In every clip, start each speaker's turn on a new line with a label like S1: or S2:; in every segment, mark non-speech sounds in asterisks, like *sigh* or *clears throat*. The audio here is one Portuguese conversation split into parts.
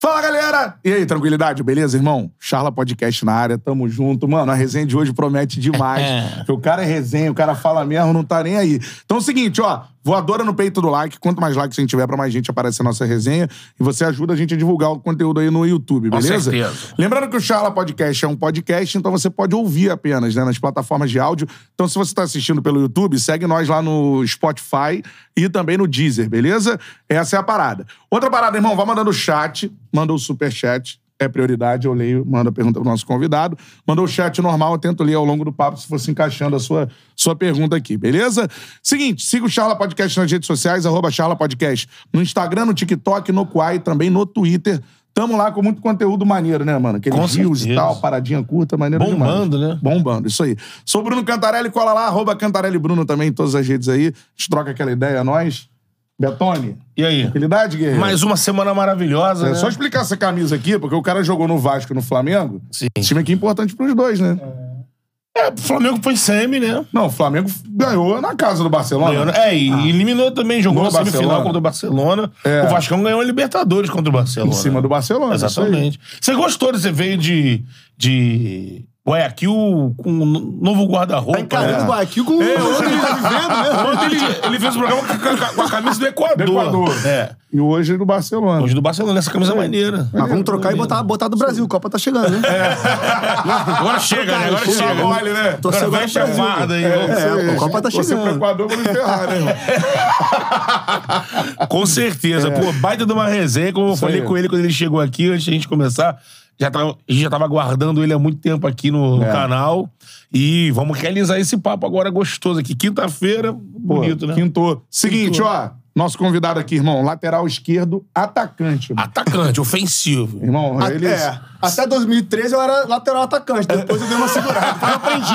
S1: Fala, galera! E aí, tranquilidade? Beleza, irmão? Charla Podcast na área, tamo junto. Mano, a resenha de hoje promete
S2: *laughs*
S1: demais. Porque o cara é resenha, o cara fala mesmo, não tá nem aí. Então é o seguinte, ó. Voadora no peito do like. Quanto mais likes a gente tiver, pra mais gente aparecer a nossa resenha. E você ajuda a gente a divulgar o conteúdo aí no YouTube,
S2: Com
S1: beleza?
S2: certeza.
S1: Lembrando que o Charla Podcast é um podcast, então você pode ouvir apenas, né? Nas plataformas de áudio. Então, se você tá assistindo pelo YouTube, segue nós lá no Spotify e também no Deezer, beleza? Essa é a parada. Outra parada, irmão, vai mandando o chat, manda o superchat. É prioridade, eu leio, mando a pergunta pro nosso convidado. Mandou o chat normal, eu tento ler ao longo do papo se fosse encaixando a sua, sua pergunta aqui, beleza? Seguinte, siga o Charla Podcast nas redes sociais, arroba Charla Podcast no Instagram, no TikTok, no Quai, também no Twitter. Tamo lá com muito conteúdo maneiro, né, mano? Aqueles
S2: Com
S1: views e
S2: certeza.
S1: tal, paradinha curta, maneiro
S2: Bombando,
S1: demais.
S2: né?
S1: Bombando, isso aí. Sou Bruno Cantarelli, cola lá, arroba Cantarelli Bruno também em todas as redes aí. A gente troca aquela ideia, nós. Betone,
S2: E aí?
S1: tranquilidade, guerreiro?
S2: Mais uma semana maravilhosa,
S1: É
S2: né?
S1: só explicar essa camisa aqui, porque o cara jogou no Vasco e no Flamengo.
S2: Sim.
S1: Esse time aqui é importante pros dois, né?
S2: É, o Flamengo foi semi, né?
S1: Não, o Flamengo ganhou na casa do Barcelona.
S2: Ganhou, né? é, e eliminou também, jogou
S1: No
S2: na semifinal
S1: Ah. Barcelona.
S2: contra o Barcelona.
S1: É.
S2: O Vascão ganhou a Libertadores contra o Barcelona.
S1: Em cima do Barcelona. isso aí.
S2: Exatamente. Você gostou de você veio de, de Guayaquil com um no- novo guarda-roupa?
S1: Tá
S3: Encarando
S2: né?
S3: o Guayaquil com é, onde ele tá vivendo, né?
S2: *laughs* Ontem ele, ele fez o programa com a- com a, com a camisa do Equador.
S1: Do Equador.
S2: É.
S1: E hoje é do Barcelona.
S2: Hoje do Barcelona, essa camisa é maneira.
S1: Ah,
S3: Mas vamos trocar e botar, botar do Brasil. Copa tá chegando, né?
S2: Agora chega, né? Agora
S3: Chega,
S2: chega.
S3: agora
S1: Olha, né?
S3: Tô
S2: Agora
S3: segurando
S2: vai
S3: o Brasil.
S2: chamada aí.
S3: É, a Copa tá
S1: Você pro
S3: chegando.
S1: Equador, eu vou me ferrar, né,
S2: *laughs*
S1: irmão? *laughs*
S2: Com certeza. Pô, baita de uma resenha. Como eu falei
S1: É. aí.
S2: com ele quando ele chegou aqui, antes da gente começar, já tava, a gente já tava aguardando ele há muito tempo aqui no,
S1: É.
S2: no canal. E vamos realizar esse papo agora gostoso aqui. Quinta-feira,
S1: Pô,
S2: bonito, né?
S1: Quintou. Seguinte, ó. Nosso convidado aqui, irmão. Lateral esquerdo, atacante. irmão.
S2: Atacante, ofensivo.
S1: Irmão,
S3: Até,
S1: ele...
S3: é, até 2013 eu era lateral atacante, depois eu dei uma segurada, então eu aprendi.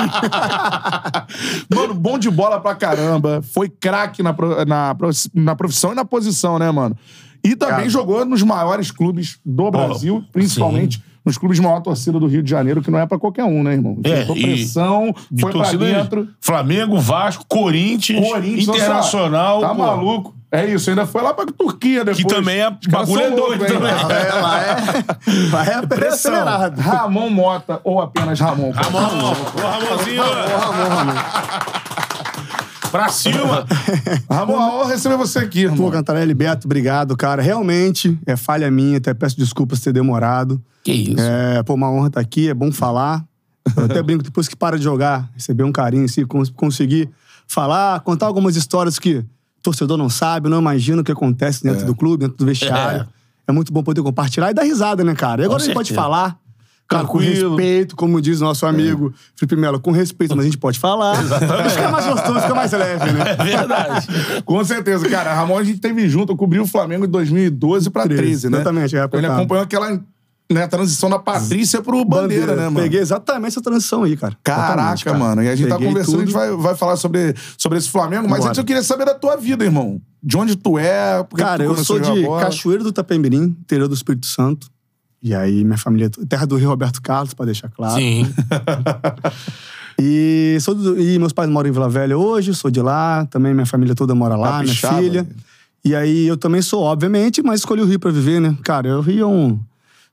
S1: *laughs* Mano, bom de bola pra caramba. Foi craque na, pro- na, pro- na profissão e na posição, né, mano? E também jogou nos maiores clubes do Brasil, principalmente nos clubes de maior torcida do Rio de Janeiro, que não é pra qualquer um, né, irmão?
S2: É,
S1: Enfrentou
S2: e-
S1: pressão,
S2: De
S1: foi pra
S2: torcida, né?
S1: dentro.
S2: Flamengo, Vasco, Corinthians,
S1: Corinthians,
S2: Internacional.
S1: Tá
S2: pô,
S1: maluco. É isso, ainda foi lá pra Turquia depois.
S2: Que também é.
S1: Os caras
S2: bagulho é
S1: são loucos,
S2: doido
S1: hein?
S2: também. *laughs*
S3: É, lá é, lá *laughs* é
S2: Pressão.
S3: acelerado.
S1: Ramon Mota ou apenas Ramon.
S2: Ramon, ô Ramonzinho,
S1: Tá
S2: pra cima.
S1: Ramon, a honra receber você aqui, irmão.
S3: Pô, Cantarelli, Beto, obrigado, cara. Realmente, é falha minha, até peço desculpas ter demorado.
S2: Que isso.
S3: É, pô, uma honra estar aqui, é bom falar. Eu até brinco, depois que para de jogar, receber um carinho assim, cons- conseguir falar, contar algumas histórias que o torcedor não sabe, não imagina o que acontece
S1: É.
S3: dentro do clube, dentro do vestiário. É. muito bom poder compartilhar e dar risada, né, cara? E agora a gente pode
S2: certeza.
S3: falar. Cara, com
S2: Tranquilo.
S3: respeito, como diz nosso amigo Felipe Melo, com respeito, mas a gente pode falar. Exatamente. Fica mais gostoso, fica mais leve, né?
S2: É verdade.
S1: Com certeza, cara. Ramon, a gente teve junto, eu cobri o Flamengo de 2012 pra 13,
S3: 13,
S1: né?
S3: exatamente, é,
S1: Ele
S3: tá.
S1: acompanhou aquela né, transição da Patrícia pro Bandeira, né, mano?
S3: Peguei exatamente essa transição aí, cara. Exatamente,
S1: Caraca,
S3: cara.
S1: mano. E a gente tá
S3: Peguei
S1: conversando, a gente
S3: tudo.
S1: vai, vai falar sobre, sobre esse Flamengo, mas
S3: Bora.
S1: antes eu queria saber da tua vida, irmão. De onde tu é? por que
S3: Cara,
S1: tu
S3: eu
S1: começou
S3: sou
S1: a jogar
S3: de
S1: bola?
S3: Cachoeiro do Itapemirim, interior do Espírito Santo. E aí, minha família é to- terra do Rio Roberto Carlos, pra deixar claro.
S2: Sim.
S3: E, sou do- e meus pais moram em Vila Velha hoje, sou de lá, também minha família toda mora lá,
S1: Capixaba,
S3: minha filha.
S1: né?
S3: E aí, eu também sou, obviamente, mas escolhi o Rio pra viver, né? Cara, o Rio é um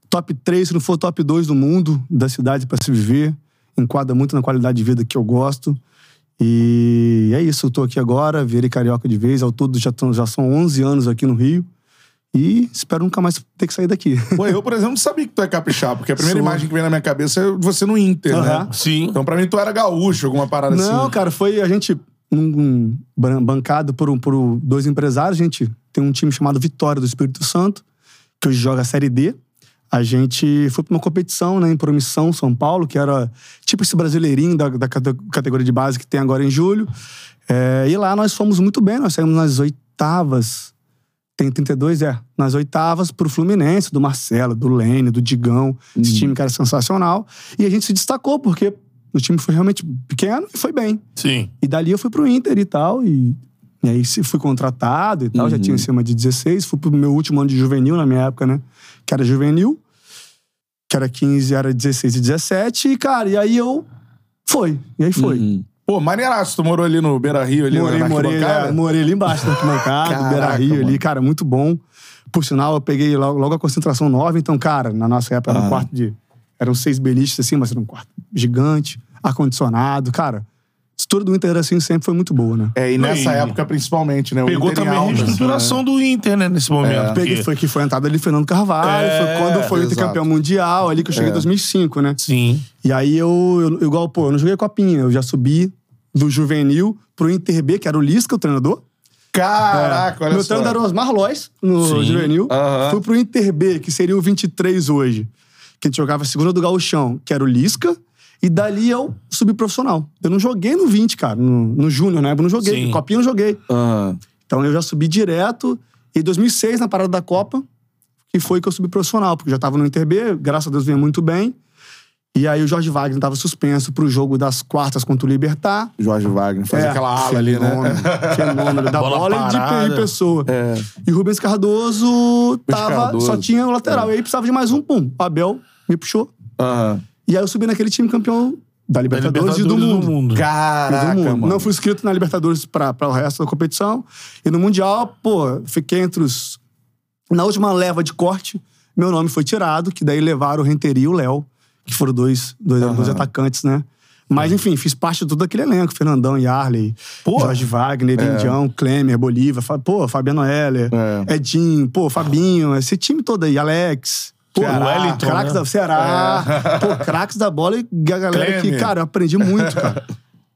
S3: top 3, se não for top 2 do mundo, da cidade pra se viver. Enquadra muito na qualidade de vida que eu gosto. E é isso, eu tô aqui agora, virei carioca de vez, ao todo já, tão- já são 11 anos aqui no Rio. E espero nunca mais ter que sair daqui.
S1: Pô, eu, por exemplo, não sabia que tu é capixaba, porque a primeira
S3: Sou.
S1: imagem que vem na minha cabeça é você no Inter, né?
S3: Aham.
S2: Sim.
S1: Então, pra mim, tu era gaúcho, alguma parada assim.
S3: Não, cara, foi a gente um, um, bancado por, um- por dois empresários. A gente tem um time chamado Vitória do Espírito Santo, que hoje joga a Série D. A gente foi pra uma competição né, em Promissão, São Paulo, que era tipo esse brasileirinho da, da cate- categoria de base que tem agora em julho. É, e lá nós fomos muito bem, nós saímos nas oitavas. Tem 32, é. Nas oitavas pro Fluminense, do Marcelo, do Lene, do Digão. Esse
S1: Uhum.
S3: time que era sensacional. E a gente se destacou, porque o time foi realmente pequeno e foi bem.
S2: Sim.
S3: E dali eu fui pro Inter e tal. E, e aí se- fui contratado e tal. Já tinha em cima de 16. Fui pro meu último ano de juvenil na minha época, né? Que era juvenil. Que era 15, era 16 e 17. E, cara, e aí eu... Foi. E aí foi.
S1: Pô, maneiraço, tu morou ali no Beira Rio, ali
S3: Morei,
S1: na
S3: morei,
S1: é arquibancada?
S3: é, morei ali embaixo na arquibancada,
S1: Caraca,
S3: Beira Rio
S1: mano.
S3: ali, cara, muito bom. Por sinal, eu peguei logo, logo a concentração nova, então, cara, na nossa época
S1: Ah.
S3: era um quarto de. Eram seis belistas, assim, mas era um quarto gigante, ar-condicionado, cara. A estrutura do Inter, assim, sempre foi muito boa, né?
S1: É, e nessa
S2: Não, e-
S1: época, principalmente, né? O
S2: Pegou
S1: Inter em
S2: também a
S1: altas, É.
S2: reestruturação do Inter, né, nesse momento. porque-
S3: Peguei, foi que foi a entrada de Fernando Carvalho,
S2: É,
S3: foi quando foi o
S1: exato. É.
S3: campeão mundial, ali que eu cheguei em 2005, né?
S2: Sim.
S3: E aí eu, eu- eu, igual, pô, eu não joguei copinha, eu já subi do juvenil pro Inter B, que era o Lisca, o treinador.
S1: né? Caraca, olha
S3: Meu
S1: só.
S3: treinador era o Osmar Lois, no
S2: Sim.
S3: juvenil.
S1: Aham.
S3: Fui pro Inter B, que seria o 23 hoje. Que a gente jogava a segunda do Gauchão, que era o Lisca. E dali eu subi profissional. Eu não joguei no 20, cara. No, no Júnior, na época eu não joguei.
S2: Sim.
S3: Copinha eu não joguei.
S1: Aham.
S3: Então eu já subi direto. E em 2006, na parada da Copa, que foi que eu subi profissional, porque eu já tava no Inter B, graças a Deus vinha muito bem. E aí o Jorge Wagner tava suspenso pro jogo das quartas contra o Libertar.
S1: Jorge Wagner, faz
S3: É,
S1: aquela ala ali, né?
S3: fenômeno,
S1: *laughs*
S3: Fenômeno, da
S2: Bola
S3: bola, e de-
S2: parada.
S3: de pessoa.
S1: É.
S3: E o Rubens Cardoso tava,
S1: Cardoso. É.
S3: só tinha o lateral. E aí precisava de mais um, pum. O Abel me puxou.
S1: Aham.
S3: E aí eu subi naquele time campeão da
S2: Da
S3: Libertadores,
S2: Libertadores
S3: e do mundo.
S1: Caraca,
S3: E do mundo.
S1: mano.
S3: Não fui inscrito na Libertadores pra, pra o resto da competição. E no Mundial, pô, fiquei entre os. Na última leva de corte, meu nome foi tirado, que daí levaram o Renteria e o Léo, que foram dois, dois,
S1: Aham. É.
S3: dois atacantes, né? Mas, enfim, fiz parte de todo aquele elenco. Fernandão, Yarley, Jorge Wagner, Indião, Klemer, Bolívar, Fa- pô, Fabiano Heller,
S1: É.
S3: Edinho, pô, Fabinho, esse time todo aí, Alex. Pô,
S2: Ceará,
S3: Wellington, É. craques
S2: né?
S3: da Ceará. Pô, craques da bola e a galera que,
S1: Klemer.
S3: cara, eu aprendi muito, *laughs* cara.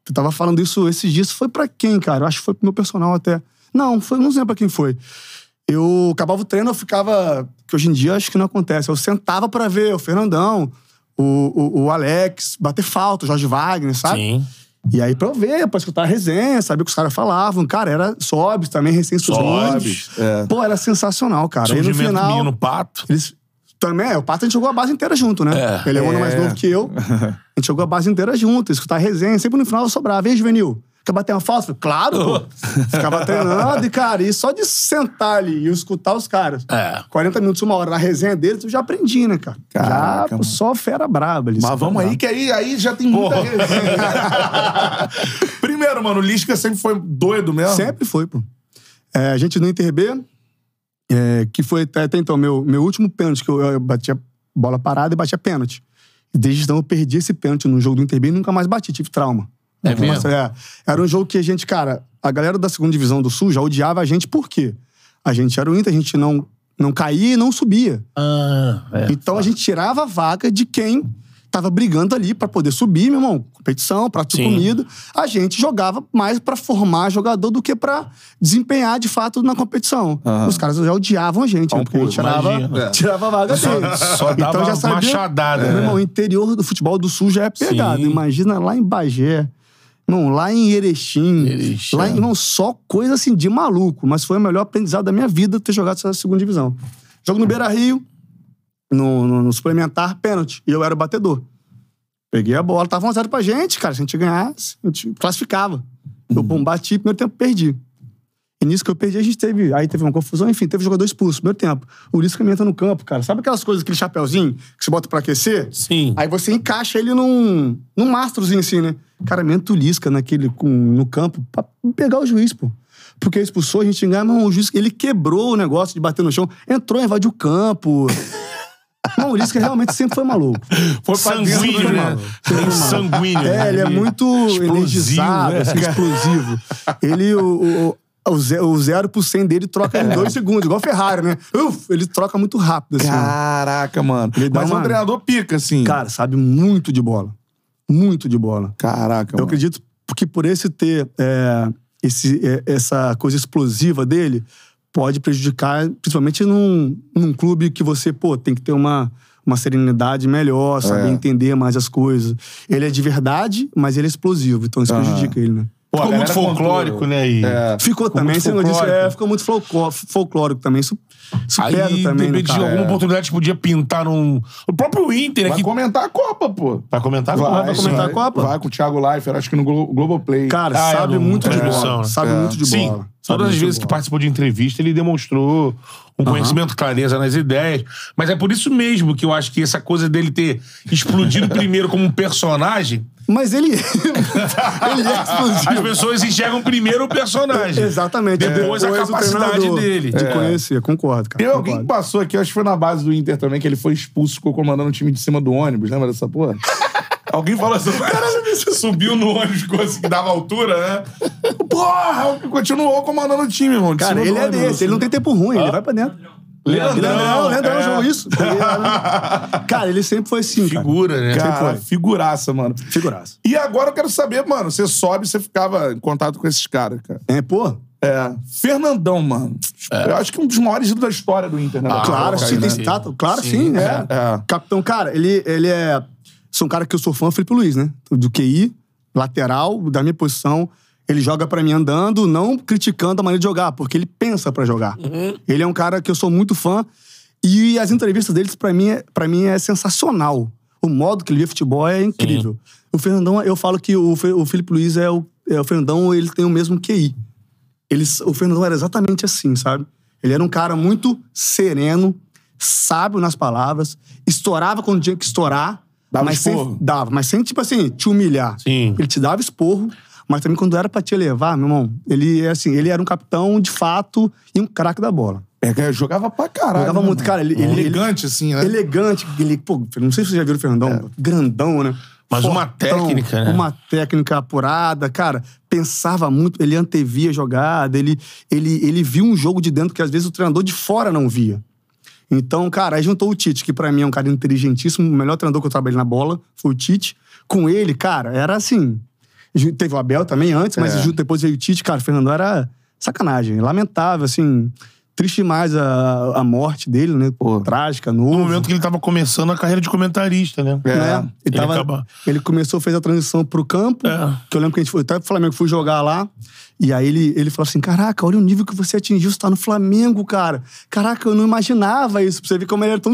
S3: Tu tava falando isso esses dias, foi pra quem, cara? Eu acho que foi pro meu personal até. Não, foi, não sei pra quem foi. Eu acabava o treino, eu ficava. Que hoje em dia acho que não acontece. Eu sentava pra ver o Fernandão, o, o, o Alex, bater falta, o Jorge Wagner, sabe?
S2: Sim.
S3: E aí pra eu ver, pra escutar a resenha, saber o que os caras falavam. Cara, era Sobs também, recém-subido.
S1: Sobs, é.
S3: Pô, era sensacional, cara. E no
S2: Surgimento do
S3: final.
S2: Menino Pato.
S3: Eles. Também, é, o Pato a gente jogou a base inteira junto, né?
S2: É.
S3: Ele é um ano
S1: É.
S3: mais novo
S1: *laughs*
S3: que eu. A gente jogou a base inteira junto, escutar resenha. Sempre no final eu sobrava. E aí, juvenil? Quer bater uma falta? Falei,
S2: *laughs*
S3: Claro, pô. Ficava treinando e, cara, e só de sentar ali e eu escutar os caras.
S2: É.
S3: 40 minutos, uma hora na resenha deles, eu já aprendi, né, cara?
S1: Caraca,
S3: já,
S1: mano.
S3: só fera braba ali. só
S1: Mas vamos
S3: fera
S1: aí, que aí, aí já tem muita
S2: Porra.
S1: resenha. *laughs* Primeiro, mano, o Lisca sempre foi doido mesmo.
S3: Sempre foi, pô. É, a gente no Inter B, é, que foi até, até então meu, meu último pênalti, que eu, eu batia bola parada e batia pênalti. E desde então eu perdi esse pênalti no jogo do Inter B e nunca mais bati, tive trauma.
S2: É
S3: Nunca mais-
S2: mesmo?
S3: é. Era um jogo que a gente, cara, a galera da segunda divisão do Sul já odiava a gente, por quê? A gente era o Inter, a gente não, não caía e não subia.
S2: Ah, é.
S3: Então a gente tirava a vaga de quem tava brigando ali pra poder subir, meu irmão. Competição, prato de
S2: Sim.
S3: comida. A gente jogava mais pra formar jogador do que pra desempenhar de fato na competição.
S1: Aham.
S3: Os caras já odiavam a
S2: Tá
S1: Então,
S3: gente,
S2: um
S3: né? Porque a gente
S2: puro,
S3: tirava,
S1: é.
S2: imagina.
S3: tirava a vaga dele.
S2: Só dava
S3: então já sabia,
S2: machadada,
S3: Meu
S2: né?
S3: irmão, o interior do futebol do Sul já é pegado.
S2: Sim.
S3: Imagina lá em Bagé. Não, lá em Erechim,
S2: Erechim.
S3: lá em, não, só coisa assim de maluco, mas foi o melhor aprendizado da minha vida ter jogado essa segunda divisão. Jogo no Beira Rio, no, no- no suplementar, pênalti. E eu era o batedor. Peguei a bola, tava 1x0 pra gente, cara. Se a gente ganhasse, a gente classificava.
S2: Uhum.
S3: Eu, pum, bati, primeiro tempo perdi. E nisso que eu perdi, a gente teve. Aí teve uma confusão, enfim, teve jogador expulso, primeiro tempo. O Ulisses caminha no campo, cara. Sabe aquelas coisas, aquele chapeuzinho que você bota pra aquecer?
S2: Sim.
S3: Aí você encaixa ele num, num mastrozinho assim, né? Cara, mentulisca naquele, com, no campo pra pegar o juiz, pô. Porque expulsou, a gente enganou, mas o juiz, ele quebrou o negócio de bater no chão, entrou, invadiu o campo. *laughs* Não, o Lisca realmente sempre foi maluco.
S2: Foi
S1: dentro
S2: sanguíneo,
S1: do
S2: né?
S1: maluco.
S2: Bem sanguíneo. né?
S3: É, ele é muito
S2: Explosivo,
S3: energizado,
S2: né? *laughs*
S3: assim, explosivo. Ele, o, o, o, ze- o 0 por 100 dele troca em dois segundos, igual a Ferrari, né? Uf, ele troca muito rápido, assim.
S1: Caraca, mano.
S3: Me dá
S1: Mas
S3: uma-
S1: um treinador pica, assim.
S3: Cara, sabe muito de bola. Muito de bola.
S1: Caraca,
S3: Eu
S1: mano.
S3: acredito que por esse ter é, esse, é, essa coisa explosiva dele, pode prejudicar, principalmente num, num clube que você, pô, tem que ter uma, uma serenidade melhor, saber
S1: É.
S3: entender mais as coisas. Ele é de verdade, mas ele é explosivo, então isso
S1: Aham.
S3: prejudica ele, né?
S1: Ficou
S2: Pô, Ficou
S1: muito
S2: muito folclórico,
S1: controle.
S2: né? E...
S1: É.
S3: Ficou, também,
S2: muito
S3: você não disse,
S2: folclórico.
S3: é, ficou muito folcló- folclórico também. Isso, isso
S2: Aí,
S3: pesa também, né,
S2: depende de
S3: cara?
S2: alguma oportunidade que podia pintar num... O próprio Inter
S1: Vai
S2: aqui...
S1: comentar a Copa, pô.
S2: Vai comentar?
S1: Vai,
S2: Vai
S3: comentar a Tá Copa?
S1: Vai com o Thiago Leifert, acho que no Glo Globoplay.
S3: Cara,
S2: Ah, é,
S3: sabe
S2: no-
S3: muito de
S2: transmissão,
S3: bola.
S2: né?
S3: Sabe
S1: É.
S3: muito de
S2: Sim,
S3: bola. sabe
S2: todas as
S3: muito de
S2: vezes que
S3: bola.
S2: participou de entrevista, ele demonstrou um conhecimento, clareza nas ideias.
S3: *laughs*
S2: Mas é por isso mesmo que eu acho que essa coisa dele ter explodido primeiro como um personagem
S3: Mas ele. *laughs* é ele explodiu.
S2: As pessoas enxergam primeiro o personagem.
S3: Exatamente. é.
S2: Depois a
S3: o
S2: capacidade
S3: treinador
S2: dele.
S3: De
S2: É.
S3: conhecer, concordo, cara.
S1: Tem alguém que
S3: concordo.
S1: passou aqui, acho que foi na base do Inter também, que ele foi expulso, ficou comandando o time de cima do ônibus, lembra dessa
S3: *laughs*
S1: porra?
S2: Alguém fala assim, subiu no ônibus, ficou assim, que dava altura, né?
S1: Porra, continuou comandando o time, irmão. de
S3: Cara,
S1: cima do
S3: ele é
S1: ônibus.
S3: desse, ele não tem tempo ruim, ele vai pra dentro.
S2: Leandrão,
S3: Leandrão, Leandrão
S2: Ah. é. *laughs*
S3: jogou isso. Cara, ele sempre foi assim, cara.
S2: Figura, né?
S1: Cara,
S3: foi.
S1: figuraça, mano.
S3: Figuraça.
S1: E agora eu quero saber, mano, você sobe, você ficava em contato com esses caras, cara.
S3: É, pô.
S1: É. Fernandão, mano. Eu acho que é um dos maiores ídolos da história do Inter, né?
S2: Ah, cara,
S3: claro, sim,
S2: né?
S3: tem estátua. Claro,
S2: Sim,
S3: sim, é.
S1: é.
S3: Capitão, cara, ele, ele é. Sou um cara que eu sou fã, Felipe Luiz, né? Do QI, lateral, da minha posição. Ele joga pra mim andando, não criticando a maneira de jogar, porque ele pensa pra jogar.
S1: Uhum.
S3: Ele é um cara que eu sou muito fã. E as entrevistas deles, pra mim, é- pra mim, é sensacional. O modo que ele vê futebol é incrível. O Fernandão, eu falo que o, Fe- o Felipe Luiz é o, é o Fernandão, ele tem o mesmo QI ele, o Fernandão era exatamente assim, sabe? Ele era um cara muito sereno, sábio nas palavras, estourava quando tinha que estourar.
S1: Dava
S3: mas sem-
S1: esporro.
S3: dava, mas sem, tipo assim, te humilhar.
S2: Sim.
S3: Ele te dava esporro, mas também quando era pra te elevar, meu irmão, ele é assim, ele era um capitão de fato e um craque da bola.
S1: É, cara, jogava pra caralho.
S3: Jogava
S1: né,
S3: muito,
S1: mano?
S3: cara. Ele, ele- ele-
S1: Elegante, assim, né?
S3: elegante. Ele, pô, não sei se você já viu o Fernandão, grandão, né?
S2: É. Mas uma técnica, né?
S3: Uma técnica apurada, cara. Pensava muito, ele antevia a jogada, ele, ele, ele viu um jogo de dentro que às vezes o treinador de fora não via. Então, cara, aí juntou o Tite, que pra mim é um cara inteligentíssimo, o melhor treinador que eu trabalhei na bola foi o Tite. Com ele, cara, era assim. ju- Teve o Abel também antes, mas
S1: É.
S3: ju- depois veio o Tite, cara, o Fernandão era sacanagem, lamentável, assim. Triste demais a, a morte dele, né?
S1: Pô.
S3: Trágica, novo.
S2: No momento que ele tava começando a carreira de comentarista, né?
S1: É.
S3: né? Ele,
S2: Ele
S3: tava-
S2: acaba-
S3: ele começou, fez a transição pro campo.
S2: É.
S3: Que eu lembro que a gente foi, até pro Flamengo fui jogar lá. E aí ele, ele falou assim: Caraca, olha o nível que você atingiu, você tá no Flamengo, cara. Caraca, eu não imaginava isso. Pra você ver como ele era tão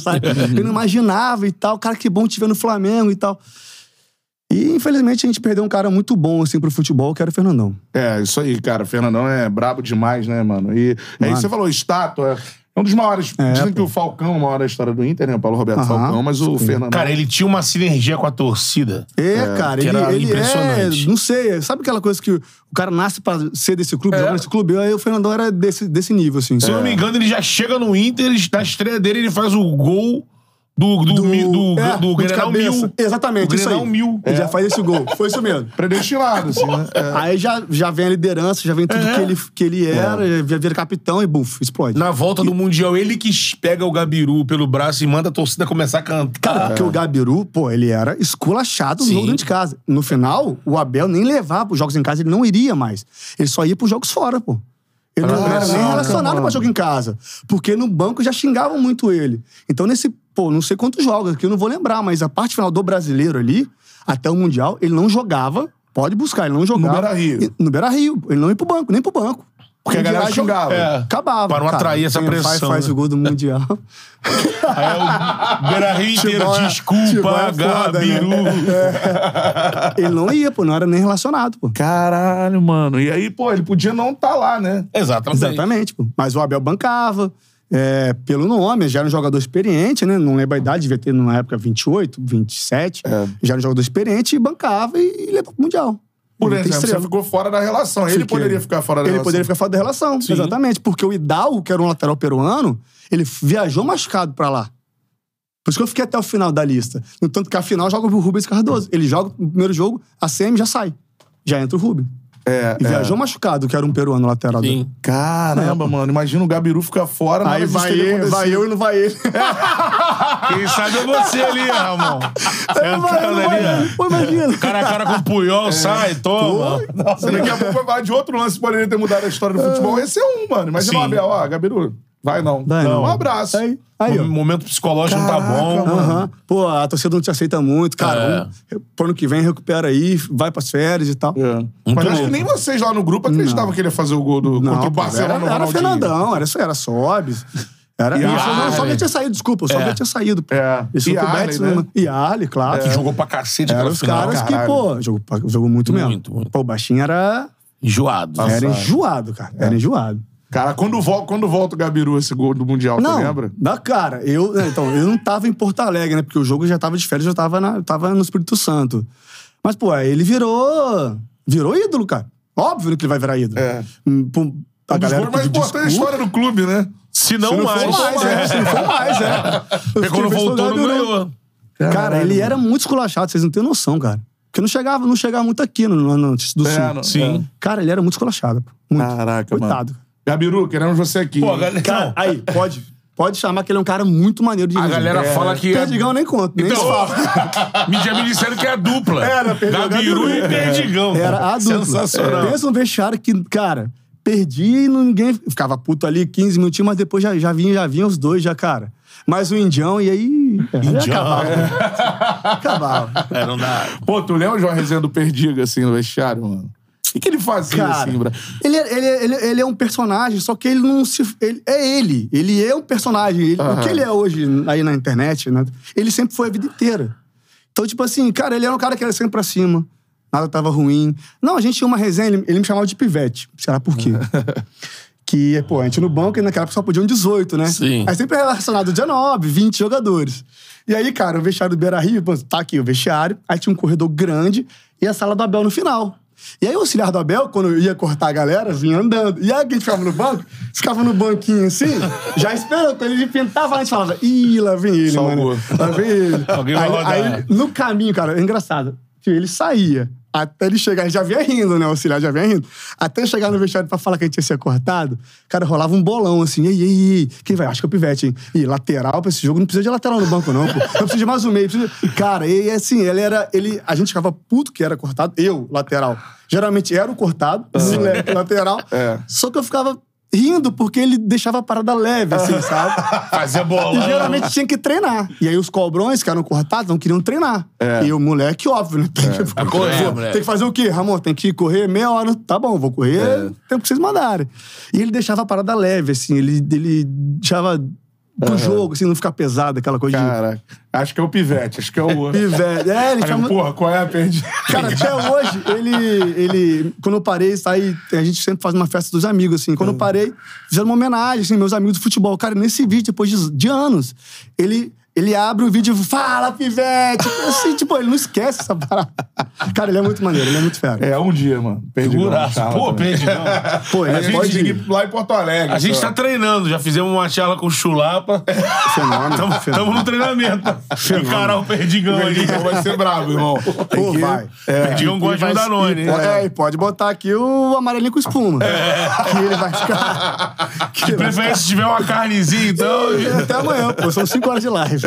S2: *laughs*
S3: sabe? eu não imaginava e tal. Cara, que bom te ver no Flamengo e tal. E infelizmente a gente perdeu um cara muito bom, assim, pro futebol, que era o Fernandão.
S1: É, isso aí, cara. O Fernandão é brabo demais, né, mano? E é
S3: Ah.
S1: isso que você falou, estátua. É um dos maiores. dizem que o Falcão é o maior da história do Inter, né? O Paulo Roberto
S3: Aham.
S1: Falcão, mas o Fernandão.
S2: Cara, ele tinha uma sinergia com a torcida.
S3: É, cara,
S2: que
S3: ele,
S2: era
S3: ele
S2: impressionante.
S3: é. Não sei, sabe aquela coisa que o cara nasce pra ser desse clube, jogar nesse clube? Aí o Fernandão era desse, desse nível, assim.
S2: Se eu não me engano, ele já chega no Inter, ele- na estreia dele, ele faz o gol do, do, do, do, do,
S3: é, de
S2: Grenal
S3: cabeça.
S2: Mil.
S3: Exatamente,
S2: Do
S3: isso aí.
S2: Grenal Mil.
S3: Ele já faz esse gol. Foi isso mesmo.
S1: Predestinado, assim, né? É.
S3: Aí já, já vem a liderança, já vem tudo
S2: É.
S3: que, ele, que ele era, já vira capitão e buf, explode.
S2: Na volta do Mundial, ele que pega o Gabiru pelo braço e manda a torcida começar a cantar.
S3: Cara, porque o Gabiru, pô, ele era esculachado no
S2: Sim.
S3: jogo dentro de casa. No final, o Abel nem levava os jogos em casa, ele não iria mais. Ele só ia pros jogos fora, pô. Ele não era nem
S1: caraca,
S3: relacionado
S1: mano.
S3: pra jogo em casa. Porque no banco já xingavam muito ele. Então, nesse, pô, não sei quantos jogos aqui, eu não vou lembrar, mas a parte final do brasileiro ali, até o Mundial, ele não jogava. Pode buscar, ele não jogava.
S1: Beira-Rio.
S3: E- No Beira Rio. Ele não ia pro banco, nem pro banco.
S1: Porque a
S3: Ele
S1: galera
S3: ia jogar-
S1: xingava.
S3: É. Acabava.
S2: Pra não
S3: cara.
S2: atrair essa
S3: Quem Faz,
S2: pressão,
S3: faz
S2: né?
S3: o gol do Mundial.
S2: Aí é o Beira Rio inteiro,
S3: Futebol é- futebol
S2: desculpa,
S3: é foda, né?
S2: Gabiru. É,
S3: ele não ia, pô, não era nem relacionado, pô.
S1: Caralho, mano. E aí, pô, ele podia não estar lá, né?
S2: é. Exatamente.
S3: Exatamente, pô. Mas o Abel bancava, é, pelo nome, já era um jogador experiente, né? Não lembro a idade, devia ter na época 28, 27.
S1: É.
S3: Já era um jogador experiente e bancava e, e levou pro Mundial.
S1: Por
S3: Ele tem
S1: exemplo, você
S3: estrela.
S1: ficou fora da relação. Ele
S3: Fiquei.
S1: poderia ficar fora da
S3: Ele
S1: relação.
S3: poderia ficar fora da relação,
S2: Sim.
S3: exatamente. Porque o Idal, que era um lateral peruano, ele viajou machucado pra lá. Por isso que eu fiquei até o final da lista. No tanto que a final joga o Rubens Cardoso. Ele joga no primeiro jogo, a CM já sai. Já entra o Rubens.
S1: É,
S3: E
S1: é.
S3: viajou machucado, que era um peruano lateral dele.
S2: Sim.
S1: Caramba, mano. Imagina o Gabiru ficar fora. nada
S3: Aí
S1: disso
S3: vai
S1: teria
S3: ele,
S1: acontecido.
S3: vai eu e não vai ele.
S2: Quem sabe é você ali, *laughs* Ramon.
S3: vai eu,
S2: Entrando
S3: não vai
S2: ali, ó.
S3: ele. Pô, imagina.
S2: Cara a cara com o Puyol, sai, toma.
S1: Nossa, daqui a pouco vai falar de outro lance que poderia ter mudado a história do futebol. Esse é um, mano. Imagina o
S2: Sim.
S1: Abel, ó, Gabiru, vai não.
S3: Vai não.
S1: Um abraço.
S3: Aí, aí
S2: o
S3: ó.
S2: momento psicológico não tá
S1: Caraca,
S2: bom.
S1: mano.
S3: Aham. Pô, a torcida não te aceita muito, cara. Vamos, pro ano que vem recupera aí, vai pras férias e tal.
S1: É. Mas acho que
S2: louco.
S1: nem vocês lá no grupo acreditavam que ele ia fazer o gol do, contra o
S3: pô,
S1: Barcelona
S3: era,
S1: no
S3: era
S1: Ronaldinho.
S3: Fernandão, era, era Sobes. Era,
S1: E
S3: não,
S1: a
S3: só, só
S2: Arley.
S3: tinha saído, desculpa, só
S2: É.
S3: tinha saído. pô.
S1: É.
S3: Isso
S1: E
S3: foi pro
S1: Arley,
S3: Betis,
S1: né? É.
S3: né? E Arley, claro.
S2: Que jogou pra cacete
S3: Eram
S2: aquela
S3: os
S2: final.
S3: caras que,
S1: caralho.
S3: pô, jogou, pra- jogou
S2: Muito,
S3: muito, mesmo.
S2: muito.
S3: Pô, o baixinho era,
S2: Enjoado.
S3: era enjoado, cara. Era
S1: É.
S3: enjoado.
S1: Cara, quando, vol- quando volta o Gabiru esse gol do Mundial, tu lembra?
S3: da cara, é, eu, né, então, eu não tava em Porto Alegre, né? Porque o jogo já tava de férias, eu tava, na, eu tava no Espírito Santo. Mas, pô, aí ele virou. Virou ídolo, cara. Óbvio que ele vai virar ídolo.
S1: É.
S3: Hum, pô, A
S1: Um dos
S3: galera
S1: gols mais
S3: pediu
S1: importantes da
S3: desculpa.
S1: história do clube, né?
S2: Se não,
S3: Se não
S2: mais.
S3: for mais, é. Se não for mais, é.
S2: Porque quando voltou, não ganhou.
S3: Cara, ele era muito esculachado, vocês não têm noção, cara. Porque não chegava, não chegava muito aqui no, no, no Sul do
S1: É,
S3: Sul.
S1: não-
S2: Sim.
S3: Cara, ele era muito esculachado. pô. Muito.
S1: Caraca, mano.
S3: Coitado.
S1: é. Gabiru, queremos você aqui.
S2: Pô, a galera,
S3: Cara,
S2: não,
S3: aí, pode, pode chamar que ele é um cara muito maneiro de
S2: a
S3: rir,
S2: galera
S3: gente.
S2: fala que. é-
S3: Perdigão eu nem conto, nem se
S2: Então, *laughs*
S3: fala.
S2: me- já me disseram que é a dupla.
S3: Era, Perdigão,
S2: Gabiru e
S3: Gabiru.
S2: Perdigão.
S3: Era a dupla.
S2: Sensacional.
S3: Pensa um vestiário que, cara, perdi e ninguém ficava puto ali 15 minutinhos, mas depois já, já vinha, já vinha os dois, já, cara. Mais um indião e aí.
S2: *laughs*
S3: Indião. Acabava. acabava.
S2: É, não dá.
S1: Pô, tu lembra o João Rezendo Perdiga, assim, no vestiário, mano? O que, que ele fazia,
S3: Cara,
S1: assim, bra...
S3: ele, é- ele, é- ele, é- ele é um personagem, só que ele não se. Ele, é ele. Ele é um personagem. Ele- O
S1: Aham.
S3: que ele é hoje aí na internet, né? Ele sempre foi a vida inteira. Então, tipo assim, cara, ele era um cara que era sempre pra cima. Nada tava ruim. Não, a gente tinha uma resenha, ele, ele me chamava de pivete. Será por quê? que, pô, a gente no banco, e naquela época só podiam 18, né?
S2: Sim.
S3: Aí sempre relacionado 19, 20 jogadores. E aí, cara, o vestiário do Beira Rio, pô, tá aqui o vestiário, aí tinha um corredor grande e a sala do Abel no final. E aí o auxiliar do Abel, quando eu ia cortar a galera, vinha andando. E aí quem ficava no banco, ficava no banquinho assim, já esperando. Quando ele pintava, a gente falava, ih, lá vem ele,
S1: Salvou.
S3: mano. Lá vem ele.
S2: Alguém vai
S3: aí,
S2: rodar. né?
S3: aí, no caminho, cara, é engraçado. Que ele saía. Até ele chegar, ele já vinha rindo, né? O auxiliar já vinha rindo. Até ele chegar no vestiário pra falar que a gente ia ser cortado, cara, rolava um bolão assim. Ei, ei, ei, quem vai? Acho que é o pivete, hein? E lateral pra esse jogo, não precisa de lateral no banco, não, pô. Eu preciso de mais um meio. Precisa... Cara, e assim, ele era. Ele... A gente ficava puto que era cortado. Eu, lateral. Geralmente era o cortado, *laughs* moleque, lateral.
S1: É.
S3: Só que eu ficava rindo porque ele deixava a parada leve, assim, sabe?
S2: Fazia
S3: E
S2: bolão.
S3: geralmente tinha que treinar. E aí os cobrões que eram cortados não queriam treinar. E o moleque, óbvio, né? Tem, que,
S2: Tá correndo,
S3: Pô,
S2: moleque.
S3: tem que fazer o quê, Ramon? Tem que correr meia hora. Tá bom, vou correr o tempo que vocês mandarem. E ele deixava a parada leve, assim. Ele, ele deixava pro jogo, assim, não ficar pesado, aquela coisa
S1: Cara, acho que é o Pivete, acho que é o
S3: de...
S1: outro.
S3: Ih, velho. É, ele
S1: Aí,
S3: chama...
S1: Porra, qual é a Perdiga?
S3: Cara, até hoje, ele, ele. Quando eu parei, saí, a gente sempre faz uma festa dos amigos, assim. Quando eu parei, fizeram uma homenagem, assim, meus amigos do futebol. Cara, nesse vídeo, depois de, de anos, ele. Ele abre o vídeo e fala, pivete! Assim, tipo, ele não esquece essa parada. Cara, ele é muito maneiro, ele é muito fera.
S1: É, um dia, mano. Perdigão.
S2: Figuraço.
S1: charla
S2: Pô,
S1: também.
S2: Perdigão.
S3: Pô, ele
S1: A
S3: é
S1: gente
S3: pode
S1: tem que ir lá em Porto Alegre.
S2: A gente
S1: só.
S2: tá treinando, já fizemos uma charla com o Chulapa.
S3: Fenômeno.
S2: Estamos no treinamento. Encarar o Perdigão ali.
S1: Perdigão vai ser bravo, irmão. Tem
S3: Pô,
S1: que-
S3: vai.
S2: Perdigão gosta de um Danone,
S3: E, pô,
S2: hein?
S3: é, e pode botar aqui o amarelinho com espuma. Que ele vai ficar. *laughs* Que
S2: De
S3: ele vai ficar-
S2: preferência, se tiver uma carnezinha, então.
S3: Até amanhã, pô. São 5 horas de
S2: é-
S3: live.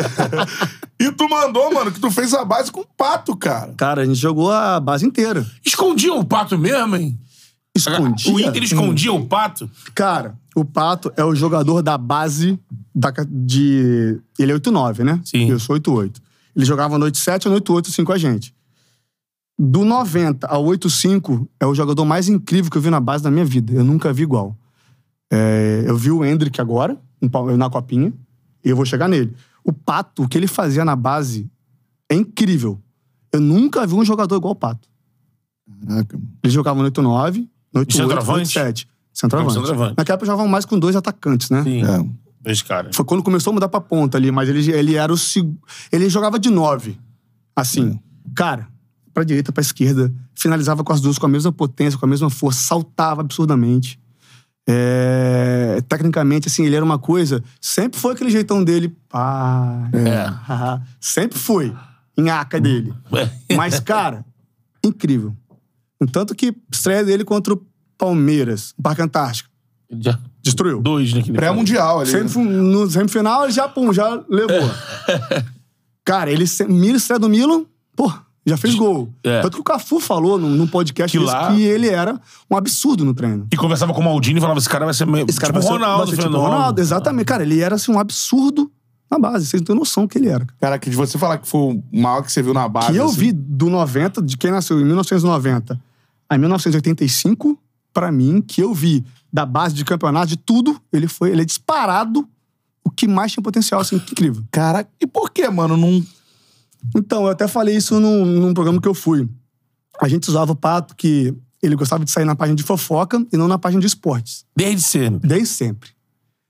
S1: E tu mandou, mano, que tu fez a base com o pato, cara.
S3: Cara, a gente jogou a base inteira.
S2: Escondiam o pato mesmo, hein?
S3: Escondia. Hum.
S2: O Inter escondia o pato.
S3: Cara, o Pato é o jogador da base da, ca- de. Ele é 8-9, né?
S2: Sim.
S3: Eu sou 8-8. Ele jogava no 8-7 ou no 8-8, assim, com a gente. Do 90 ao 8-5 é o jogador mais incrível que eu vi na base da minha vida. Eu nunca vi igual. É, eu vi o Hendrick agora, no Pal- na copinha, e eu vou chegar nele. O Pato, o que ele fazia na base é incrível. Eu nunca vi um jogador igual o Pato.
S1: Caraca, mano.
S3: Ele jogava no 8-9, no 8-8, no
S2: Centroavante?
S3: 8-7. Centroavante.
S2: Não, centroavante.
S3: Naquela época jogavam mais com dois atacantes, né?
S2: Sim.
S1: É.
S2: Dois caras.
S3: Foi quando começou a mudar pra ponta ali, mas ele, ele era o seg... Ele jogava de nove. Assim, cara, pra direita, pra esquerda, finalizava com as duas com a mesma potência, com a mesma força, saltava absurdamente. É, Tecnicamente, assim, ele era uma coisa. Sempre foi aquele jeitão dele. Pá.
S2: É.
S3: *laughs* Sempre foi. Nhaca dele. Mas, cara, incrível. Um Tanto que estreia dele contra o Palmeiras, no Parque Antártico.
S2: Já-
S3: Destruiu.
S2: Dois né, naquele.
S1: Pré-mundial ali.
S3: Sem-
S1: né?
S3: no semifinal, ele já, pum, já levou.
S2: *laughs*
S3: Cara, ele, se- Milo, estreia do Milo, pô, já fez gol.
S2: É.
S3: Tanto que o Cafu falou num, num podcast
S2: Que
S3: desse
S2: lá-
S3: que ele era um absurdo no treino.
S2: E conversava com o Maldini e falava: esse cara vai ser meio.
S3: Esse cara
S2: tipo
S3: vai ser-
S2: Ronaldo,
S3: vai ser tipo
S2: fenômeno.
S3: Ronaldo, exatamente. Cara, ele era assim, um absurdo na base. Vocês não têm noção que ele era.
S1: Cara, que de você falar que foi o maior que você viu na base.
S3: que eu
S1: assim,
S3: vi do 90, de quem nasceu em 1990 a 1985, pra mim, que eu vi da base de campeonato, de tudo, ele foi, ele é disparado o que mais tinha potencial, assim, que incrível.
S1: Cara, e por que, mano? Não.
S3: Então, eu até falei isso num, num programa que eu fui. A gente usava o pato que ele gostava de sair na página de fofoca e não na página de esportes.
S2: Desde sempre.
S3: Desde sempre.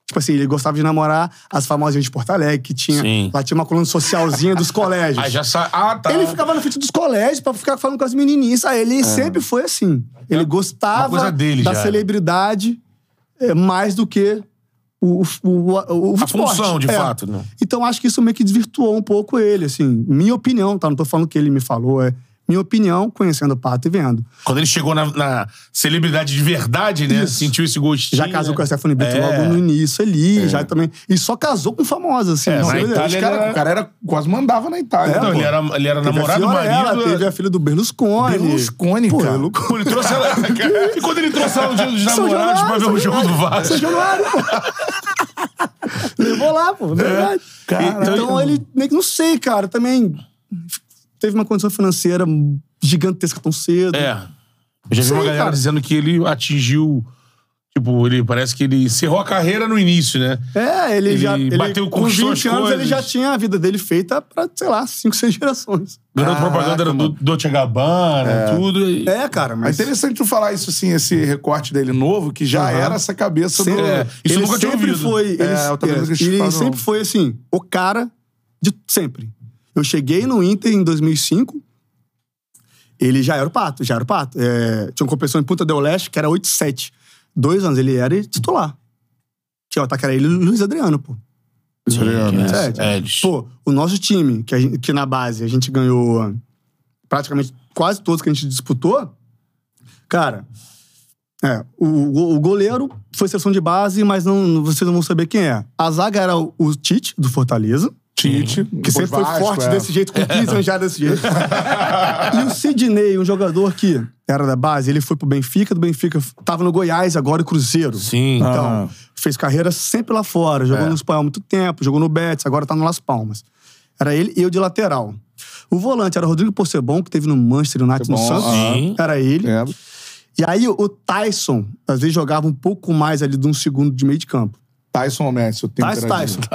S3: Tipo assim, ele gostava de namorar as famosinhas de Porto Alegre, que tinha.
S2: Sim.
S3: Lá tinha uma coluna socialzinha dos colégios.
S2: Ah, já sa... ah, tá. É.
S3: Ele ficava na frente dos colégios pra ficar falando com as menininhas. Aí ele sempre foi assim. Ele gostava
S2: Uma coisa dele
S3: da
S2: já, né?
S3: celebridade é, mais do que o, o, o, o, o
S2: A função,
S3: esporte.
S2: de
S3: É.
S2: fato. né? Não.
S3: Então acho que isso meio que desvirtuou um pouco ele, assim. Minha opinião, tá? Não tô falando o que ele me falou, é minha opinião, conhecendo o Pato e vendo.
S2: Quando ele chegou na, na celebridade de verdade, né?
S3: Isso.
S2: Sentiu esse gostinho.
S3: Já casou
S2: né?
S3: com a Stephanie Brito
S2: É.
S3: logo no início ali, já também. E só casou com famosa, assim.
S2: É,
S3: não,
S2: na
S3: ele-
S2: Itália
S1: Os
S2: ele
S1: cara-
S2: era- É,
S1: O cara era, quase mandava na Itália. né,
S2: Não,
S1: pô.
S2: Então, ele era, ele era
S3: teve a
S2: namorado do
S3: Fiorella,
S2: marido.
S3: Teve a filha do Berlusconi.
S1: Berlusconi,
S3: Pô,
S1: cara.
S3: ele-
S2: Pô, Ele trouxe
S3: *laughs*
S2: ela. *laughs* e quando ele trouxe ela no dia dos
S3: São
S2: namorados pra ver
S3: Januário,
S2: o jogo do Vasco.
S3: São Januário, pô. Levou lá,
S2: É,
S3: pô. é Verdade.
S1: Caralho.
S3: Então ele, meio que não sei, cara, também teve uma condição financeira gigantesca tão cedo.
S2: É. Eu já vi
S3: Sim,
S2: uma galera
S3: cara.
S2: dizendo que ele atingiu. Tipo, ele parece que ele encerrou a carreira no início, né?
S3: É, ele,
S2: Ele
S3: já. Ele,
S2: bateu,
S3: com
S2: conquistou
S3: 20
S2: as
S3: anos,
S2: coisas.
S3: ele já tinha a vida dele feita pra, sei lá, 5, 6 gerações.
S2: Garoto
S1: Caraca,
S2: propaganda era do
S1: mano.
S2: Dolce Gabbana, tudo. e-
S3: É, cara,
S1: É
S3: mas.
S1: interessante tu falar isso, assim, esse recorte dele novo, que já
S3: Aham.
S1: era essa cabeça do.
S3: Sempre-
S2: É, isso eu
S3: ele
S2: nunca tinha
S3: sempre
S2: ouvido.
S3: foi. Ele,
S1: É, eu também nunca tinha
S3: ele
S1: escutado,
S3: sempre
S1: não.
S3: foi assim, o cara de sempre. Eu cheguei no Inter em 2005. Ele já era o pato, já era o pato. É, tinha uma competição em Punta del Leste que era 8-7. Dois anos ele era e titular. Tinha o ataque ele e o Luiz Adriano, pô.
S1: né?
S3: Sério.
S2: É, eles-
S3: Pô, o nosso time, que, a gente- que na base a gente ganhou praticamente quase todos que a gente disputou, cara, é, o, o- o goleiro foi seleção de base, mas não, vocês não vão saber quem é. A zaga era o, o Tite, do Fortaleza,
S1: Tite,
S3: que
S1: depois
S3: sempre foi
S1: Vasco,
S3: forte
S1: é.
S3: desse jeito, com
S1: *laughs*
S3: 15 anos já desse jeito. e o Sidney, um jogador que era da base, ele foi pro Benfica, do Benfica tava no Goiás agora, e Cruzeiro.
S2: Sim.
S3: Então, fez carreira sempre lá fora, jogou no Espanhol há muito tempo, jogou no Betis, agora tá no Las Palmas. Era ele e eu de lateral. O volante era Rodrigo Possebon, que teve no Manchester United, no
S1: Possebon, ah.
S3: Santos.
S2: sim.
S3: Era ele.
S1: É.
S3: E aí o Tyson, às vezes jogava um pouco mais ali de um segundo de meio de campo.
S1: Tyson ou Messi, o tempo
S3: Tyson,
S1: era
S3: Tyson.
S1: de-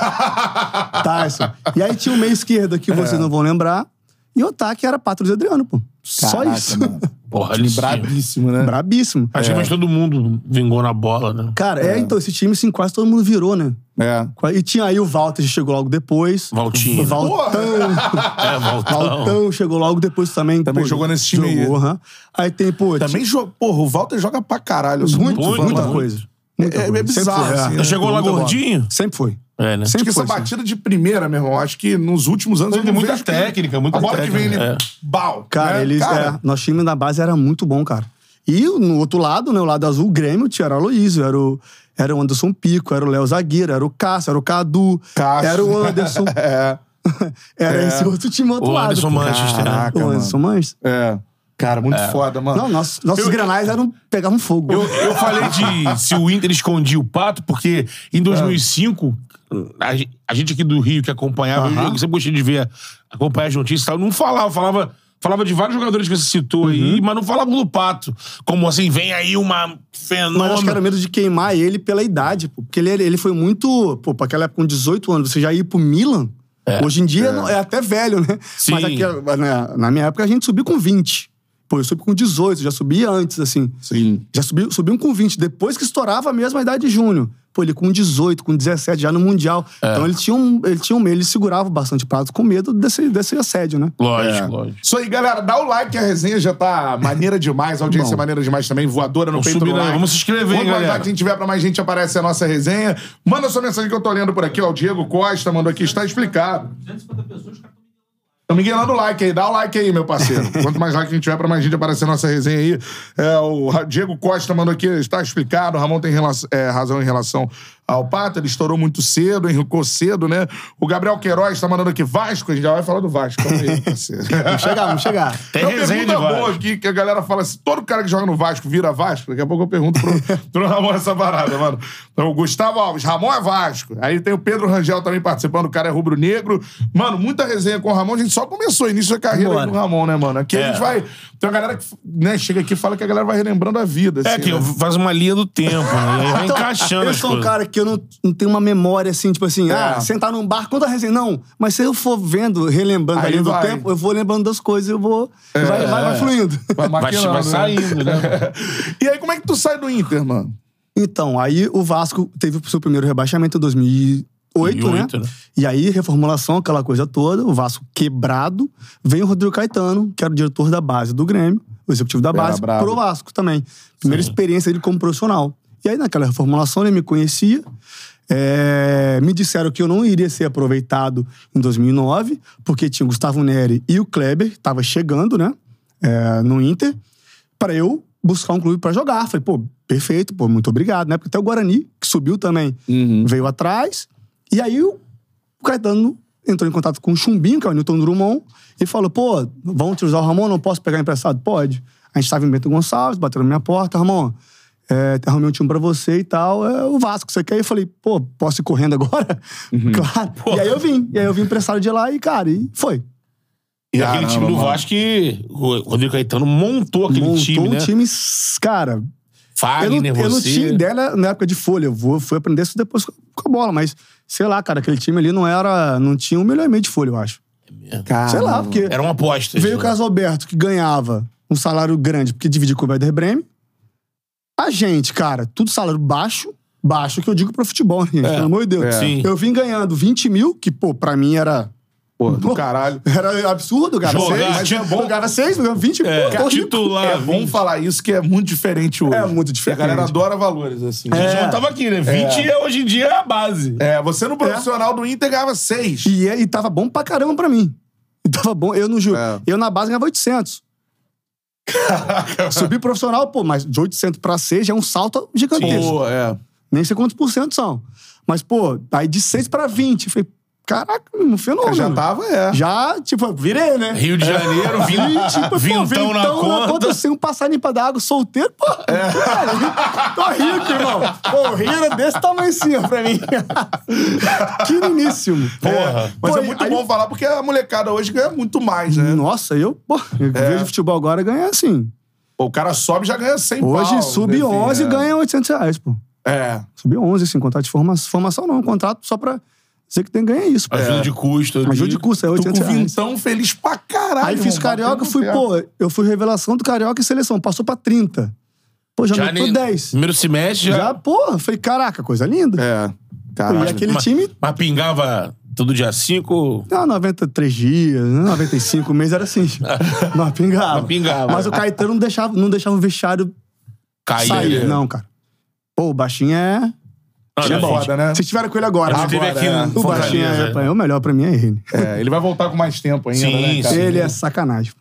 S3: É. Tyson. E aí tinha o meio esquerda, que vocês não vão lembrar. E o ataque era Patrus Adriano, pô. Só
S1: Caraca,
S3: isso.
S1: mano.
S2: Porra,
S1: Ele
S2: eles-
S1: Brabíssimo, né?
S3: Brabíssimo. É.
S2: Acho que mais todo mundo vingou na
S1: *laughs*
S2: bola, né?
S3: Cara, é, então, esse time, assim, quase todo mundo virou, né?
S1: É.
S3: E tinha aí o Walter, que chegou logo depois.
S2: Valtinho.
S3: O Valtão.
S2: É, Valtão.
S1: né?
S3: Valtão chegou logo depois também.
S1: Também jogou nesse time aí.
S3: jogou, aham. Aí tem, pô...
S1: Também joga. Porra, o Walter joga pra caralho. Eu sou
S3: muito,
S1: muito,
S2: muito,
S1: fã,
S3: muita
S1: mano.
S3: coisa.
S1: É,
S3: Muita
S1: é
S3: coisa.
S1: bizarro,
S3: Sempre foi,
S1: assim,
S3: é.
S1: né?
S2: Chegou lá
S1: Muita bola.
S2: gordinho?
S3: Sempre foi.
S2: É, né?
S1: Acho
S3: Sempre
S1: que essa
S3: foi, assim.
S1: batida de primeira, meu irmão, acho que nos últimos anos.
S2: Tem
S1: eu não
S2: muita
S1: vejo que-
S2: técnica, muita
S1: A bola que vem,
S2: técnica,
S1: né?
S2: é.
S1: Bal.
S3: Cara,
S1: né?
S3: eles... é, nosso time na base era muito bom, cara. E no outro lado, né? O lado azul, o Grêmio, tinha era o Aloysio, era o... Era o Anderson Pico, era o Léo Zagueiro, era o Cássio, era o Cadu,
S1: Cássio.
S3: era o Anderson.
S1: *laughs* É.
S3: Era esse outro time outro
S2: O
S3: lado.
S2: Anderson
S3: pô.
S2: Manchester, né?
S1: Caraca,
S3: O Anderson Manchester.
S1: É. Cara, muito foda, mano.
S3: Não, nossos, nossos
S2: Eu-
S3: granais eram, pegavam fogo.
S2: Eu, eu *laughs* falei de se o Inter escondia o pato, porque em 2005, a, gen- a gente aqui do Rio que acompanhava, eu, eu sempre gostei de ver, acompanhar as notícias e tal, não falava, falava. Falava de vários jogadores que você citou
S1: Uhum.
S2: aí, mas não falava do Pato. Como assim, vem aí uma
S3: Mas acho que
S2: fenômeno.
S3: era medo de queimar ele pela idade, pô. Porque ele, ele foi muito. Pô, pra aquela época, com 18 anos, você já ir pro Milan. Hoje em dia não- é. até velho, né?
S2: Sim.
S3: Mas aquela- na, na minha época a gente subiu com 20. Pô, eu subi com 18, já subi antes, assim.
S1: Sim.
S3: Já subi, subiam com 20, depois que estourava mesmo a idade de Júnior. Pô, ele com 18, com 17, já no Mundial. Então ele tinha um. Ele tinha um medo, ele segurava bastante o prato com medo desse, desse assédio, né?
S2: Lógico,
S1: É.
S2: lógico.
S1: Isso aí, galera. Dá o like, que a resenha já tá maneira demais. A audiência é
S3: Bom.
S1: maneira demais também. Voadora no
S2: Vamos
S1: peito
S2: subir,
S1: do
S2: né?
S1: like.
S2: Vamos se inscrever, hein,
S1: Vamos mandar
S2: galera?
S1: Quem tiver pra mais gente aparece a nossa resenha. Manda sua mensagem que eu tô lendo por aqui. ó. O Diego Costa mandou aqui. Está explicado.
S4: 250 pessoas, os caras
S1: Tô me guiando o like aí, dá o like aí, meu parceiro. Quanto mais like a gente tiver, pra mais gente aparecer na nossa resenha aí. É, o Ra- Diego Costa mandou aqui, está explicado, o Ramon tem rela- é, razão em relação ao Pato, ele estourou muito cedo, enricou cedo, né? O Gabriel Queiroz tá mandando aqui, Vasco, a gente já vai falar do Vasco. Calma aí, parceiro.
S3: Vamos chegar, vamos chegar.
S1: Tem
S2: Tem
S1: uma
S2: resenha de
S1: pergunta boa
S2: vários.
S1: aqui, que a galera fala assim, todo cara que joga no Vasco vira Vasco, daqui a pouco eu pergunto pro,
S2: *laughs*
S1: pro Ramon essa parada, mano. Então, o Gustavo Alves, Ramon é Vasco. Aí tem o Pedro Rangel também participando, o cara é rubro-negro. Mano, muita resenha com o Ramon, a gente só começou, início da carreira aí
S3: Bora.
S1: do Ramon, né, mano? Aqui
S2: É.
S1: a gente vai... Tem uma galera que né, chega aqui e fala que a galera vai relembrando a vida,
S2: É
S1: assim,
S2: que
S1: né?
S2: faz uma linha do tempo, né? E aí vai
S3: Então,
S2: encaixando
S3: Eu
S2: as
S3: sou um
S2: coisas.
S3: cara que eu não, não tenho uma memória assim, tipo assim,
S1: É.
S3: ah, sentar num bar, conta a resenha. Não, mas se eu for vendo, relembrando
S1: Aí
S3: ali do
S1: vai.
S3: tempo, eu vou lembrando das coisas, eu vou.
S2: É.
S3: vai, vai, vai fluindo. *laughs*
S2: *laughs* Vai,
S1: maquinando,
S2: vai
S1: né?
S2: saindo, né?
S1: E aí, como é que tu sai do Inter, mano?
S3: Então, aí o Vasco teve o seu primeiro rebaixamento em 2008,
S2: Em *laughs*
S3: né?
S2: oito, né?
S3: E aí, reformulação, aquela coisa toda, o Vasco quebrado. Vem o Rodrigo Caetano, que era o diretor da base do Grêmio, o executivo da
S1: Era
S3: base,
S1: brabo.
S3: pro Vasco também. Primeira experiência dele como profissional. E aí, naquela reformulação, ele me conhecia. é, me disseram que eu não iria ser aproveitado em 2009, porque tinha o Gustavo Neri e o Kleber, estava chegando, né? é, no Inter, para eu buscar um clube para jogar. Falei, pô, perfeito, pô, muito obrigado, né? Porque até o Guarani, que subiu também,
S2: Hum.
S3: veio atrás. E aí o Caetano entrou em contato com o Chumbinho, que é o Newton Drummond, e falou: pô, vão te usar o Ramon, não posso pegar emprestado? Pode. A gente estava em Bento Gonçalves, bateu na minha porta, Ramon. É, arrumei um time pra você e tal. É o Vasco, você quer? Eu falei, pô, posso ir correndo agora?
S2: Uhum.
S3: *laughs* Claro. E aí eu vim. E aí eu vim emprestado de lá e, cara, e foi.
S2: E aquele
S1: Caramba,
S2: time do
S1: mano.
S2: Vasco que o Rodrigo Caetano montou aquele
S3: Montou
S2: time,
S3: um
S2: né?
S3: time, cara, eu não,
S2: Fagner,
S3: eu não
S2: você.
S3: tinha ideia na, na época de folha. Eu vou, fui aprender isso depois com com a bola, mas sei lá, cara, aquele time ali não era. Não tinha um melhor e meio de folha, eu acho.
S1: Cara,
S3: sei lá, porque
S2: Era uma aposta.
S3: veio o
S2: né?
S3: Carlos Alberto, que ganhava um salário grande, porque dividia com o Werder Bremen. A gente, cara, tudo salário baixo, baixo que eu digo pro futebol, né, gente,
S2: É.
S3: pelo amor de Deus.
S1: É.
S2: Sim.
S3: Eu vim ganhando 20 mil, que, pô, pra mim era.
S1: Pô,
S3: *laughs*
S1: do caralho.
S3: Era absurdo, cara.
S2: Jogar,
S3: Seis, mas
S2: tinha bom-
S3: Jogava seis, jogava 20 mil.
S2: É,
S3: pô, tô rico.
S2: titular.
S1: É bom
S2: 20.
S1: falar isso que é muito diferente hoje.
S3: É muito diferente.
S1: E A galera adora valores, assim.
S2: A gente
S3: É.
S2: não tava aqui, né? 20 é, hoje em dia é a base.
S1: É, você no profissional do Inter ganhava seis.
S3: E, é- e tava bom pra caramba pra mim. E tava bom, eu não juro.
S1: É.
S3: Eu na base ganhava 800. Subi profissional, pô, mas de 800 pra 6 já é um salto gigantesco.
S1: Pô, é.
S3: Nem sei quantos por cento são. Mas, pô, aí de 6 pra 20. Falei, caraca, um fenômeno.
S1: Já tava, é.
S3: Já, tipo, virei, né?
S2: Rio de Janeiro,
S3: Vi,
S2: É. vinte,
S3: tipo, pô,
S2: vintão na conta.
S3: sem um passarinho pra dar água solteiro, pô.
S1: É.
S3: Tô rico, irmão. Pô, o rio era desse tamanho assim, ó, pra mim. *laughs* Pequeniníssimo.
S2: Porra.
S1: Mas
S3: Pô,
S1: é muito
S3: aí- Hum.
S1: bom falar porque a molecada hoje ganha muito mais, né? É.
S3: Nossa, eu, pô, eu vejo futebol agora ganha assim.
S1: Pô, o cara sobe e já ganha 100
S3: Hoje
S1: pau,
S3: sub
S1: enfim,
S3: 11
S1: é.
S3: e ganha 800 reais, pô.
S1: É.
S3: Sub 11, assim, contrato de formação. Formação não, contrato só pra dizer que tem ganha isso, pô.
S2: É. Ajuda de custo. ali.
S3: Ajuda de custo, é
S1: Tô com
S3: 800 reais.
S1: vintão feliz pra caralho.
S3: Aí fiz
S1: irmão,
S3: carioca,
S1: batendo
S3: fui,
S1: no
S3: pô, eu fui revelação do carioca e seleção. Passou pra 30. Pô, já,
S2: Já
S3: aumentou
S2: nem-
S3: 10.
S2: Primeiro semestre já.
S3: Já, pô, falei, caraca, coisa
S1: pé.
S3: linda.
S1: É.
S3: e
S1: Caralho.
S3: aquele
S2: Mas-
S3: time,
S2: Mas pingava todo dia 5.
S3: ah, 93 dias, né, 95 meses, era
S2: *laughs*
S3: assim. Não pingava.
S2: Não pingava.
S3: Mas o Caetano não deixava, não deixava o vestiário
S2: Caía.
S3: sair,
S2: né?
S3: não, cara. Pô, o baixinho é...
S2: Não,
S1: É
S2: não, gente.
S1: foda, né?
S3: Vocês tiveram com ele agora.
S2: Ele esteve
S1: Agora,
S2: aqui
S1: é.
S2: no
S3: O baixinho é,
S2: Fortaleza.
S3: é o melhor pra mim, é ele.
S1: É, ele vai voltar com mais tempo ainda,
S2: Sim,
S1: né, cara?
S2: sim.
S3: Ele é sacanagem.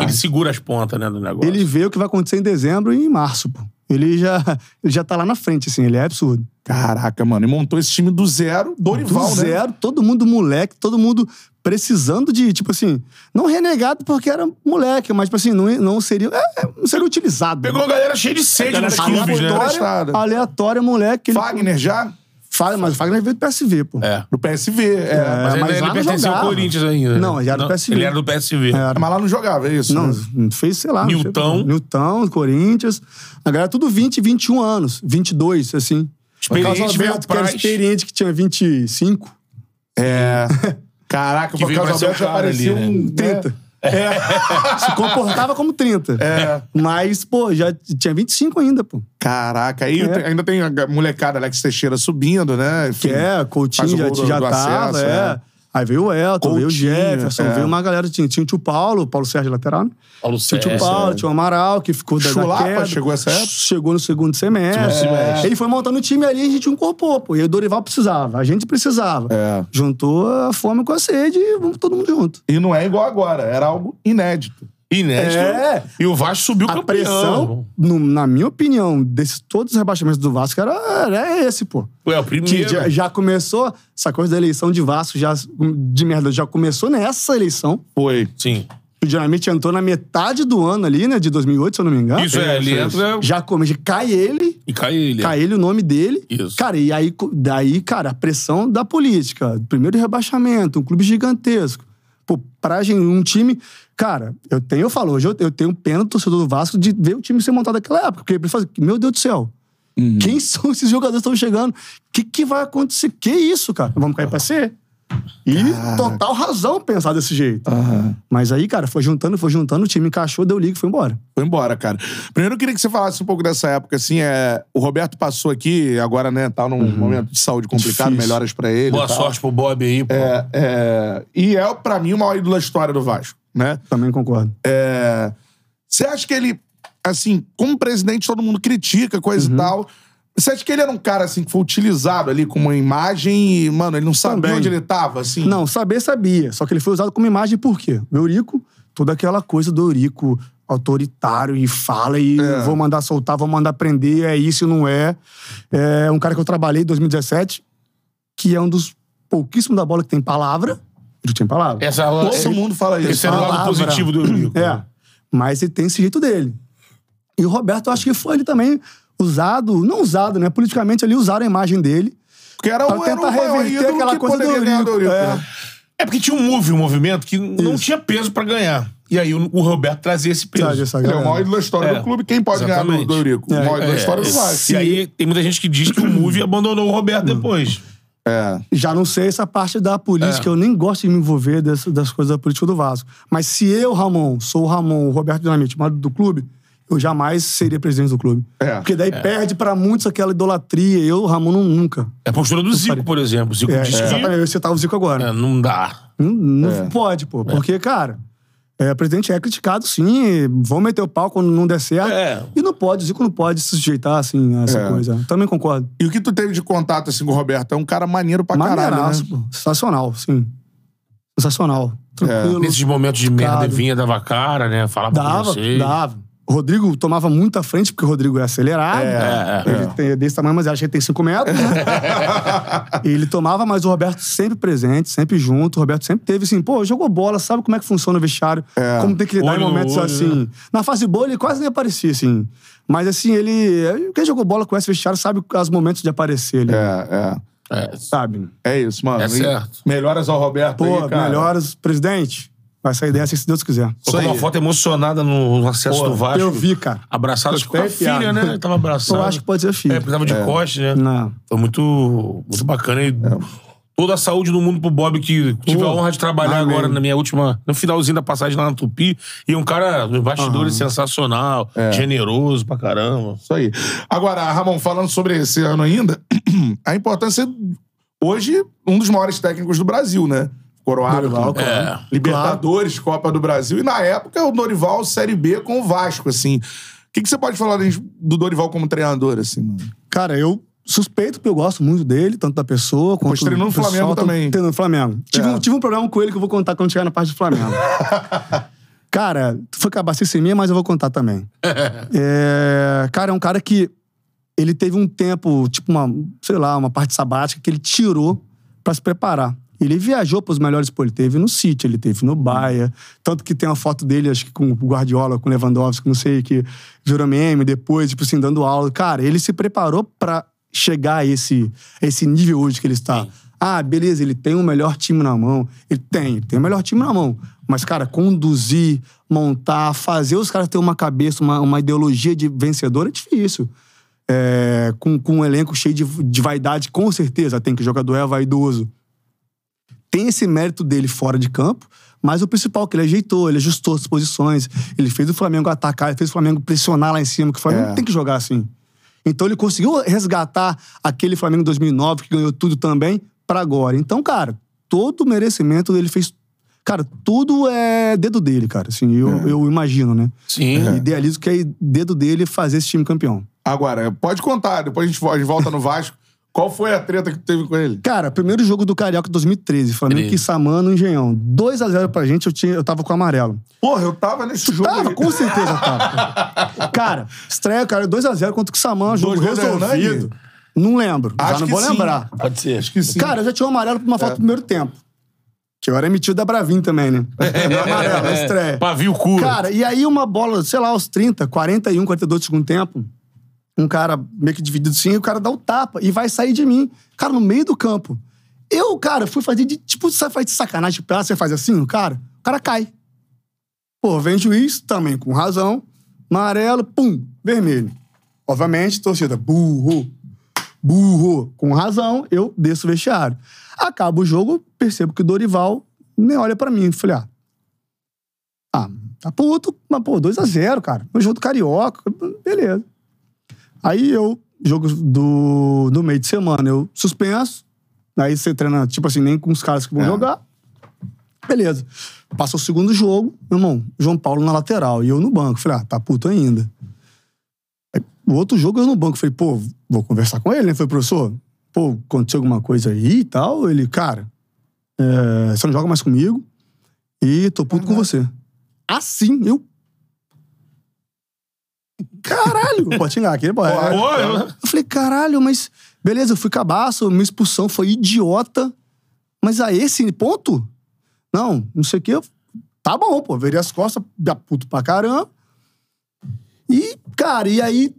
S2: Ele segura as pontas, né, do negócio.
S3: Ele vê o que vai acontecer em dezembro e em março, pô. Ele já, ele já tá lá na frente, assim, ele é absurdo.
S1: Caraca, mano. E montou esse time do zero,
S2: é
S3: Do
S1: Dorival, né?
S3: zero, todo mundo moleque, todo mundo precisando de, tipo assim, não renegado porque era moleque, mas, tipo assim, não, não seria. é, é, não seria utilizado.
S2: Pegou a galera cheia de sede
S1: Galera
S2: nos
S1: que
S2: clubes, né?
S1: mudou.
S3: aleatória, aleatória, moleque. que Ele,
S1: Fagner já?
S3: Fala, mas o Fagner veio do PSV, pô.
S2: É.
S1: Do PSV. É.
S2: Mas,
S3: É, mas
S2: ele,
S3: lá
S2: ele
S3: não
S2: pertenceu ao
S3: jogava.
S2: Corinthians ainda. né?
S3: Não, ele era do PSV.
S2: Ele era do PSV.
S3: Era.
S1: Mas lá não jogava, é isso?
S3: Não,
S1: né?
S3: fez, sei lá. não sei-
S2: Nilton.
S3: Nilton, Corinthians. A galera tudo 20, 21 anos. 22, assim.
S2: Experiente,
S3: Carlos Alberto,
S2: veio
S3: que era
S2: atrás.
S3: experiente, que tinha 25.
S1: É. Caraca,
S2: Que
S1: o
S2: veio pra
S1: Carlos
S2: ser o
S1: Alberto já
S2: cara
S1: apareceu
S2: ali,
S1: um...
S2: né?
S3: 30. É. Se comportava como 30.
S1: É.
S3: Mas, pô, já tinha 25 ainda, pô.
S1: Caraca, aí
S3: É.
S1: tem- ainda tem a ga- molecada Alex Teixeira subindo, né? Enfim.
S3: Que é, Coutinho
S1: Faz o
S3: já,
S1: gol do-
S3: já
S1: do
S3: tava,
S1: acesso,
S3: é.
S1: é.
S3: Aí veio o Elton, veio
S1: Coutinho,
S3: o Jefferson,
S1: é.
S3: veio uma galera. Tinha, tinha o tio Paulo, o Paulo Sérgio lateral, né?
S2: Paulo
S3: Tinha o tio
S2: César.
S3: Paulo, tinha o Amaral, que ficou da, da
S1: Chulapa
S3: queda.
S1: chegou essa época?
S3: Chegou no segundo semestre. É.
S2: semestre.
S3: Ele foi montando o time ali e a gente incorporou, pô. E aí o Dorival precisava, a gente precisava.
S1: É.
S3: Juntou a fome com a sede e vamos todo mundo junto.
S1: E não é igual agora, era algo inédito.
S2: Inédito.
S3: É.
S2: E o Vasco subiu
S3: a
S2: campeão.
S3: pressão, no- na minha opinião, desses todos os rebaixamentos do Vasco era, era esse, pô.
S2: Ué, o
S3: Que
S2: primeiro.
S3: já, já começou, essa coisa da eleição de Vasco já, de merda, já começou nessa eleição.
S1: Foi.
S2: Sim.
S3: O Dinamite entrou na metade do ano ali, né? De 2008, se eu não me engano.
S2: Isso é, ele
S1: isso.
S2: entra
S3: Já começa, cai ele,
S2: e cai ele.
S3: cai ele o nome dele.
S2: Isso.
S3: Cara, e aí, co- daí, cara, a pressão da política. Primeiro rebaixamento, um clube gigantesco. Pô, pra gente, um time. Cara, eu tenho, eu falo, hoje eu, eu tenho pena do torcedor do Vasco de ver o time ser montado naquela época. Porque ele fala assim, meu Deus do céu. Quem são esses jogadores que estão chegando? O que, que vai acontecer? Que isso, cara? Vamos cair pra C? E
S1: Caraca.
S3: total razão pensar desse jeito.
S1: Aham.
S3: Mas aí, cara, foi juntando, foi juntando, o time encaixou, deu liga e foi embora.
S1: Foi embora, cara. Primeiro eu queria que você falasse um pouco dessa época, assim, é... O Roberto passou aqui, agora, né, tá num momento de saúde complicado,
S3: Uhum. Difícil.
S1: melhoras pra ele. e
S2: Boa
S3: tá.
S1: tal.
S2: sorte pro Bob aí, pô.
S1: É, é, E é, pra mim, o maior ídolo da história do Vasco, né?
S3: Também concordo.
S1: Você acha que ele, assim, como presidente, todo mundo critica, coisa
S3: Uhum.
S1: e tal. Você acha que ele era um cara, assim, que foi utilizado ali com uma imagem e, mano, ele não sabia
S3: Também.
S1: onde ele tava, assim?
S3: Não, saber sabia. Só que ele foi usado como imagem por quê? O Eurico, toda aquela coisa do Eurico autoritário e fala e
S1: É.
S3: vou mandar soltar, vou mandar prender, é isso e não é. É um cara que eu trabalhei em 2017, que é um dos pouquíssimos da bola que tem palavra. Ele tinha palavra.
S2: Essa,
S1: Todo
S2: esse,
S1: mundo fala isso.
S2: esse era o lado
S3: palavra.
S2: positivo do Eurico.
S3: É.
S1: né?
S3: Mas ele tem esse jeito dele. E o Roberto, eu acho que foi ele também usado, não usado, né? Politicamente ali usaram a imagem dele.
S1: Porque era,
S3: Pra
S1: o- era o
S3: tentar
S1: maior
S3: reverter
S1: ídolo
S3: aquela
S1: que
S3: coisa do
S1: poderia ganhar do
S3: Eurico,
S1: Eurico.
S3: é.
S1: né?
S2: É porque tinha um move, um movimento que não tinha peso pra ganhar. E aí o, o Roberto trazia esse peso.
S3: Sabe, essa
S1: Ele é o
S3: galera?
S1: maior ídolo da história
S2: É.
S1: do clube. Quem pode ganhar do,
S2: Exatamente.
S1: do Eurico?
S3: É.
S1: o maior ídolo da história do Vasco.
S2: É. e aí tem muita gente que diz que o Move abandonou o Roberto
S3: Hum.
S2: depois.
S1: É.
S3: Já não sei essa parte da política, eu nem gosto de me envolver dessa- das coisas da política do Vasco. Mas se eu, Ramon, sou o Ramon, o Roberto Dinamite, mas do clube, eu jamais seria presidente do clube.
S1: É.
S3: Porque daí perde pra muitos aquela idolatria. Eu, Ramon, não- nunca.
S2: É a postura do Zico, por exemplo. O Zico
S3: É,
S2: diz que
S3: Exatamente, eu citava o Zico agora.
S2: é, não dá.
S3: Não, não
S1: É.
S3: pode, pô. Porque, cara, é, o presidente é criticado, sim. Vão meter o pau quando não der certo.
S2: É.
S3: E não pode, o Zico não pode se sujeitar, assim, a essa
S1: É.
S3: coisa. Também concordo.
S1: E o que tu teve de contato, assim, com o Roberto? É um cara maneiro pra caralho, *laughs*
S3: Maneiraço,
S1: né?
S3: pô. Sensacional, sim. Sensacional.
S1: É.
S3: Tranquilo.
S2: Nesses momentos de merda,
S3: Claro.
S2: ele vinha, dava cara, né? Falava com
S3: Dava,
S2: você.
S3: dava. O Rodrigo tomava muita frente, porque o Rodrigo é acelerado.
S2: É, é,
S3: Ele
S1: é.
S3: tem é desse tamanho, mas acho que ele tem 5 metros. né?
S2: *laughs*
S3: E ele tomava, mas o Roberto sempre presente, sempre junto. O Roberto sempre teve assim, pô, jogou bola, sabe como é que funciona o vestiário,
S1: É,
S3: como tem que lidar
S2: É. Olho
S3: em
S2: no
S3: momentos
S2: olho, né?
S3: assim. Na fase boa, ele quase nem aparecia, assim. Mas assim, ele. Quem jogou bola conhece o vestiário sabe os momentos de aparecer ali,
S1: É,
S2: É.
S3: sabe?
S1: é. É isso, mano.
S2: É
S1: E
S2: certo.
S1: Melhoras ao Roberto
S3: Pô,
S1: aí, cara.
S3: melhoras, presidente. Vai sair dessa, se Deus quiser.
S2: Colocou
S1: aí.
S2: uma foto emocionada no, no acesso do Vasco.
S3: Eu vi, cara.
S2: Abraçado acho que com a
S3: até
S2: filha,
S3: piada.
S2: né? Tava abraçado.
S3: Eu acho que pode ser filho.
S2: É, porque tava de costas, né?
S3: Não.
S2: Foi muito, muito bacana.
S3: É.
S2: E toda a saúde do mundo pro Bob, que tive a honra de trabalhar
S3: amém.
S2: agora na minha última. No finalzinho da passagem lá na Tupi. E um cara nos bastidores sensacional,
S3: É.
S2: generoso pra caramba.
S1: Isso aí. Agora, Ramon, falando sobre esse ano ainda, *clears throat* a importância. Hoje, um dos maiores técnicos do Brasil, né? Coroado.
S3: Dorival,
S1: com-
S2: claro.
S1: É. Libertadores, Copa do Brasil. E na época, o Dorival Série B com o Vasco, assim. O que, que você pode falar do Dorival como treinador, assim, mano?
S3: Cara, eu suspeito, porque eu gosto muito dele, tanto da pessoa quanto
S1: Pois treinou no
S3: do pessoal,
S1: Flamengo
S3: tanto-
S1: também.
S3: Treinou no Flamengo. Tive,
S1: É.
S3: um, tive um problema com ele que eu vou contar quando chegar na parte
S1: *laughs*
S3: do Flamengo. cara, foi cabacice sem minha, mas eu vou
S1: *laughs*
S3: contar também. É, cara, é um cara que ele teve um tempo, tipo uma, sei lá, uma parte sabática que ele tirou pra se preparar. Ele viajou pros melhores, pô, ele teve no City, ele teve no Bahia, tanto que tem uma foto dele, acho que com o Guardiola, com o Lewandowski, não sei, que virou meme depois, tipo assim, dando aula. Cara, ele se preparou pra chegar a esse, a esse nível hoje que ele está. Ah, beleza, ele tem o melhor time na mão. Ele tem, tem o melhor time na mão. Mas, cara, conduzir, montar, fazer os caras terem uma cabeça, uma, uma ideologia de vencedor é difícil. É, com, com um elenco cheio de, de vaidade, com certeza tem que o jogador é vaidoso. Tem esse mérito dele fora de campo, mas o principal é que ele ajeitou, ele ajustou as posições, ele fez o Flamengo atacar, ele fez o Flamengo pressionar lá em cima, que o Flamengo
S1: É.
S3: tem que jogar assim. Então ele conseguiu resgatar aquele Flamengo 2009 que ganhou tudo também pra agora. Então, cara, todo o merecimento dele fez. Cara, tudo é dedo dele, cara. Assim, eu, eu imagino, né?
S2: Sim.
S3: Idealizo que é dedo dele fazer esse time campeão.
S1: Agora, pode contar, depois a gente vo- a gente volta no Vasco. Qual foi a treta que tu teve com ele?
S3: Cara, primeiro jogo do Carioca 2013, Flamengo
S2: Treze.
S3: e Samano Engenhão. 2 a 0 pra gente, eu, tinha, eu tava com o amarelo.
S1: Porra, eu tava nesse jogo. é-
S3: Tava,
S1: aí.
S3: com certeza
S1: *laughs*
S3: tava. cara, estreia, cara, 2 a 0 contra o Saman, jogo
S1: gols do
S3: resolvido.
S1: Hernani?
S3: Não lembro,
S1: é Acho
S3: já não
S1: que
S3: vou
S1: sim.
S3: lembrar.
S2: Pode ser.
S1: Acho que sim. É.
S3: Cara, eu já tinha um amarelo pra uma falta do primeiro tempo. Que eu era emitido da Bravin também, né? Meu amarelo,
S2: é,
S3: na estreia.
S2: Pavio cura.
S3: Cara, e aí uma bola, sei lá, aos 30, 41, 42 do segundo tempo, um cara meio que dividido assim, e o cara dá o tapa e vai sair de mim. Cara, no meio do campo. Eu, cara, fui fazer de, tipo, você faz de sacanagem, tipo, ah, você faz assim, cara, o cara cai. Pô, vem juiz, também com razão, amarelo, pum, vermelho. Obviamente, torcida, burro, burro. Com razão, eu desço o vestiário. Acaba o jogo, percebo que o Dorival nem olha pra mim. Falei, ah, ah tá puto, mas pô, 2x0, cara. No jogo do Carioca, beleza. Aí eu, jogo do, do meio de semana, eu suspenso. Aí você treina, tipo assim, nem com os caras que vão
S1: É.
S3: jogar. Beleza. Passa o segundo jogo, meu irmão, João Paulo na lateral e eu no banco. Falei, ah, tá puto ainda. Aí, o outro jogo eu no banco. Falei, pô, vou conversar com ele, né? Falei, professor, pô, aconteceu alguma coisa aí e tal? Ele, cara, é, você não joga mais comigo e tô puto com você. Assim, eu. Caralho! pode xingar aqui, pode.
S1: Pode.
S2: Pô, eu-
S3: Eu falei, caralho, mas beleza, eu fui cabaço, minha expulsão foi idiota, mas a esse ponto? Não, não sei o quê. eu- Tá bom, pô, virei as costas, da puto pra caramba. E, cara, e aí.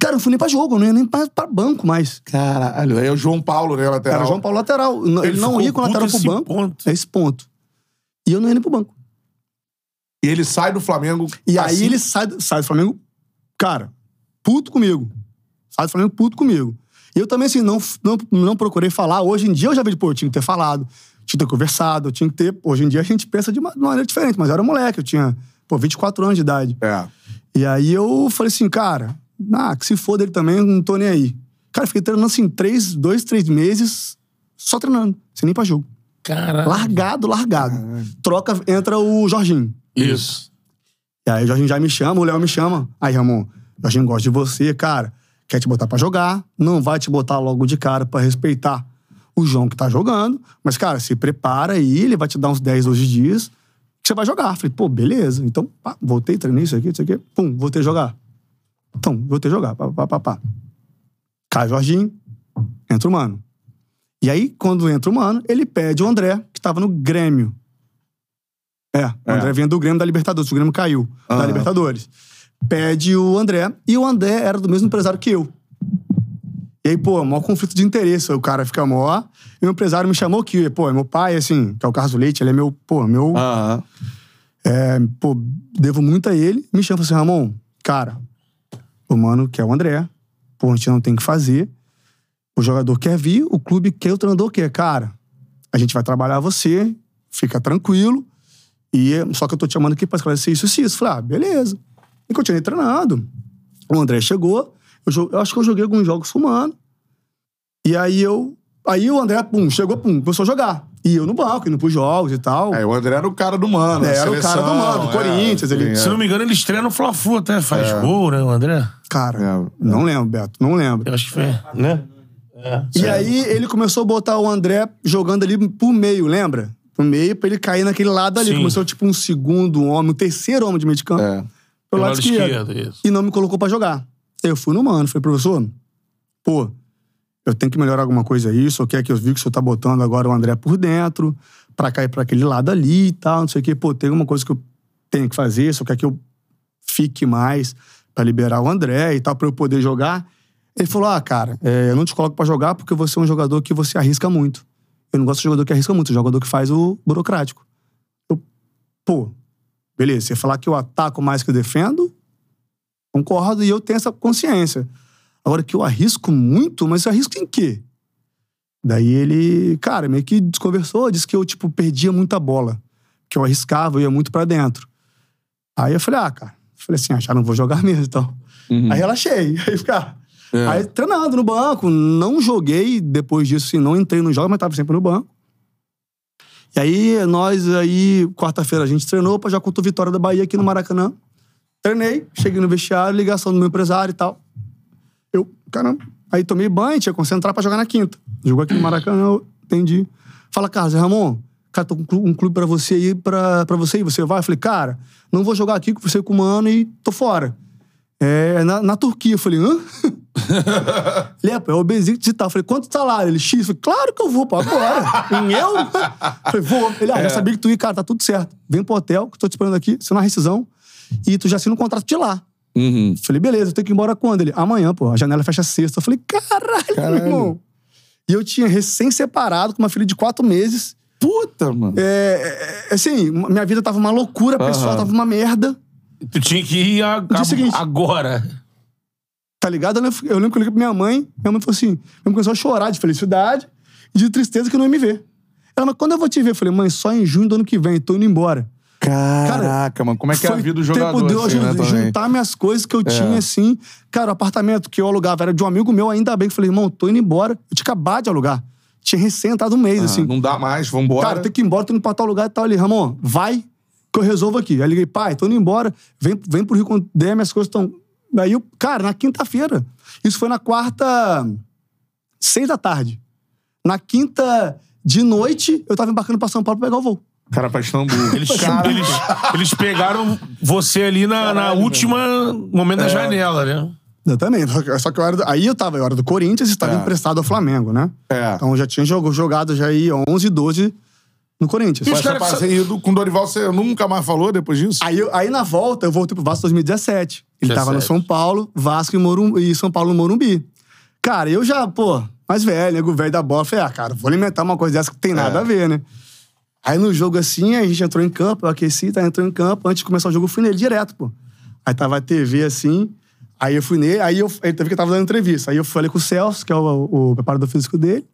S3: Cara, eu não fui nem pra jogo, eu não ia nem pra, pra banco mais.
S1: Caralho, é o João Paulo, né, lateral.
S3: Cara, João Paulo lateral. Ele, não
S2: ficou
S3: ia com
S2: puto
S3: o lateral pro
S2: esse
S3: banco.
S2: ponto.
S3: É esse ponto. E eu não ia nem pro banco.
S1: E ele sai do Flamengo.
S3: E
S1: assim.
S3: aí ele sai, do- sai do Flamengo, cara, puto comigo. Sai do Flamengo puto comigo. E eu também, assim, não, não, não procurei falar. Hoje em dia eu já vejo, pô, eu tinha que ter falado, tinha que ter conversado, eu tinha que ter. Hoje em dia a gente pensa de uma de uma maneira diferente, mas eu era moleque, eu tinha, pô, 24 anos de idade.
S1: É.
S3: E aí eu falei assim, cara, ah, que se foda ele também, eu não tô nem aí. Cara, fiquei treinando assim, três, dois, três meses, só treinando, sem nem pra jogo.
S2: Caralho.
S3: Largado, largado. Troca, entra o Jorginho.
S2: Isso.
S3: E aí o Jorginho já me chama, o Léo me chama. Aí, Ramon, o Jorginho gosta de você, cara. Quer te botar pra jogar, não vai te botar logo de cara pra respeitar o João que tá jogando. Mas, cara, se prepara aí, ele vai te dar uns 10, 12 dias que você vai jogar. Falei, pô, beleza. Então, pá, voltei, treinei isso aqui, isso aqui. Pum, voltei a jogar. Então, voltei a jogar, pá, pá, pá, pá. Cai o Jorginho, entra o Mano. E aí, quando entra o Mano, ele pede o André, que tava no Grêmio. É, o
S1: É.
S3: André vinha do Grêmio da Libertadores, o Grêmio caiu da
S1: Aham.
S3: Libertadores. Pede o André, e o André era do mesmo empresário que eu. E aí, pô, maior conflito de interesse. Aí O cara fica mó. E o empresário me chamou que, pô, é meu pai, assim, que é o Carlos Leite, ele é meu, pô, meu
S1: Aham.
S3: é, pô, devo muito a ele. Me chama e fala assim, Ramon, cara, o mano quer o André. Pô, a gente não tem o que fazer. O jogador quer vir, o clube quer, o treinador quer. Cara, a gente vai trabalhar você, fica tranquilo. E é, só que eu tô te chamando aqui pra esclarecer isso e isso. Falei, ah, beleza. E continuei treinando. O André chegou. Eu, jo- eu acho que eu joguei alguns jogos com o mano. E aí eu... Aí o André, pum, chegou, pum, começou a jogar. E eu no banco, indo pros jogos É, e tal.
S1: Aí o André era o cara do mano.
S3: É,
S1: da
S3: era o cara do mano, do
S1: é.
S3: Corinthians, ele-
S2: Se não me engano, ele estreia no Fla-Flu até. Faz
S3: É.
S2: gol, né, o André?
S3: Cara,
S1: É.
S3: não lembro, Beto, não lembro.
S2: Eu acho que foi. Né?
S3: E aí ele começou a botar o André jogando ali por meio, lembra? Por meio, pra ele cair naquele lado ali.
S2: Sim.
S3: Começou tipo um segundo homem, um terceiro homem de meio de campo.
S1: É.
S3: Pelo lado, esquerdo.
S2: isso.
S3: E não me colocou pra jogar. Eu fui no mano, falei, professor, pô, eu tenho que melhorar alguma coisa aí, só quer que eu vi que o senhor tá botando agora o André por dentro, pra cair pra aquele lado ali e tal, não sei o quê. Pô, tem alguma coisa que eu tenho que fazer, só quer que eu fique mais pra liberar o André e tal, pra eu poder jogar. Ele falou: Ah, cara, é, eu não te coloco pra jogar porque você é um jogador que você arrisca muito. Eu não gosto de jogador que arrisca muito, é um jogador que faz o burocrático. Eu, pô, beleza, você falar que eu ataco mais que eu defendo, concordo e eu tenho essa consciência. Agora que eu arrisco muito, mas eu arrisco em quê? Daí ele, cara, meio que desconversou, disse que eu, tipo, perdia muita bola. Que eu arriscava, eu ia muito pra dentro. Aí eu falei, ah, cara, falei assim, ah, já não vou jogar *laughs* mesmo, então.
S1: Hum.
S3: Aí relaxei. Aí ficar.
S1: Uhum. É.
S3: Aí treinando no banco, não joguei depois disso, assim, não entrei no jogo, mas tava sempre no banco. E aí nós aí quarta-feira a gente treinou pra jogar contra o Vitória da Bahia aqui no Maracanã. Treinei, cheguei no vestiário, ligação do meu empresário e tal. Eu, caramba. Aí tomei banho, tinha que concentrar pra jogar na quinta. Jogou aqui no Maracanã, eu entendi. Fala, Carlos, Ramon, cara, tô com um clu- um clube pra você ir, pra, pra você ir, você vai? Eu falei, cara, não vou jogar aqui com você e com o Mano e tô fora. É, na, na Turquia. Eu falei,
S1: *laughs*
S3: hã? Ele é, pô, é o Besiktas e tal. Eu falei, quanto salário? Ele, X. Eu falei, claro que eu vou, pô,
S1: *laughs*
S3: agora. Em eu? Eu falei, vou. Ele,
S1: É.
S3: ah, já sabia que tu ia, cara, tá tudo certo. Vem pro hotel, que eu tô te esperando aqui, você na rescisão. E tu já assina um contrato de lá.
S1: Uhum.
S3: Eu Falei, beleza, eu tenho que ir embora quando? Ele, amanhã, pô, a janela fecha sexta. Eu falei, caralho,
S1: Caralho.
S3: meu irmão. E eu tinha recém-separado com uma filha de quatro meses.
S1: Puta, mano.
S3: É, é, assim, minha vida tava uma loucura, a pessoa
S1: Aham.
S3: tava uma merda.
S2: Tu tinha que ir a-
S3: dia seguinte.
S2: agora.
S3: Tá ligado? Eu lembro, eu lembro que eu liguei pra minha mãe, minha mãe falou assim: minha mãe começou a chorar de felicidade e de tristeza que eu não ia me ver. Ela, mas quando eu vou te ver? Eu falei, mãe, só em junho do ano que vem, tô indo embora.
S1: Caraca, mano, como é que é a
S3: Foi
S1: vida do jogador?
S3: Tempo de eu
S1: assim, né,
S3: ju-
S1: também? É.
S3: juntar minhas coisas que eu tinha, assim. Cara, o apartamento que eu alugava era de um amigo meu, ainda bem que eu falei, irmão, tô indo embora. Eu tinha acabado de alugar. Tinha recém entrado um mês,
S1: Ah,
S3: assim.
S1: Não dá mais, vambora.
S3: Cara, tem que ir embora, tô indo pra tal lugar e tal. Ele, Ramon, vai que eu resolvo aqui. Aí liguei, pai, tô indo embora, vem, vem pro Rio quando der, minhas coisas estão. Aí eu, cara, na quinta-feira. Isso foi na quarta, seis da tarde. Na quinta de noite, eu tava embarcando pra São Paulo pra pegar o voo.
S1: Cara, pra Istambul.
S2: *laughs* Eles,
S1: Cara,
S2: eles, eles pegaram você ali na, na
S1: Caralho,
S2: última momento
S3: É.
S2: da janela, né?
S3: Exatamente. Só que, só que eu era do- aí eu tava, eu era do Corinthians e estava
S1: É.
S3: emprestado ao Flamengo, né?
S1: É.
S3: Então eu já tinha jogo, jogado já aí 11, 12 no Corinthians.
S1: E
S2: Mas
S1: os
S2: essa
S1: caras que
S2: parte-
S1: sa- e do- com Dorival, você nunca mais falou depois disso?
S3: Aí, eu- aí na volta eu voltei pro Vasco em 2017. Ele tava no
S2: 17.
S3: São Paulo, Vasco e, Morumbi, e São Paulo no Morumbi. Cara, eu já, pô, mais velho, nego velho da bola, falei, ah, cara, vou alimentar uma coisa dessa que tem nada
S1: É.
S3: a ver, né? Aí no jogo assim, a gente entrou em campo, eu aqueci, tá, entrou em campo, antes de começar o jogo eu fui nele direto, pô. Aí tava a TV assim, aí eu fui nele, aí eu, ele teve que tava dando entrevista. Aí eu falei com o Celso, que é o, o preparador físico dele,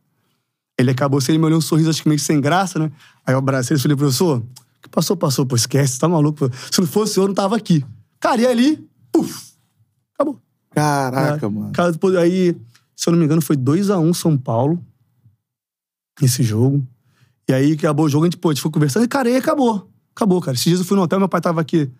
S3: ele acabou assim, ele me olhou um sorriso, acho que meio que sem graça, né? Aí eu abracei ele e falei, professor, o que passou, passou, pô, esquece, tá maluco? pô. Se não fosse eu, eu não tava aqui. Cara, e ali, puf, acabou.
S1: Caraca,
S3: Cara,
S1: mano.
S3: É. Cara, depois, aí, se eu não me engano, foi 2x1 São Paulo, esse jogo. E aí acabou o jogo, a gente, pô, a gente foi conversando e, cara, aí acabou. Acabou, cara. Esses dias eu fui no hotel, meu pai tava aqui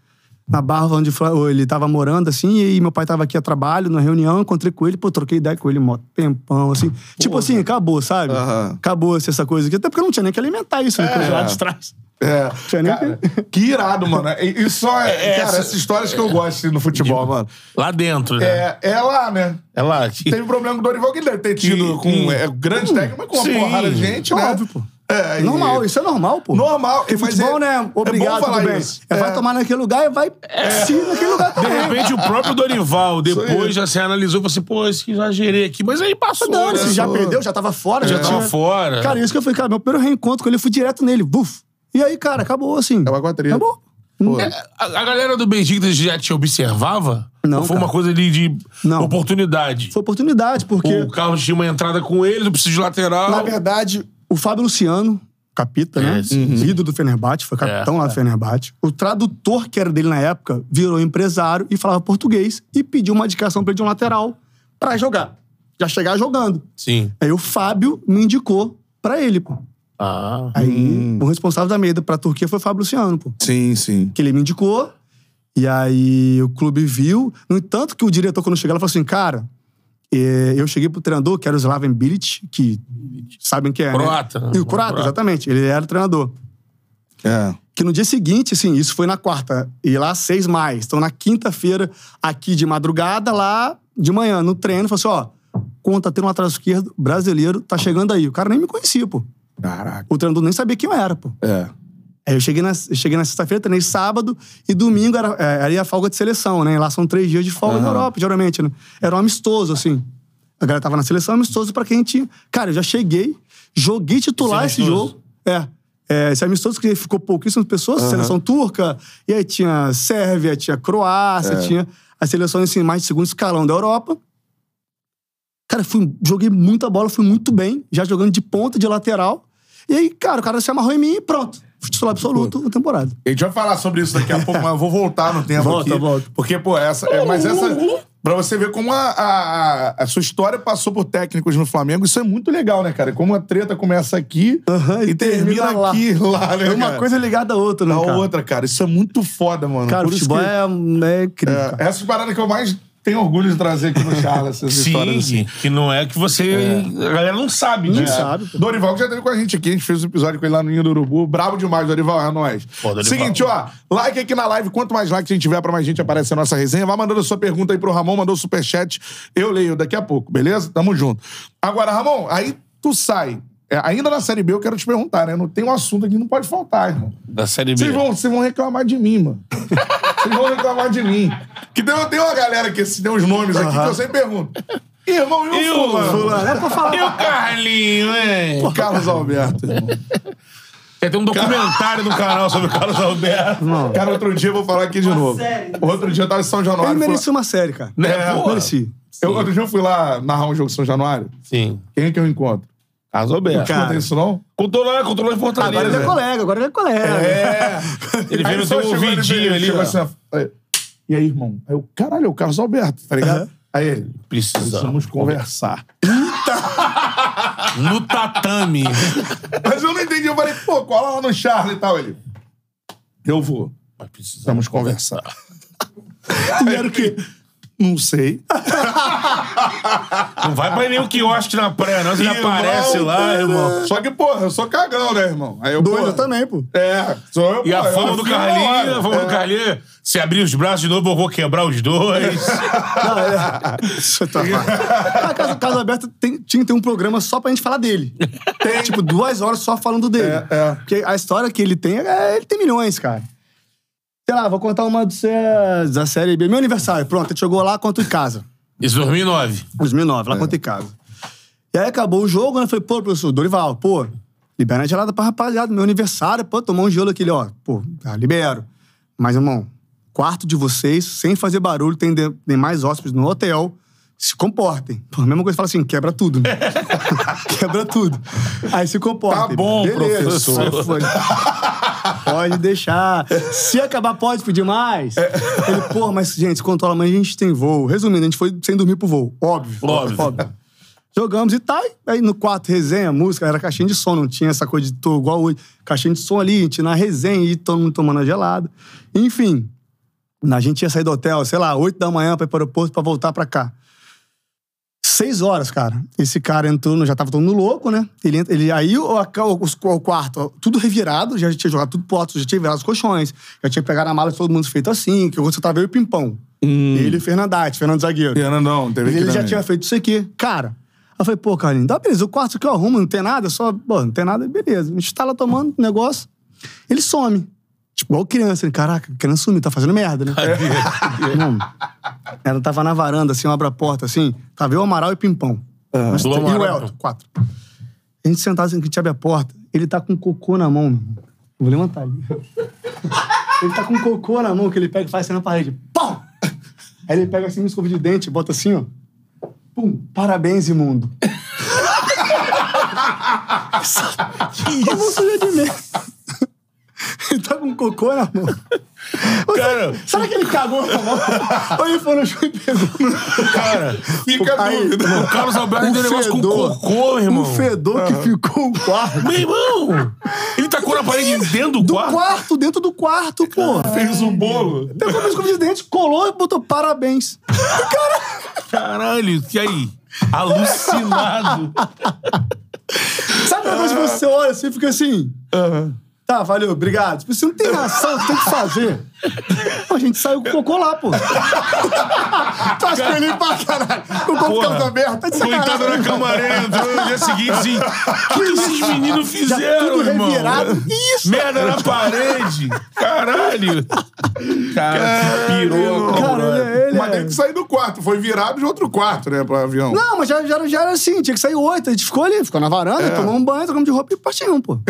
S3: na barra onde fla- ou ele tava morando, assim, e meu pai tava aqui a trabalho, na reunião, encontrei com ele, pô, troquei ideia com ele mó tempão, assim. Tipo assim, acabou, sabe?
S1: Aham.
S3: Acabou assim, essa coisa aqui. Até porque eu não tinha nem que alimentar isso, né? Coisa lá de trás.
S1: É.
S3: Tinha nem
S1: Cara, que irado, mano. E, e só. É, cara, essas histórias que eu gosto no futebol, mano.
S2: Lá dentro, né?
S1: É, é lá, né?
S2: É lá. que-
S1: Teve problema com o Dorival, que ele deve ter tido
S2: Sim.
S1: com é, grande técnico, mas com uma
S2: Sim.
S1: porrada de gente, né?
S3: Óbvio, pô.
S1: É, e-
S3: Normal, isso é normal, pô.
S1: Normal,
S3: Porque
S1: mas
S3: futebol,
S1: é- é
S3: né?
S1: bom
S3: Obrigado,
S1: falar
S3: tudo bem.
S1: isso.
S3: É,
S1: É.
S3: Vai tomar naquele lugar e vai sim naquele lugar
S2: De
S3: também.
S2: repente, o próprio Dorival,
S1: Isso aí.
S2: depois já se analisou e falou assim, pô, esse que exagerei aqui. Mas aí passou,
S3: Não,
S2: né?
S3: se já
S1: Pô.
S3: perdeu, já tava fora,
S1: É,
S3: já,
S2: Já tava
S3: tinha-
S2: fora.
S3: Cara, isso que eu falei, cara, meu primeiro reencontro com ele, eu fui direto nele, buf. E aí, cara, acabou assim.
S1: É uma quadrilha.
S3: Acabou.
S1: Pô.
S2: A, a galera do Benfica já te observava?
S3: Não,
S2: Ou foi
S3: cara.
S2: uma coisa ali de
S3: Não.
S2: oportunidade?
S3: Foi oportunidade, porque,
S2: O Carlos tinha uma entrada com ele, eu preciso de lateral.
S3: na verdade, o Fábio Luciano, capita, né?
S2: É,
S1: Uhum.
S2: sim, É,
S3: Líder do Fenerbahçe, foi capitão lá do Fenerbahçe. O tradutor que era dele na época virou empresário e falava português e pediu uma indicação pra ele de um lateral pra jogar. Já chegar jogando.
S2: Sim.
S3: Aí o Fábio me indicou pra ele, pô.
S2: Ah.
S3: Aí
S1: Hum.
S3: o responsável da meia pra Turquia foi o Fábio Luciano, pô.
S1: Sim, sim.
S3: que ele me indicou. E aí o clube viu. No entanto, que o diretor, quando chegou, ela falou assim: cara, eh, eu cheguei pro treinador, que era o Slaven Bilic, que sabem quem é. né?
S2: Croata, né?
S3: E o Croata,
S2: Croata.
S3: exatamente. Ele era o treinador.
S1: É.
S3: Que no dia seguinte, assim, isso foi na quarta, e lá seis mais. Então, na quinta-feira, aqui de madrugada, lá de manhã, no treino, falou assim: ó, conta tendo um atraso esquerdo, brasileiro, tá chegando aí. O cara nem me conhecia, pô.
S1: Caraca.
S3: O treinador nem sabia quem eu era, pô.
S1: É.
S3: Aí eu cheguei na, eu cheguei na sexta-feira, treinei sábado e domingo era, é, era a folga de seleção, né? Lá são três dias de folga na Europa, geralmente, né? Era um amistoso, assim. A galera tava na seleção, amistoso pra quem tinha. Cara, eu já cheguei, joguei titular
S2: Esse
S3: esse,
S2: amistoso?
S3: jogo. É. É, esse amistoso que ficou pouquíssimas pessoas, seleção turca, e aí tinha Sérvia, tinha Croácia,
S1: É.
S3: tinha as seleções assim, mais de segundo escalão da Europa. Cara, fui, joguei muita bola, fui muito bem, já jogando de ponta, de lateral. E aí, cara, o cara se amarrou em mim e pronto. Fui titular absoluto na temporada.
S1: A gente vai falar sobre isso daqui a pouco, mas eu vou voltar no tempo
S3: Volta,
S1: aqui.
S3: volta.
S1: Porque, pô, essa. é, mas essa. Pra você ver como a, a, a- a sua história passou por técnicos no Flamengo, isso é muito legal, né, cara? Como a treta começa aqui
S3: Aham,
S1: e
S3: e
S1: termina,
S3: termina lá.
S1: aqui, lá, né?
S3: É uma
S1: cara?
S3: coisa ligada à outra, né,
S1: da
S3: cara?
S1: outra, cara. Isso é muito foda, mano.
S3: Cara, o
S1: Por isso
S3: futebol
S1: que-
S3: é, é incrível. cara.
S1: É, essas paradas que eu mais tenho orgulho de trazer aqui no Charles, essas histórias
S2: Sim,
S1: assim.
S2: que não é que você... A galera não sabe né?
S3: Não
S2: disso.
S3: sabe, pô.
S1: É. Dorival, que já teve com a gente aqui, a gente fez um episódio com ele lá no Ninho do Urubu. Brabo demais, Dorival, é nóis.
S2: Dorival.
S1: Seguinte, ó, like aqui na live. Quanto mais like a gente tiver, pra mais gente aparece a nossa resenha. Vai mandando a sua pergunta aí pro Ramon, mandou o superchat. Eu leio daqui a pouco, beleza? Tamo junto. Agora, Ramon, aí tu sai. É, ainda na Série B, eu quero te perguntar, né? Não tem um assunto aqui que não pode faltar, irmão.
S2: Da Série B.
S1: Vocês vão, vocês vão reclamar de mim, mano. *laughs* Vocês vão reclamar de mim. Que tem, tem uma galera que se tem uns nomes aqui que eu sempre pergunto. Irmão, e
S2: E
S1: o
S2: o
S1: fulano?
S2: fulano?
S3: É pra falar.
S2: E o Carlinho, hein?
S1: Carlos Alberto, irmão.
S2: Tem até um documentário no canal
S3: *laughs*
S2: sobre o Carlos Alberto.
S3: Não.
S1: Cara, outro dia eu vou falar aqui de novo. Outro dia eu tava em São
S3: Ele
S1: Januário. É,
S3: merecia uma série, cara.
S2: Né, pô?
S3: merecia.
S1: Eu, outro dia eu fui lá narrar um jogo de São Januário.
S2: Sim.
S1: Quem é que eu encontro?
S2: Caso
S1: Não
S2: Alberto.
S1: te contei isso, não?
S2: Controlando, controlando né? Fortaleza.
S3: Agora ele é colega, agora ele é colega.
S1: né? *laughs* É.
S2: Ele veio no
S1: só
S2: teu
S1: chegou, ele
S2: ouvidinho
S1: veio,
S2: ali,
S1: chegou
S2: ó.
S1: assim, ó, aí, e aí, irmão? Aí eu, caralho, é o Carlos Alberto, tá ligado?
S3: Aham.
S1: Aí ele,
S2: Precisamos
S1: precisamos conversar. *laughs*
S2: No tatame.
S1: Mas eu não entendi, eu falei, pô, cola lá no Charlie e tal. Ele, eu vou,
S2: Mas
S1: precisamos
S2: precisamos. *laughs*
S1: conversar.
S3: E era o quê?
S1: Não sei.
S2: Não vai pra nenhum quiosque na praia, não. Você já
S1: Irmão,
S2: aparece lá, irmão.
S1: Só que, porra, eu sou cagão, né, irmão? Aí eu,
S3: Doido
S1: porra,
S3: também, pô.
S1: É, sou eu.
S2: E a
S1: pô, eu
S2: fama do
S1: fui na
S2: Carlinhos,
S1: hora.
S2: a fama do Carlinhos, se abrir os braços de novo, eu vou quebrar os dois.
S1: *laughs*
S3: Não, é. Deixa eu
S1: tá
S3: tomar. A Casa, Casa Aberta tem- tinha que ter um programa só pra gente falar dele. Tem. Tipo, duas horas só falando dele.
S1: É, é.
S3: Porque a história que ele tem, é, ele tem milhões, cara. Sei lá, vou contar uma do Cé- da série B. Meu aniversário, pronto. A gente jogou lá, conta em casa.
S2: Isso 2009.
S3: 2009,
S1: É.
S3: lá conta em casa. E aí acabou o jogo, né? Eu falei, pô, professor, Dorival, pô, libera a gelada pra rapaziada, meu aniversário, pô, tomar um gelo aqui, ele, ó, pô, tá, libero. Mas, irmão, quarto de vocês, sem fazer barulho, tem, de- tem mais hóspedes no hotel, se comportem. Pô, a mesma coisa, fala assim, quebra tudo. né? *laughs* quebra tudo. Aí se comportem.
S1: Tá bom,
S2: professor.
S3: Aí foi. Pode deixar. Se acabar, pode pedir mais. Ele, pô, mas, gente, controla, mas a gente tem voo. Resumindo, a gente foi sem dormir pro voo. Óbvio.
S2: Óbvio.
S3: Jogamos e tá. Aí no quarto, resenha, música, era caixinha de som, não tinha essa coisa de tô igual hoje. Caixinha de som ali, a gente na resenha e todo mundo tomando a gelada. Enfim, a gente ia sair do hotel, sei lá, 8 da manhã pra ir pro aeroporto pra voltar pra cá. Seis horas, cara. Esse cara entrou, no- já tava todo mundo louco, né? Ele, entra- ele aí o, a- o- os- o quarto, ó, tudo revirado, já tinha jogado tudo pro alto, já tinha virado os colchões, já tinha pegado a mala de todo mundo feito assim, que você tava eu e o Pimpão. Ele e o Fernandete, Fernando Zagueiro.
S1: Fernandão, teve
S3: Ele,
S1: que
S3: já
S1: também.
S3: tinha feito isso aqui. Cara, aí eu falei, pô, Carlinhos, tá beleza, o quarto que eu arrumo, não tem nada, só, pô, não tem nada, beleza. A gente tá lá tomando o negócio, ele some. Tipo, igual criança, ele, caraca, criança sumiu, tá fazendo merda, né? *laughs* não. Ela tava na varanda, assim, eu abro a porta, assim, tava eu, Amaral e Pimpão. Nós
S2: Do
S3: três- e o
S2: Amaral.
S3: Elton, quatro. A gente sentado assim, que a gente abre a porta, ele tá com cocô na mão, meu irmão. Eu Vou levantar ali. Ele tá com cocô na mão, que ele pega e faz assim na parede. Pau! Aí ele pega assim uma escova de dente, bota assim, ó. Pum, parabéns, imundo. Como um sujeito de merda. Ele tá com cocô na mão. Ou
S2: Cara.
S3: é. será- será que
S2: *laughs*
S3: ele cagou na mão? Ou ele foi no chão e pegou?
S2: Cara,
S1: Fica a
S3: Aí,
S1: dúvida.
S2: o Carlos Alberto
S3: Um
S2: tem um negócio
S3: fedor.
S2: com cocô, irmão. Ah.
S3: Um fedor que ficou o quarto.
S2: Meu irmão! Ele tacou na parede dentro do,
S3: Do
S2: quarto.
S3: quarto, dentro do quarto, pô.
S1: Fez um bolo.
S3: Pegou uma escova de dente, colou e botou parabéns.
S2: Caralho, e aí? Alucinado.
S3: Sabe uma
S2: Ah.
S3: coisa que você olha assim e fica assim? Tá, valeu, obrigado. Tipo, você não tem ação, você tem que fazer. Pô, a gente saiu com o cocô lá, pô. tu acha que eu limpo pra caralho? Com o cocô
S2: Porra.
S3: ficava aberto, tá de
S2: Coitado
S3: sacanagem.
S2: na camareira, entrou no dia seguinte assim. O que, que esses meninos
S3: Já
S2: fizeram,
S3: tudo
S2: irmão?
S3: revirado. Isso,
S2: Merda na parede. Caralho. Cara, que pirou.
S3: cara,
S2: Cara,
S3: ele é... Ele
S1: Mas
S3: é-
S1: teve que sair do quarto. Foi virado de outro quarto, né, pro avião.
S3: Não, mas já, já, era- já era assim, tinha que sair oito. A gente ficou ali, ficou na varanda, tomou um banho, trocamos de roupa e partimos, pô.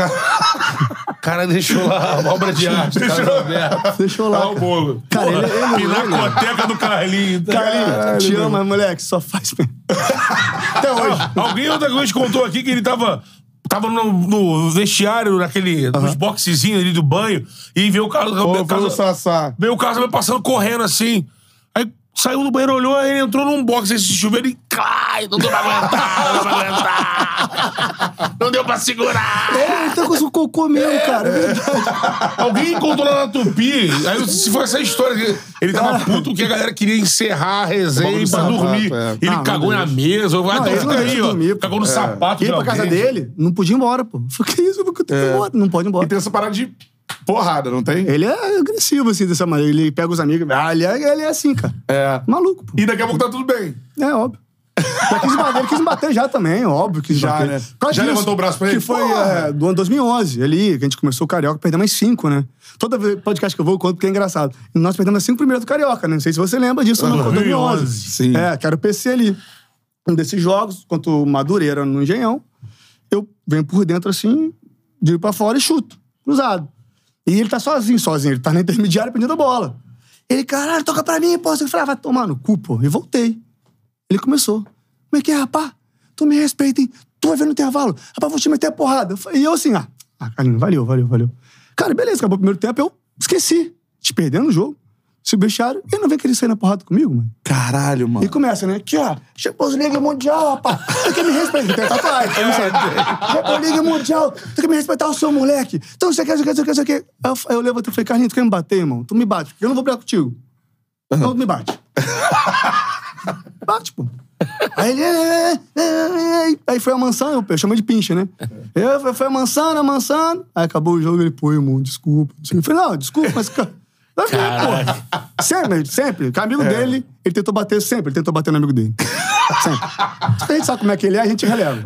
S2: cara deixou lá uma obra de arte. Deixou...
S3: Deixou lá.
S2: Tá o
S3: cara.
S2: bolo.
S3: Cara, ele- ele-
S2: Pinacoteca do Carlinho.
S3: Carlinhos, te amo, mas, moleque, só faz bem. Até hoje.
S2: Alguém outra vez contou aqui que ele tava. Tava no, no vestiário, naquele. Nos boxezinhos ali do banho, e veio o Carlos.
S1: Pô,
S2: o
S1: foi o
S2: Carlos
S1: Sassá.
S2: veio o Carlos Alberto passando correndo assim. Aí saiu do banheiro, olhou, aí ele entrou num box, esse chuveiro e. Ai, não deu pra aguentar, não deu pra aguentar. Não deu pra segurar.
S3: É, então com o cocô mesmo, cara. é verdade.
S2: Alguém encontrou lá na Tupi. Aí se foi essa história. que Ele tava puto porque a galera queria encerrar a resenha
S1: Bagulho
S2: e pra
S1: sapato,
S2: dormir.
S1: é.
S2: Ele
S3: Ah, meu
S2: cagou na
S3: Deus.
S2: mesa. Ah,
S3: ele
S2: então
S3: não
S2: fica
S3: deixa
S2: aí, ó.
S3: dormir, pô.
S2: Cagou no sapato.
S3: E pra
S2: de
S3: casa
S2: alguém.
S3: dele, não podia ir embora, pô. Eu Falei, que isso, eu tenho que ir embora. Não pode
S1: E
S3: ir embora.
S1: tem essa parada de porrada, não tem?
S3: Ele é agressivo, assim, dessa maneira. Ele pega os amigos. Ah, ele é, ele é assim, cara.
S1: É.
S3: Maluco, pô.
S1: E daqui a pouco tá tudo bem.
S3: É óbvio. Já quis bater, ele quis bater já também, óbvio que
S1: Já,
S3: bater.
S1: né?
S3: Por causa
S1: Já
S3: disso,
S1: levantou o braço pra ele?
S3: Que foi
S1: Porra!
S3: é, do ano 2011, ali, que a gente começou o Carioca, perdemos mais cinco, né? Toda vez podcast que eu vou, eu conto porque é engraçado. E nós perdemos as cinco primeiras do Carioca, né? Não sei se você lembra disso, mas foi 2011.
S2: 2011,
S1: sim.
S3: É, que era o PC ali. Um desses jogos, quanto o Madureira no Engenhão, eu venho por dentro assim, viro pra fora e chuto, cruzado. E ele tá sozinho, sozinho. Ele tá na intermediária pedindo a bola. Ele, caralho, toca pra mim, pô. Eu falei, ah, vai tomar no cu, pô. E voltei. Ele começou. Como é que é, rapá? Tu me respeita, hein? Tu vai ver no intervalo. Rapaz, vou te meter a porrada. E eu assim, ah, ah Carlinhos, valeu, valeu, valeu. Cara, beleza, acabou o primeiro tempo, eu esqueci. Te perdendo o jogo. Se bestiário, ele não vem querer sair na porrada comigo, mano.
S1: Caralho, mano.
S3: E começa, né? Aqui, ó. Champions League Mundial, rapaz. Tu quer me respeitar? Tem tatuagem. tem não sei o quê. Champions League Mundial. Tu quer me respeitar o seu moleque? Então, você quer, você quer, você quer, você quer. Aí eu, aí eu levanto e falei, Carlinhos, tu quer me bater, irmão? Tu me bate, porque eu não vou brigar contigo. Então tu me bate. bate, pô. Aí ele... "É, é, é, é". Aí foi a mansão, eu- eu chamo de pincha, né? Eu, foi- foi a mansão, a mansão. Aí acabou o jogo, ele, pô, irmão, desculpa. Eu falei, não, desculpa, mas... cara, Tá vendo, porra? Sempre, sempre. Com amigo dele, ele tentou bater sempre, ele tentou bater no amigo dele. Sempre. A gente sabe como é que ele é, a gente releva.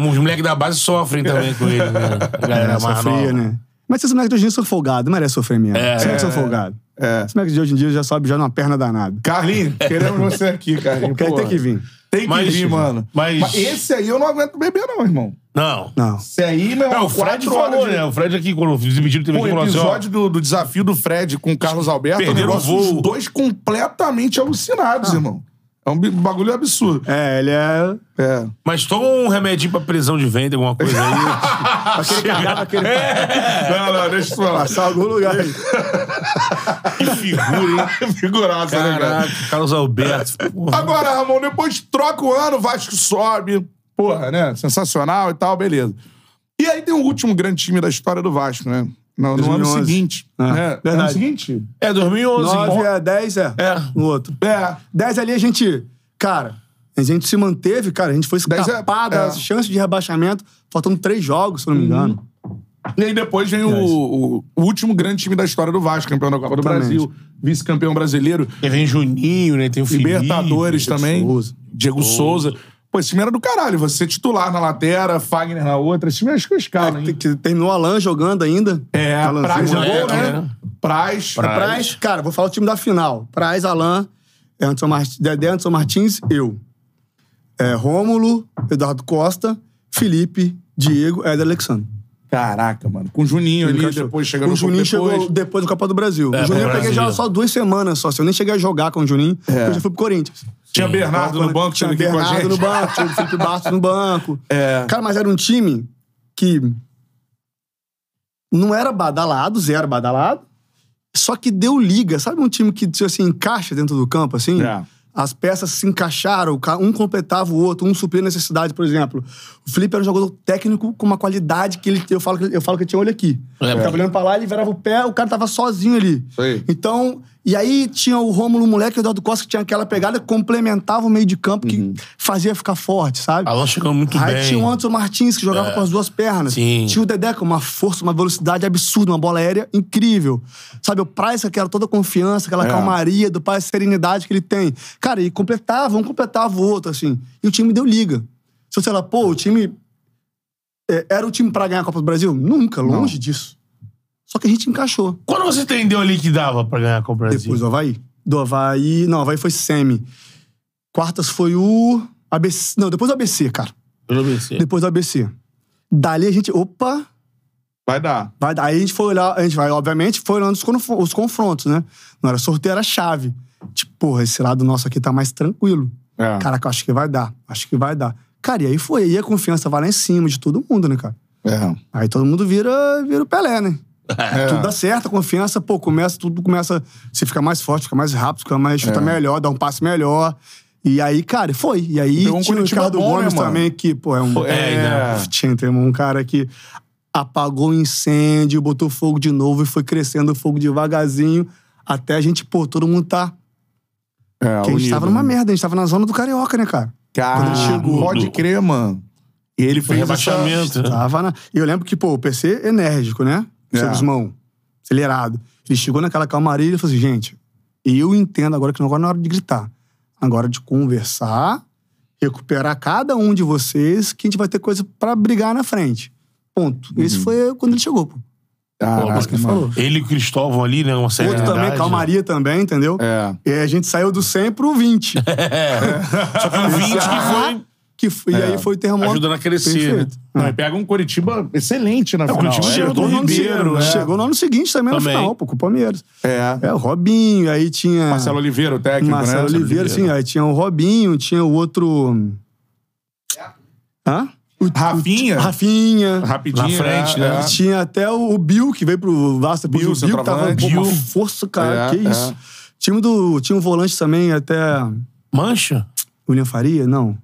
S2: Os moleques da base sofrem também com ele,
S3: *laughs*
S2: né? A galera
S3: É,
S2: mais
S3: sofria,
S2: nova.
S3: né? Mas esses moleques de hoje em dia são folgados, merece sofrer mesmo.
S2: É,
S3: esses moleques são folgados.
S1: É.
S3: Esses moleques de hoje em dia já sobe já numa perna danada.
S1: Carlinhos, queremos você aqui, Carlinhos.
S3: Quer
S1: Pô,
S3: ter que vir.
S1: Tem que
S2: Mas-
S1: vir, mano.
S2: mas-
S1: esse aí eu não aguento beber, não, irmão.
S2: Não.
S3: Não.
S1: Esse aí, meu
S2: Não, É, o Fred falou, né? O Fred aqui, quando exibiu, teve
S1: O
S2: aqui, falou assim, ó,
S1: episódio do, do desafio do Fred com o Carlos Alberto,
S2: Perderam
S1: um negócio
S2: o voo.
S1: dos dois completamente
S3: Ah.
S1: alucinados, irmão. É um bi- bagulho absurdo.
S3: É, ele é.
S1: É.
S2: mas toma um remedinho pra prisão de venda, alguma coisa *laughs* aí.
S3: Aquele cagado,
S2: É,
S3: aquele.
S1: Não, não, deixa eu falar.
S3: Passar algum
S1: *laughs*
S3: lugar aí.
S2: que figura, hein?
S1: Figuraça, né, cara?
S2: Caraca, Carlos Alberto. Porra.
S1: Agora, Ramon, depois troca o ano, o Vasco sobe. Porra, né? Sensacional e tal, beleza. E aí tem o último grande time da história do Vasco, né? No, no ano
S3: 2011.
S1: seguinte.
S3: Ah,
S1: né? No ano
S3: verdade.
S1: seguinte?
S2: É 2011.
S3: 9 é 10, é.
S2: É.
S3: No outro.
S1: É.
S3: 10 ali a gente. Cara, a gente se manteve, cara. A gente foi
S1: Dez é-
S3: escapar das
S1: é. Hum,
S3: chances de rebaixamento, faltando três jogos, se eu não me engano.
S1: E aí depois vem o, o- o último grande time da história do Vasco, campeão da Copa do
S3: Exatamente.
S1: Brasil, vice-campeão brasileiro,
S2: Aí Vem Juninho, né? Tem o Felipe.
S1: Libertadores também,
S3: Souza.
S1: Diego Souza. Pô, esse time era do caralho. Você titular na lateral, Fagner na outra. Esse time acho que os caras,
S3: É, Que-
S1: hein?
S3: que Terminou a Lan jogando ainda.
S1: É,
S3: Alan
S1: Praz
S3: Silva.
S1: jogou,
S2: né?
S1: né? Praz.
S2: Praz.
S3: Praz, cara, vou falar o time da final. Praz, Alain, Anderson Mart... Dedé, Anderson Martins, eu. É, Rômulo, Eduardo Costa, Felipe, Diego, Éder Alexandre.
S1: Caraca, mano. Com o Juninho ali,
S3: Encaixou.
S1: depois chegando
S3: o
S1: no
S3: Juninho
S1: Juninho depois.
S3: chegou depois do Copa do Brasil.
S2: É,
S3: o Juninho eu
S2: Brasil.
S3: peguei já só duas semanas só. Se eu nem cheguei a jogar com o Juninho,
S1: É.
S3: eu já fui pro Corinthians.
S1: Tinha Bernardo no banco,
S3: tinha
S1: tinha aqui com a
S3: Bernardo no
S1: gente.
S3: banco, tinha o Felipe Bastos no banco.
S1: É.
S3: Cara, mas era um time que não era badalado, zero badalado, só que deu liga. Sabe um time que assim, encaixa dentro do campo, assim?
S1: É.
S3: As peças se encaixaram, ca- um completava o outro, um supria necessidade, por exemplo. O Felipe era um jogador técnico com uma qualidade que ele, eu falo que ele- eu falo que ele tinha olho aqui.
S2: É,
S3: ele
S2: porque-
S3: tava olhando pra lá, ele virava o pé, o cara tava sozinho ali.
S1: aí.
S3: Então, e aí tinha o Rômulo o Moleque e o Eduardo Costa que tinha aquela pegada, complementava o meio de campo que fazia ficar forte, sabe?
S2: Alonso chegando muito
S3: Aí
S2: bem. É.
S3: tinha um o Anderson Martins, que jogava com as duas pernas.
S2: Sim.
S3: Tinha o Dedé com uma força, uma velocidade absurda, uma bola aérea incrível. Sabe, o Price, que era toda a confiança, aquela
S1: É.
S3: calmaria do pai, a serenidade que ele tem. Cara, e completava, um completava o outro, assim. E o time deu liga. Se você lá, pô, o time. é, era o time pra ganhar a Copa do Brasil? Nunca, longe disso. Só que a gente encaixou.
S2: Quando você entendeu ali que dava pra ganhar com o Brasil?
S3: Depois do Havaí. Do Havaí. Não, Havaí foi semi. Quartas foi o. ABC. Não, depois do ABC, cara.
S2: Pelo ABC.
S3: Depois do ABC. Dali a gente. Opa!
S1: Vai dar.
S3: Vai, dar- aí a gente foi olhar, a gente vai, obviamente, foi olhando os, conf- os confrontos, né? Não era sorteio, era chave. Tipo, porra, esse lado nosso aqui tá mais tranquilo.
S1: É.
S3: Caraca, eu acho que vai dar, acho que vai dar. Cara, e aí foi, e a confiança vai lá em cima de todo mundo, né, cara?
S1: É.
S3: Aí todo mundo vira, vira o Pelé, né?
S1: É.
S3: Tudo dá certo, a confiança, pô, começa, tudo começa. Você fica mais forte, fica mais rápido, fica mais,
S1: É.
S3: chuta melhor, dá um passe melhor. E aí, cara, foi. E aí
S1: Pegou um
S3: tinha o
S1: Curitiba
S3: Ricardo
S1: bom, né,
S3: Gomes
S1: mano?
S3: também, que, pô, é um.
S1: Foi- é,
S3: é,
S1: né?
S3: Tinha tem um cara que apagou o incêndio, botou fogo de novo e foi crescendo o fogo devagarzinho. Até a gente, pô, todo mundo tá.
S1: É,
S3: Porque a gente
S1: unido,
S3: tava numa merda, a gente tava na zona do carioca, né, cara?
S1: Cara,
S2: Quando ele chegou.
S1: pode crer, mano. E ele
S2: Foi
S1: fez
S2: rebaixamento. né?
S3: Tava na... E eu lembro que, pô, o PC enérgico, né?
S1: É.
S3: É. Seu Guzmão, acelerado. Ele chegou naquela calmaria e falou assim, gente, eu entendo agora que agora não é hora de gritar. Agora é de conversar, recuperar cada um de vocês, que a gente vai ter coisa pra brigar na frente. Ponto. Esse foi quando ele chegou, pô.
S1: Essa...
S2: Pô, mas
S1: Caraca,
S2: que
S1: mano.
S3: falou.
S2: Ele e o Cristóvão ali, né? Uma
S3: Outro
S2: seriedade.
S3: também, calmaria também, entendeu?
S1: É.
S3: E aí a gente saiu do 100 pro 20.
S2: *laughs* É. Só que o 20 que foi
S3: Ah, que f- e
S1: É.
S3: aí foi o terremoto.
S2: Ajudando a crescer. né?
S3: Ah, Perfeito.
S1: Não, e pega um Curitiba excelente na
S2: o
S1: final.
S2: Curitiba
S1: é.
S2: chegou
S1: Everton
S3: no ano
S2: Ribeiro,
S3: seguinte,
S2: é.
S3: chegou no ano seguinte também,
S2: Também.
S3: no final, pô, com o Palmeiras.
S1: É.
S3: É, o Robinho, aí tinha.
S1: Marcelo Oliveira, o técnico, né?
S3: Marcelo Oliveira, sim.
S2: Oliveira.
S3: Aí tinha o Robinho, tinha o outro. Hã? O,
S1: Rafinha.
S3: o- Rafinha.
S1: Rapidinho.
S2: Na frente,
S1: é,
S2: né?
S1: é.
S3: Tinha até o o Bill, que veio pro Vasco depois.
S1: Bill,
S3: o Bill que tava
S1: centroavante.
S3: pô, uma
S2: Bill.
S3: força, cara.
S1: É,
S3: que
S1: é.
S3: isso. Time do, tinha um volante também, até.
S2: Mancha?
S3: William Faria? Não.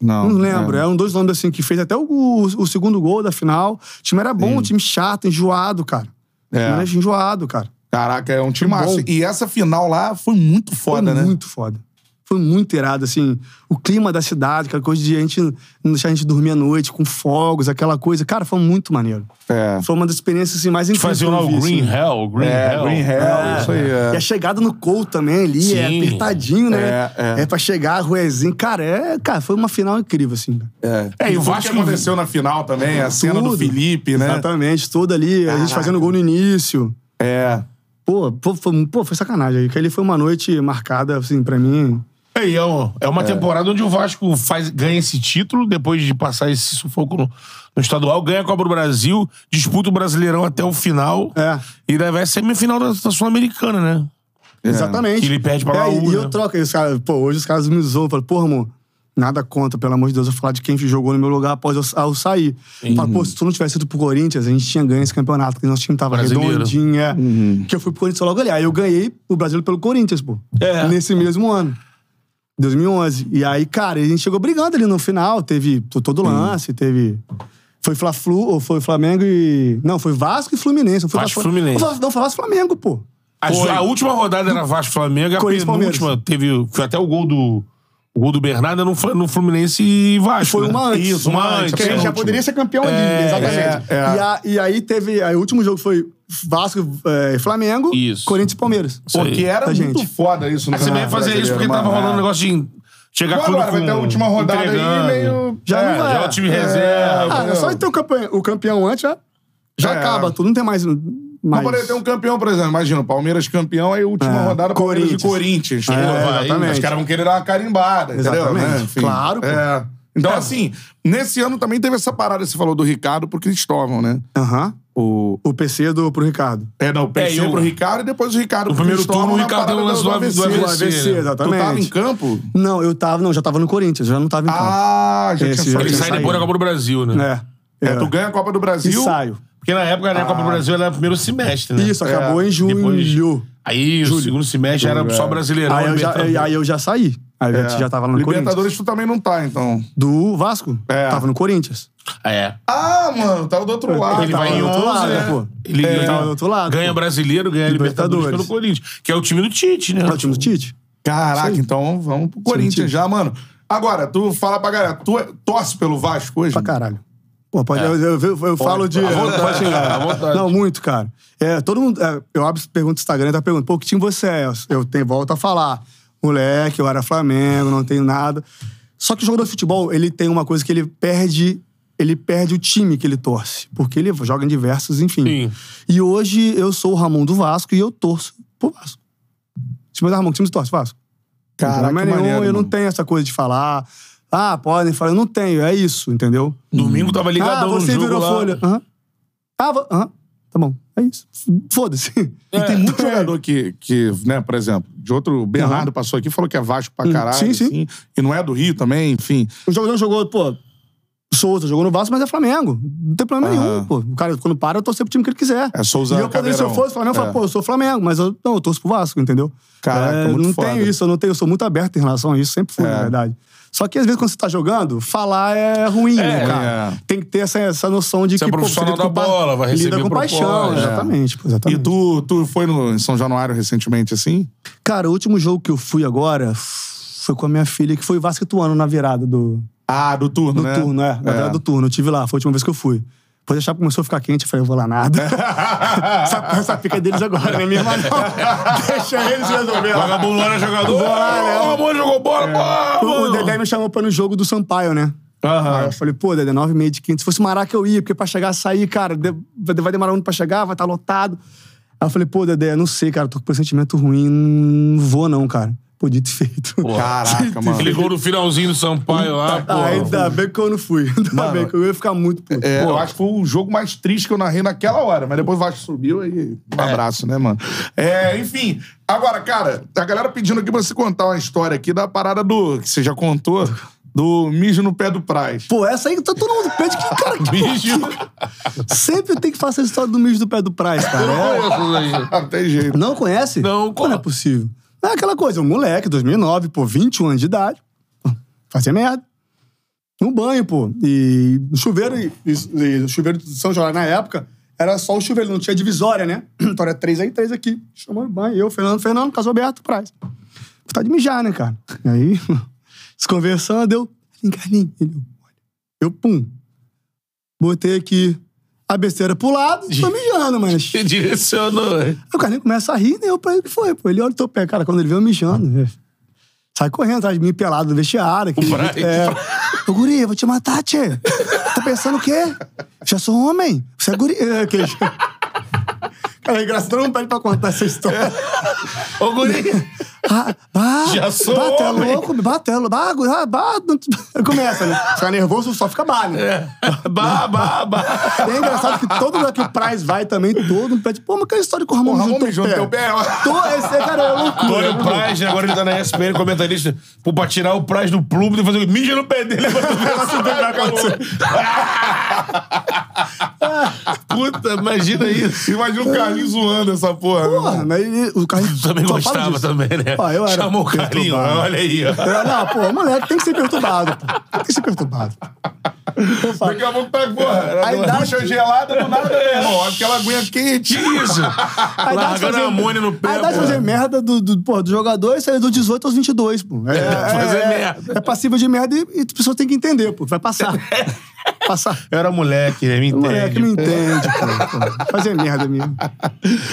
S3: Não,
S1: é.
S3: lembro.
S2: é.
S3: Eram dois nomes assim que fez até o, o- o segundo gol da final. O time era bom, o time chato, enjoado, cara.
S1: É.
S3: O time era enjoado, cara.
S1: Caraca, é um time massa.
S3: Bom.
S1: E essa final lá foi muito foda,
S3: Foi
S1: né?
S3: muito foda. Foi muito irado, assim. O clima da cidade, aquela coisa de a gente não deixar a gente dormir à noite, com fogos, aquela coisa. Cara, foi muito maneiro.
S1: É.
S3: Foi uma das experiências assim, mais
S2: De
S3: incríveis.
S2: fazer
S3: que eu
S2: lá o
S3: vi,
S2: Green
S3: assim.
S2: Hell. Green
S1: É,
S2: Hell.
S1: Green Hell, isso aí.
S3: E
S1: É.
S3: a chegada no Col também ali, é
S2: Sim.
S3: apertadinho, né?
S1: É, é.
S3: pra chegar, ruezinho. Cara, é, cara, foi uma final incrível, assim. cara.
S2: É, e o
S1: tudo
S2: Vasco-
S1: que aconteceu na final também, a cena do
S3: Tudo.
S1: Felipe, né?
S3: Exatamente, tudo ali, a gente
S1: Caraca.
S3: fazendo gol no início.
S1: É.
S3: Pô, pô, foi, pô, foi sacanagem. Aquilo ali foi uma noite marcada, assim, pra mim.
S2: É, e é, um- é uma temporada onde o Vasco faz, ganha esse título, depois de passar esse sufoco no, no estadual, ganha a Copa do Brasil, disputa o Brasileirão até o final.
S3: É.
S2: E daí vai a semifinal da, da Sul-Americana, né?
S1: É.
S3: Exatamente.
S2: Que ele perde pra
S3: É,
S2: Laú,
S3: e
S2: né?
S3: eu troco. aí Os caras, pô, hoje os caras me zoam. Falam, pô, amor, nada conta, pelo amor de Deus, eu falar de quem jogou no meu lugar após eu, ao sair. Fala,
S2: Uhum.
S3: pô, se tu não tivesse ido pro Corinthians, a gente tinha ganho esse campeonato, porque nosso time tava
S2: Brasileiro. Uhum.
S3: redondinho. é. Que eu fui pro Corinthians logo ali. Aí eu ganhei o Brasil pelo Corinthians, pô.
S2: É.
S3: Nesse mesmo ano. 2011. E aí, cara, a gente chegou brigando ali no final. Teve to- todo
S2: Uhum.
S3: lance, teve... Foi Fla-Flu, ou foi Flamengo e... Não, foi Vasco e Fluminense. Não foi
S2: Vasco e
S3: Fla-
S2: Fluminense.
S3: Não, foi Vasco e Flamengo, pô.
S2: A,
S1: Foi.
S2: a última rodada era Vasco e Flamengo, a
S3: Corinthians e Palmeiras.
S2: penúltima teve, foi até o gol do o gol do Bernardo no, Fla- no Fluminense e Vasco.
S3: Foi
S2: né?
S3: uma antes.
S2: Isso, uma antes.
S3: Que a gente já poderia ser campeão
S2: É,
S3: ali, exatamente.
S1: é, é.
S3: E, a- e aí teve. Aí o último jogo foi Vasco é, e Flamengo,
S2: Isso.
S3: Corinthians e Palmeiras.
S2: Isso aí.
S1: Porque era
S3: Tá,
S1: muito
S3: gente.
S1: foda isso no
S2: Você vai
S1: Campeonato
S2: fazer isso
S1: Brasileiro,
S2: porque tava
S1: mano. É.
S2: rolando um negócio de chegar
S1: Agora,
S2: tudo
S1: vai
S2: com-
S1: ter a última rodada
S2: entregando.
S1: aí meio.
S3: Já
S1: é,
S3: não vai.
S2: Já o time
S1: É.
S2: reserva.
S3: Ah, é só ter o campeão, o campeão antes, já, já
S1: É.
S3: acaba tudo. Não tem mais.
S1: Mas
S3: mais...
S1: poderia ter um campeão, por exemplo. Imagina, o Palmeiras campeão, aí última
S3: É,
S1: rodada, Palmeiras e Corinthians. Pô, vai,
S3: exatamente.
S1: Os caras vão querer dar uma carimbada, entendeu?
S3: Exatamente.
S1: Né? Enfim,
S3: Claro, pô.
S1: é. Então, assim, nesse ano também teve essa parada, você falou do Ricardo pro Cristóvão, né?
S3: Aham.
S1: O...
S3: O PC do, pro Ricardo.
S1: É, não, o PC
S2: É, e o-
S1: pro Ricardo e depois o Ricardo
S2: No
S1: pro
S2: primeiro
S1: Cristóvão
S2: turno, um o
S1: na
S2: Ricardo
S1: parada
S2: deu o lance do AVC,
S1: AVC.
S2: né?
S3: O AVC,
S2: né?
S1: Tu tava em
S3: exatamente.
S1: campo?
S3: Não, eu tava. Não, já tava no Corinthians, já não tava em campo.
S1: Ah, já tinha
S3: Esse, já
S1: saído.
S2: Ele
S3: tinha
S2: sai depois da
S3: saído.
S2: Copa do Brasil, né?
S3: É.
S1: É, tu ganha a Copa do
S3: E
S1: Brasil.
S3: saio.
S2: Porque na época né, a Copa do Brasil era primeiro semestre, né?
S3: Isso,
S1: É.
S3: acabou em junho.
S2: Depois- Aí o segundo semestre era
S1: Julho,
S2: só
S1: é.
S2: brasileirão.
S3: Aí eu, já, é,
S2: Libertadores.
S3: aí eu já saí. Aí
S1: É.
S3: eu já tava lá no Corinthians.
S1: Libertadores tu também não tá, então.
S3: Do Vasco.
S1: É.
S3: Tava no Corinthians.
S2: Ah, é.
S1: Ah, mano, tava do outro lado.
S2: Ele
S3: tava
S2: vai em
S3: do outro
S2: 11,
S3: lado,
S2: né?
S3: né, pô?
S2: Ele
S3: Ah, É,
S2: ganha,
S3: tava do outro lado,
S2: ganha
S3: pô.
S2: brasileiro, ganha Libertadores.
S3: Libertadores.
S2: pelo Corinthians. Que é o time do Tite, né?
S3: É o time do Tite.
S1: Caraca, então vamos pro Corinthians
S3: Sentido.
S1: já, mano. Agora, tu fala pra galera, tu é- torce pelo Vasco hoje?
S3: Pra caralho. Pô, pode, eu, eu- eu- eu falo de.
S2: É. à vontade,
S3: *laughs* pode xingar.
S2: à vontade.
S3: Não, muito, cara. É, todo mundo. é, eu abro pergunta do Instagram e tá perguntando, pô, que time você é? Eu tenho, volto a falar. Moleque, eu era Flamengo, não tenho nada. Só que o jogador de futebol, ele tem uma coisa que ele perde. Ele perde o time que ele torce. Porque ele joga em diversos, enfim.
S2: Sim.
S3: E hoje eu sou o Ramon do Vasco e eu torço pro Vasco. Se me dá Ramon, que time você torce? Vasco.
S1: Caraca,
S3: Não tem
S1: que
S3: nenhum,
S1: maneiro,
S3: eu não
S1: mano.
S3: tenho essa coisa de falar. Ah, podem falar. Eu não tenho, é isso, entendeu?
S2: Domingo tava
S3: ah,
S2: ligadão no
S3: você
S2: jogo
S3: virou
S2: lá.
S3: folha. Aham. Ah, vo- aham. Tá bom, é isso. F- Foda-se.
S1: E
S3: É.
S1: tem
S3: *laughs*
S1: muito jogador que, que, né, por exemplo, de outro, o Bernardo passou aqui, falou que é Vasco pra caralho.
S3: Hum, sim, sim.
S1: assim, e não é do Rio também, enfim.
S3: O jogador jogou, pô, Souza, jogou no Vasco, mas é Flamengo. Não tem problema
S1: Aham.
S3: nenhum, pô. O cara, quando para, eu torço pro time que ele quiser.
S1: É Souza
S3: E eu poderia, se eu
S1: Caveirão.
S3: fosse, Flamengo, eu
S1: É.
S3: falo, pô, eu sou Flamengo, mas eu, não, eu torço pro Vasco, entendeu?
S1: Caraca,
S3: É,
S1: muito
S3: Não
S1: foda.
S3: tenho isso, eu não tenho, eu sou muito aberto em relação a isso, sempre fui,
S1: É.
S3: na verdade. Só que às vezes quando você tá jogando, falar é ruim, né, cara?
S1: é.
S3: Tem que ter essa, essa noção de
S2: Você é
S3: que pô,
S2: profissional
S3: lida
S2: da
S3: com pa-
S2: bola, vai
S3: Lida
S2: receber
S3: com paixão,
S2: proposta.
S3: exatamente, pô,
S1: E
S3: exatamente.
S1: tu, tu foi no, em São Januário recentemente, assim?
S3: Cara, o último jogo que eu fui agora foi com a minha filha, que foi Vasco e Tuano na virada do,
S1: Ah, do turno,
S3: do
S1: né? *laughs*
S3: turno, é. Na virada do turno. Eu tive lá, foi a última vez que eu fui. Depois de achar que começou a ficar quente, eu falei, eu vou lá nada. essa, é essa pica deles agora, né? Minha irmã não. *laughs* Deixa eles resolver lá.
S2: Vagabundo lá era jogador.
S3: Bola, né?
S2: Ô, amor, jogou bola, pô,
S3: O, o
S2: mano.
S3: Dedé me chamou pra ir no jogo do Sampaio, né? Aí eu falei, pô, Dedé, nove e meia de quinta. Se fosse Maraca, eu ia, porque pra chegar, sair, cara, de- vai demorar muito pra chegar, vai tá estar lotado. Aí eu falei, pô, Dedé, não sei, cara, tô com pressentimento ruim, não vou não, cara. Pô, dito e feito. *laughs*
S2: *laughs*
S1: Caraca, mano.
S2: Ele ligou no finalzinho do Sampaio lá, ah, pô.
S3: Ainda bem que eu não fui. Ainda bem que eu ia ficar muito puto.
S1: É, eu acho que foi o jogo mais triste que eu narrei naquela hora. Mas depois o Vasco subiu e um abraço, né, mano? É, enfim. Agora, cara, a galera pedindo aqui pra você contar uma história aqui da parada do... Que você já contou. Do mijo no pé do Praz.
S3: Pô, essa aí tá todo mundo pede que cara que
S2: Mijo.
S3: *laughs* Sempre tem que fazer a história do mijo do pé do Praz, cara. É-
S1: Não *laughs* tem jeito.
S3: Não conhece?
S2: Não,
S3: Pô, não é
S2: co-
S3: possível. É aquela coisa, um moleque, 2009, pô, 21 anos de idade, pô, fazia merda. No banho, pô. E no chuveiro, e, e- e o chuveiro de São Jorge na época, era só o chuveiro, não tinha divisória, né? *clears throat* Então era três aí, três aqui. Chamou no banho, eu, Fernando, Fernando, Caso Alberto, Praz. Tá de mijar, né, cara? E aí, *laughs* se conversando, eu. Carlinhos, ele, olha. Eu, pum. Botei aqui a besteira pro lado, tô mijando, mas.
S2: Ele *laughs* direcionou. é.
S3: Aí o Carlinhos começa a rir, né? Eu pra ele, o que foi, pô? Ele olha o teu pé, cara, quando ele vê eu mijando. né? Sai correndo atrás de mim, pelado do vestiário. aquele
S2: Braz.
S3: jeito- é. Ô, guri, eu vou te matar, tchê. Tá pensando o quê? Já sou homem. Você é guri. É, aquele... Cara, é engraçado, eu não pede pra contar essa história.
S2: Ô, guri.
S3: *laughs* Ah, bah,
S2: Já sou
S3: bah, tu é
S2: homem.
S3: louco, bah, tu é louco. Bah, guri, ah, bah, não- *laughs* Começa, né? Fica nervoso, só fica bah, né?
S2: Bah, bah, bah.
S3: E é engraçado que todo lugar que o Price vai também, todo mundo pede, pô, mas que é a história que o Ramon
S1: Porra,
S3: mijou no
S1: vamos mijar no teu pé. ó.
S3: Tô, esse é, cara, é loucura.
S2: Antônio Praz, agora ele tá na ESPN, comentarista. Pô, pra tirar o Praz do clube, e fazer o mídia no pé dele. pra tu ver se o cara acabou. *laughs* Puta, imagina isso.
S1: Imagina o Carlinhos zoando essa porra. né, mano?
S3: Porra, mas ele,
S1: *laughs*
S3: o Carlinhos.
S2: Também
S3: só fala
S2: gostava
S3: disso.
S2: também, né?
S3: Pô, eu era
S2: Chamou o carinho,
S3: perturbado.
S2: olha aí, ó. *laughs*
S3: Eu, não, pô, moleque, tem que ser perturbado. pô. Tem que ser perturbado. Eu falo,
S1: Daqui a pouco tá, porra.
S3: A idade-
S1: Puxa gelada do nada, né, irmão. Aquela aguinha quente.
S2: Isso.
S3: a idade de
S2: Largando
S1: é
S2: *laughs*
S3: fazer-
S2: a amônia no pé.
S3: A idade de
S2: pô.
S3: fazer merda do, do, porra, do jogador é sair do 18 aos 22, pô. É,
S2: fazer
S3: é, é,
S2: merda.
S3: É passível de merda e, e a pessoa tem que entender, pô.
S1: *laughs*
S3: Vai passar. passar.
S2: Eu era moleque, né? Me
S3: O moleque não
S2: entende.
S3: entende, pô. pô. Fazer merda mesmo.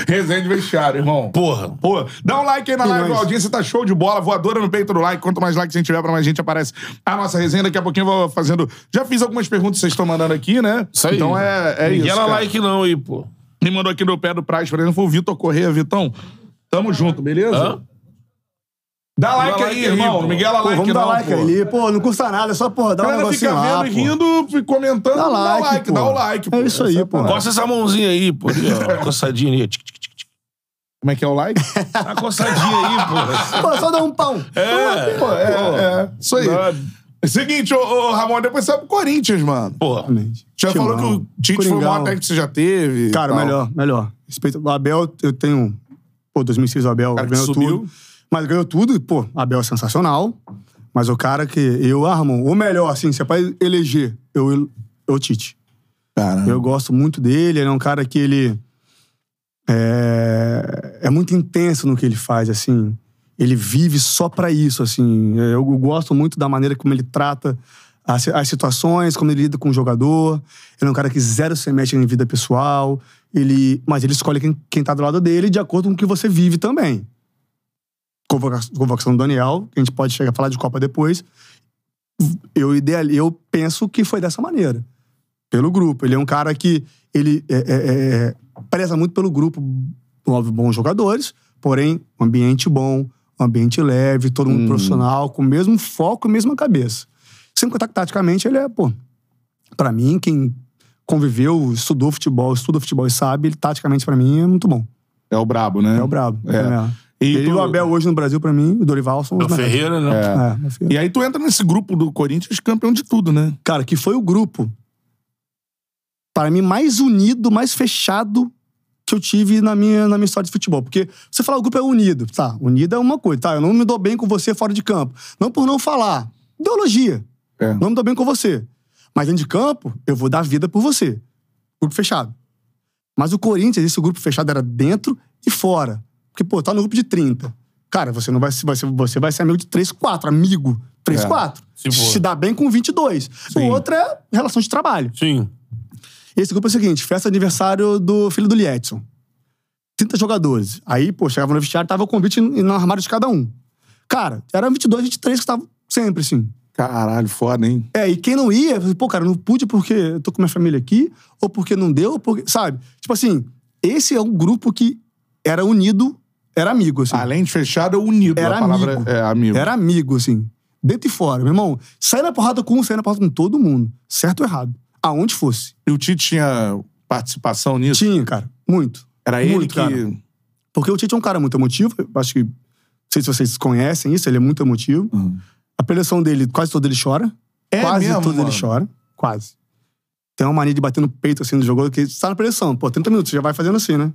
S1: Resenha de vestiário, irmão.
S2: Porra.
S1: Pô, dá um like aí na live,
S3: Milhões.
S1: audiência tá show de bola, voadora no peito do like. Quanto mais likes a gente tiver, pra mais gente aparece a nossa resenha. Daqui a pouquinho eu vou fazendo. Já fiz algumas perguntas que vocês estão mandando aqui, né?
S2: Isso aí.
S1: Então é, é isso.
S2: E ela
S1: cara.
S2: like não aí, pô.
S1: Me mandou aqui no pé do Praz, por exemplo, foi o Vitor Correia, Vitão. Tamo junto, beleza?
S2: Hã?
S1: Ah, Dá like aí,
S2: Dá like aí,
S1: irmão.
S2: pô.
S1: Não Miguel,
S3: Pô,
S1: like
S3: vamos
S1: não,
S3: dar like
S1: pô.
S3: ali. Pô, não custa nada, é só, porra,
S1: A
S3: dar um
S1: galera
S3: negocinho
S1: fica vendo
S3: lá,
S1: e
S3: pô.
S1: rindo, e comentando.
S3: Dá
S1: Dá like,
S3: like, pô.
S1: dá o like.
S3: É
S1: pô.
S3: isso aí, pô.
S2: Coça essa mãozinha aí, pô. ali, ó. Coçadinha aí. Tic, tic, tic, tic.
S1: Como é que é o like?
S2: Dá uma coçadinha aí, pô.
S3: Pô, só dá um pão.
S2: É.
S1: Pô, é, é. Isso aí. É
S2: Dá-
S1: Seguinte, ô, ô, Ramon, depois você vai pro Corinthians, mano.
S2: Pô.
S3: Exatamente.
S1: Já falou que
S3: Timão.
S1: o Tite foi o
S3: Coringão.
S1: maior técnico que você já teve. e
S3: Cara,
S1: tal.
S3: melhor, melhor. Respeito. O Abel, eu tenho. Pô, 2006 o Abel
S1: Cara que
S3: ganhou
S1: subiu.
S3: tudo. Mas ganhou tudo e, pô, Abel é sensacional. Mas o cara que eu armo, o melhor, assim, se é pra eleger, eu, eu, o Tite.
S1: Cara.
S3: Eu gosto muito dele, ele é um cara que ele. É, é muito intenso no que ele faz, assim. Ele vive só pra isso, assim. Eu gosto muito da maneira como ele trata as, as situações, como ele lida com o jogador. Ele é um cara que zero se mexe em vida pessoal. Ele, mas ele escolhe quem, quem tá do lado dele de acordo com o que você vive também. Convoca, convocação do Daniel, que a gente pode chegar a falar de Copa depois. Eu, ideal, eu penso que foi dessa maneira pelo grupo. Ele é um cara que ele é, é, é, preza muito pelo grupo, nove bons jogadores, porém um ambiente bom, um ambiente leve, todo mundo profissional, com o mesmo foco e mesma cabeça. Sem contar que taticamente ele é, pô, pra mim, quem conviveu, estudou futebol, estuda futebol e sabe, ele taticamente pra mim é muito bom.
S1: É o brabo, né?
S3: É o brabo.
S1: É.
S3: E
S1: E
S3: ele e
S1: tu-
S3: o Abel hoje no Brasil, pra mim, o Dorival são os
S2: O
S3: melhores.
S2: Ferreira, né?
S1: É.
S3: É, meu filho.
S1: E aí tu entra nesse grupo do Corinthians campeão de tudo, né?
S3: cara, que foi o grupo, para mim, mais unido, mais fechado que eu tive na minha, na minha história de futebol. Porque você fala, o grupo é unido. Tá, unido é uma coisa, tá? Eu não me dou bem com você fora de campo. Não por não falar. Ideologia.
S1: É.
S3: Não me dou bem com você. Mas dentro de campo, eu vou dar vida por você. Grupo fechado. Mas o Corinthians, esse grupo fechado era dentro e fora. Porque, pô, tá no grupo de 30. Cara, você não vai, se- vai ser, você vai ser amigo de 3, 4, amigo. 3,
S1: É.
S3: 4.
S2: Se
S3: Se,
S2: for.
S3: dá bem com 22.
S2: Sim.
S3: O outro é relação de trabalho.
S2: Sim.
S3: Esse grupo é o seguinte: festa de aniversário do filho do Liedson. 30 jogadores. Aí, pô, chegava no vestiário, tava o convite no armário de cada um. Cara, era 22, 23 que estavam sempre, assim.
S1: Caralho, foda, hein?
S3: É, e quem não ia, pô, cara, eu não pude porque eu tô com minha família aqui, ou porque não deu, ou porque, sabe? Tipo assim, esse é um grupo que era unido era amigo, assim.
S1: Além de fechado, é unido.
S3: Era
S1: a palavra
S3: amigo.
S1: é amigo.
S3: Era amigo, assim. Dentro e fora. Meu irmão, sair na porrada com um, sair na porrada com todo mundo. Certo ou errado. Aonde fosse.
S1: E o Tite tinha participação nisso?
S3: Tinha, cara. Muito.
S1: Era ele
S3: muito,
S1: que.
S3: cara. Porque o Tite é um cara muito emotivo. eu Acho que... Não sei se vocês conhecem isso. Ele é muito emotivo.
S1: Uhum.
S3: A preleção dele, quase todo ele chora.
S1: É
S3: quase
S1: mesmo,
S3: todo
S1: mano?
S3: ele chora. Quase. Tem uma mania de bater no peito, assim, do jogador, que você tá na preleção. Pô, 30 minutos, você já vai fazendo assim, né?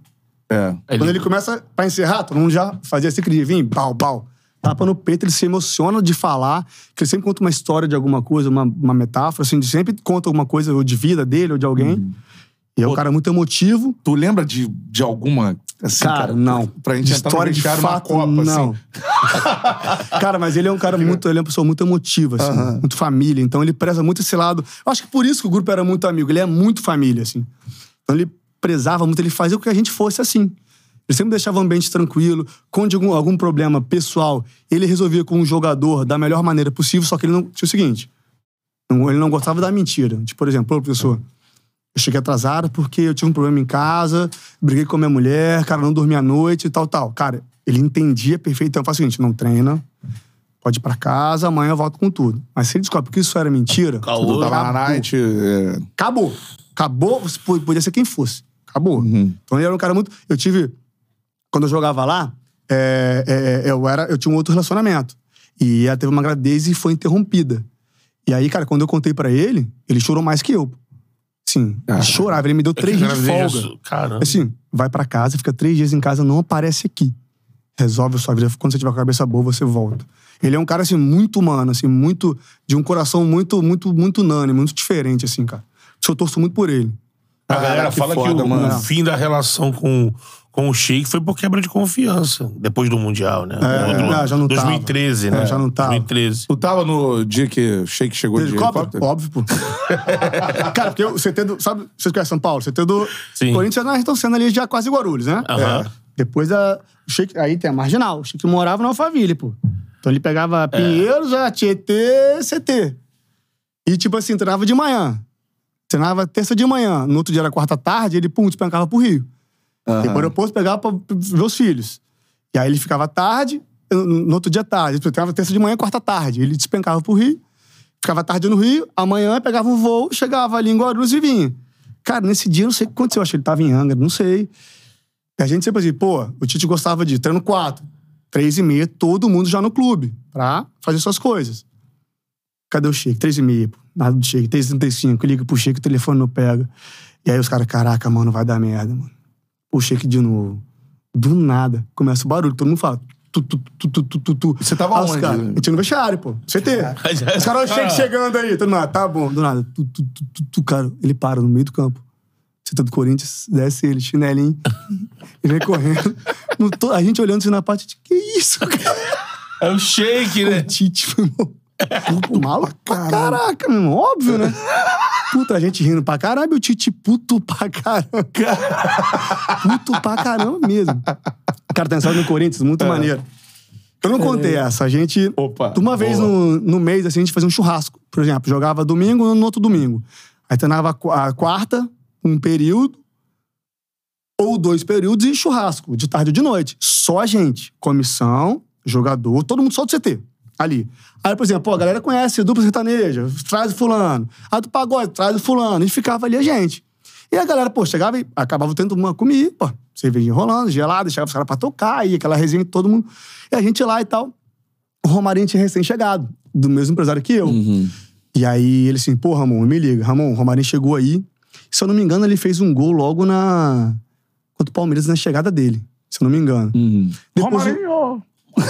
S1: É.
S2: Ele-
S3: Quando ele começa pra encerrar, todo mundo já fazia esse cria, vim, pau, pau. Tapa no peito, ele se emociona de falar, que ele sempre conta uma história de alguma coisa, uma, uma metáfora, assim, ele sempre conta alguma coisa ou de vida dele ou de alguém.
S1: Uhum.
S3: E é um cara muito emotivo.
S1: Tu lembra de, de alguma. assim,
S3: Cara, não.
S1: Pra gente
S3: De
S1: entrar
S3: história
S1: no
S3: de
S1: vestiário,
S3: fato,
S1: uma Copa,
S3: não.
S1: assim.
S3: *laughs* cara, mas ele é um cara muito, ele é uma pessoa muito emotiva, assim, muito família. Então ele preza muito esse lado. Eu acho que por isso que o grupo era muito amigo. Ele é muito família, assim. Então ele prezava muito, ele fazia com que a gente fosse assim. Ele sempre deixava o ambiente tranquilo. Quando tinha algum, algum problema pessoal, ele resolvia com o jogador da melhor maneira possível, só que ele não. Tinha o seguinte: não- ele não gostava da mentira. Tipo, por exemplo, ô professor, eu cheguei atrasado porque eu tive um problema em casa, briguei com a minha mulher, cara, não dormi à noite e tal, tal. Cara, ele entendia perfeitamente. Então, eu falo o seguinte: não treina, pode ir pra casa, amanhã eu volto com tudo. Mas se ele descobre que isso era mentira,
S1: Tu
S2: Caô.
S1: tava na
S3: Acabou.
S1: night. é,
S3: acabou. Acabou, você po- podia ser quem fosse. Acabou. Então ele era um cara muito. Eu tive. Quando eu jogava lá, é, é, é, eu, era, eu tinha um outro relacionamento. E ela teve uma gravidez e foi interrompida. E aí, cara, quando eu contei pra ele, ele chorou mais que eu. Sim, ele
S1: Caraca.
S3: chorava. Ele me deu três dias de folga.
S2: Caramba.
S3: Assim, vai pra casa, fica três dias em casa, não aparece aqui. Resolve a sua vida. Quando você tiver com a cabeça boa, você volta. Ele é um cara, assim, muito humano, assim, muito. De um coração muito, muito, muito unânime, muito diferente, assim, cara. Eu torço muito por ele.
S2: A galera
S1: Caraca,
S2: fala
S1: foda,
S2: que o,
S1: mano.
S2: o fim da relação com, com o Sheik foi por quebra de confiança. Depois do Mundial, né?
S3: É,
S2: Do- do-
S3: não, já não tava.
S2: 2013, né?
S3: É, já não tava.
S2: 2013.
S1: Tu tava no dia que o Shake chegou de
S3: Helicóptero?
S1: helicóptero?
S2: *laughs*
S3: Óbvio, pô. cara, porque o CT do. Sabe, vocês conhecem São Paulo? CT do
S2: Sim.
S3: Corinthians nós estão sendo ali já quase Guarulhos, né?
S2: Aham.
S3: Depois a. o Sheik- aí tem a Marginal. O Chique morava na Alphaville, pô. Então ele
S2: É.
S3: pegava Pinheiros, a Tietê, CT. E, tipo assim, treinava de manhã. Treinava terça de manhã. No outro dia era quarta tarde, ele, pum, despencava pro Rio. Depois do aeroporto pegava pra pra ver os filhos. E aí ele ficava tarde, no- no outro dia tarde. Ele treinava terça de manhã, quarta tarde. Ele despencava pro Rio, ficava tarde no Rio, amanhã pegava um voo, chegava ali em Guarulhos e vinha. Cara, nesse dia eu não sei o que aconteceu. Eu Acho que ele tava em Angra, não sei. E a gente sempre assim, pô, o Tite gostava de treino quatro, três e meia, todo mundo já no clube, pra fazer suas coisas. Cadê o Sheik? Três e meia, pô. Nada do Sheik. Três e trinta e cinco. Liga pro Sheik, o telefone não pega. E aí os caras, caraca, mano, vai dar merda, mano. O Sheik de novo. Do nada, começa o barulho. Todo mundo fala... Tu, tu, tu, tu, tu, tu, tu.
S1: Você tava
S3: Aí os
S1: onde?
S3: Cara, a gente no vestiário, pô. CT. Os caras, o Sheik chegando aí. Todo mundo, ah, tá bom. Do nada. Tu, tu, tu, tu, tu, cara, ele para no meio do campo. CT do Corinthians, desce ele, chinelinho. *laughs* Ele vem correndo. No to- A gente olhando assim na parte de... Que isso, cara?
S2: É o Sheik, né?
S3: O Tite, meu irmão. Puto maluco pra caraca, meu irmão. Óbvio, né? Puta, a gente rindo pra caralho, o Tite puto pra caramba. Puto pra caramba mesmo. Cara, tem essa no Corinthians, muito maneiro. Eu não contei essa. A gente,
S1: Opa,
S3: uma vez no, no mês, assim, a gente fazia um churrasco. Por exemplo, jogava domingo no outro domingo. Aí treinava a qu- a quarta, um período, ou dois períodos e churrasco, de tarde ou de noite. Só a gente. Comissão, jogador, todo mundo só do CT. Ali. Aí, por exemplo, pô, a galera conhece é dupla sertaneja, traz o fulano. A do pagode, traz o fulano. E ficava ali a gente. E a galera, pô, chegava e acabava tendo uma comida, pô, cerveja enrolando, gelada, chegava os caras pra tocar, e aquela resenha de todo mundo. E a gente lá e tal. O Romarinho tinha recém-chegado, do mesmo empresário que eu.
S1: Hum. Uhum.
S3: E aí ele assim, pô, Ramon, me liga. Ramon, o Romarinho chegou aí. Se eu não me engano, ele fez um gol logo na. contra o Palmeiras na chegada dele. Se eu não me engano. Depois,
S1: Romarinho! *laughs*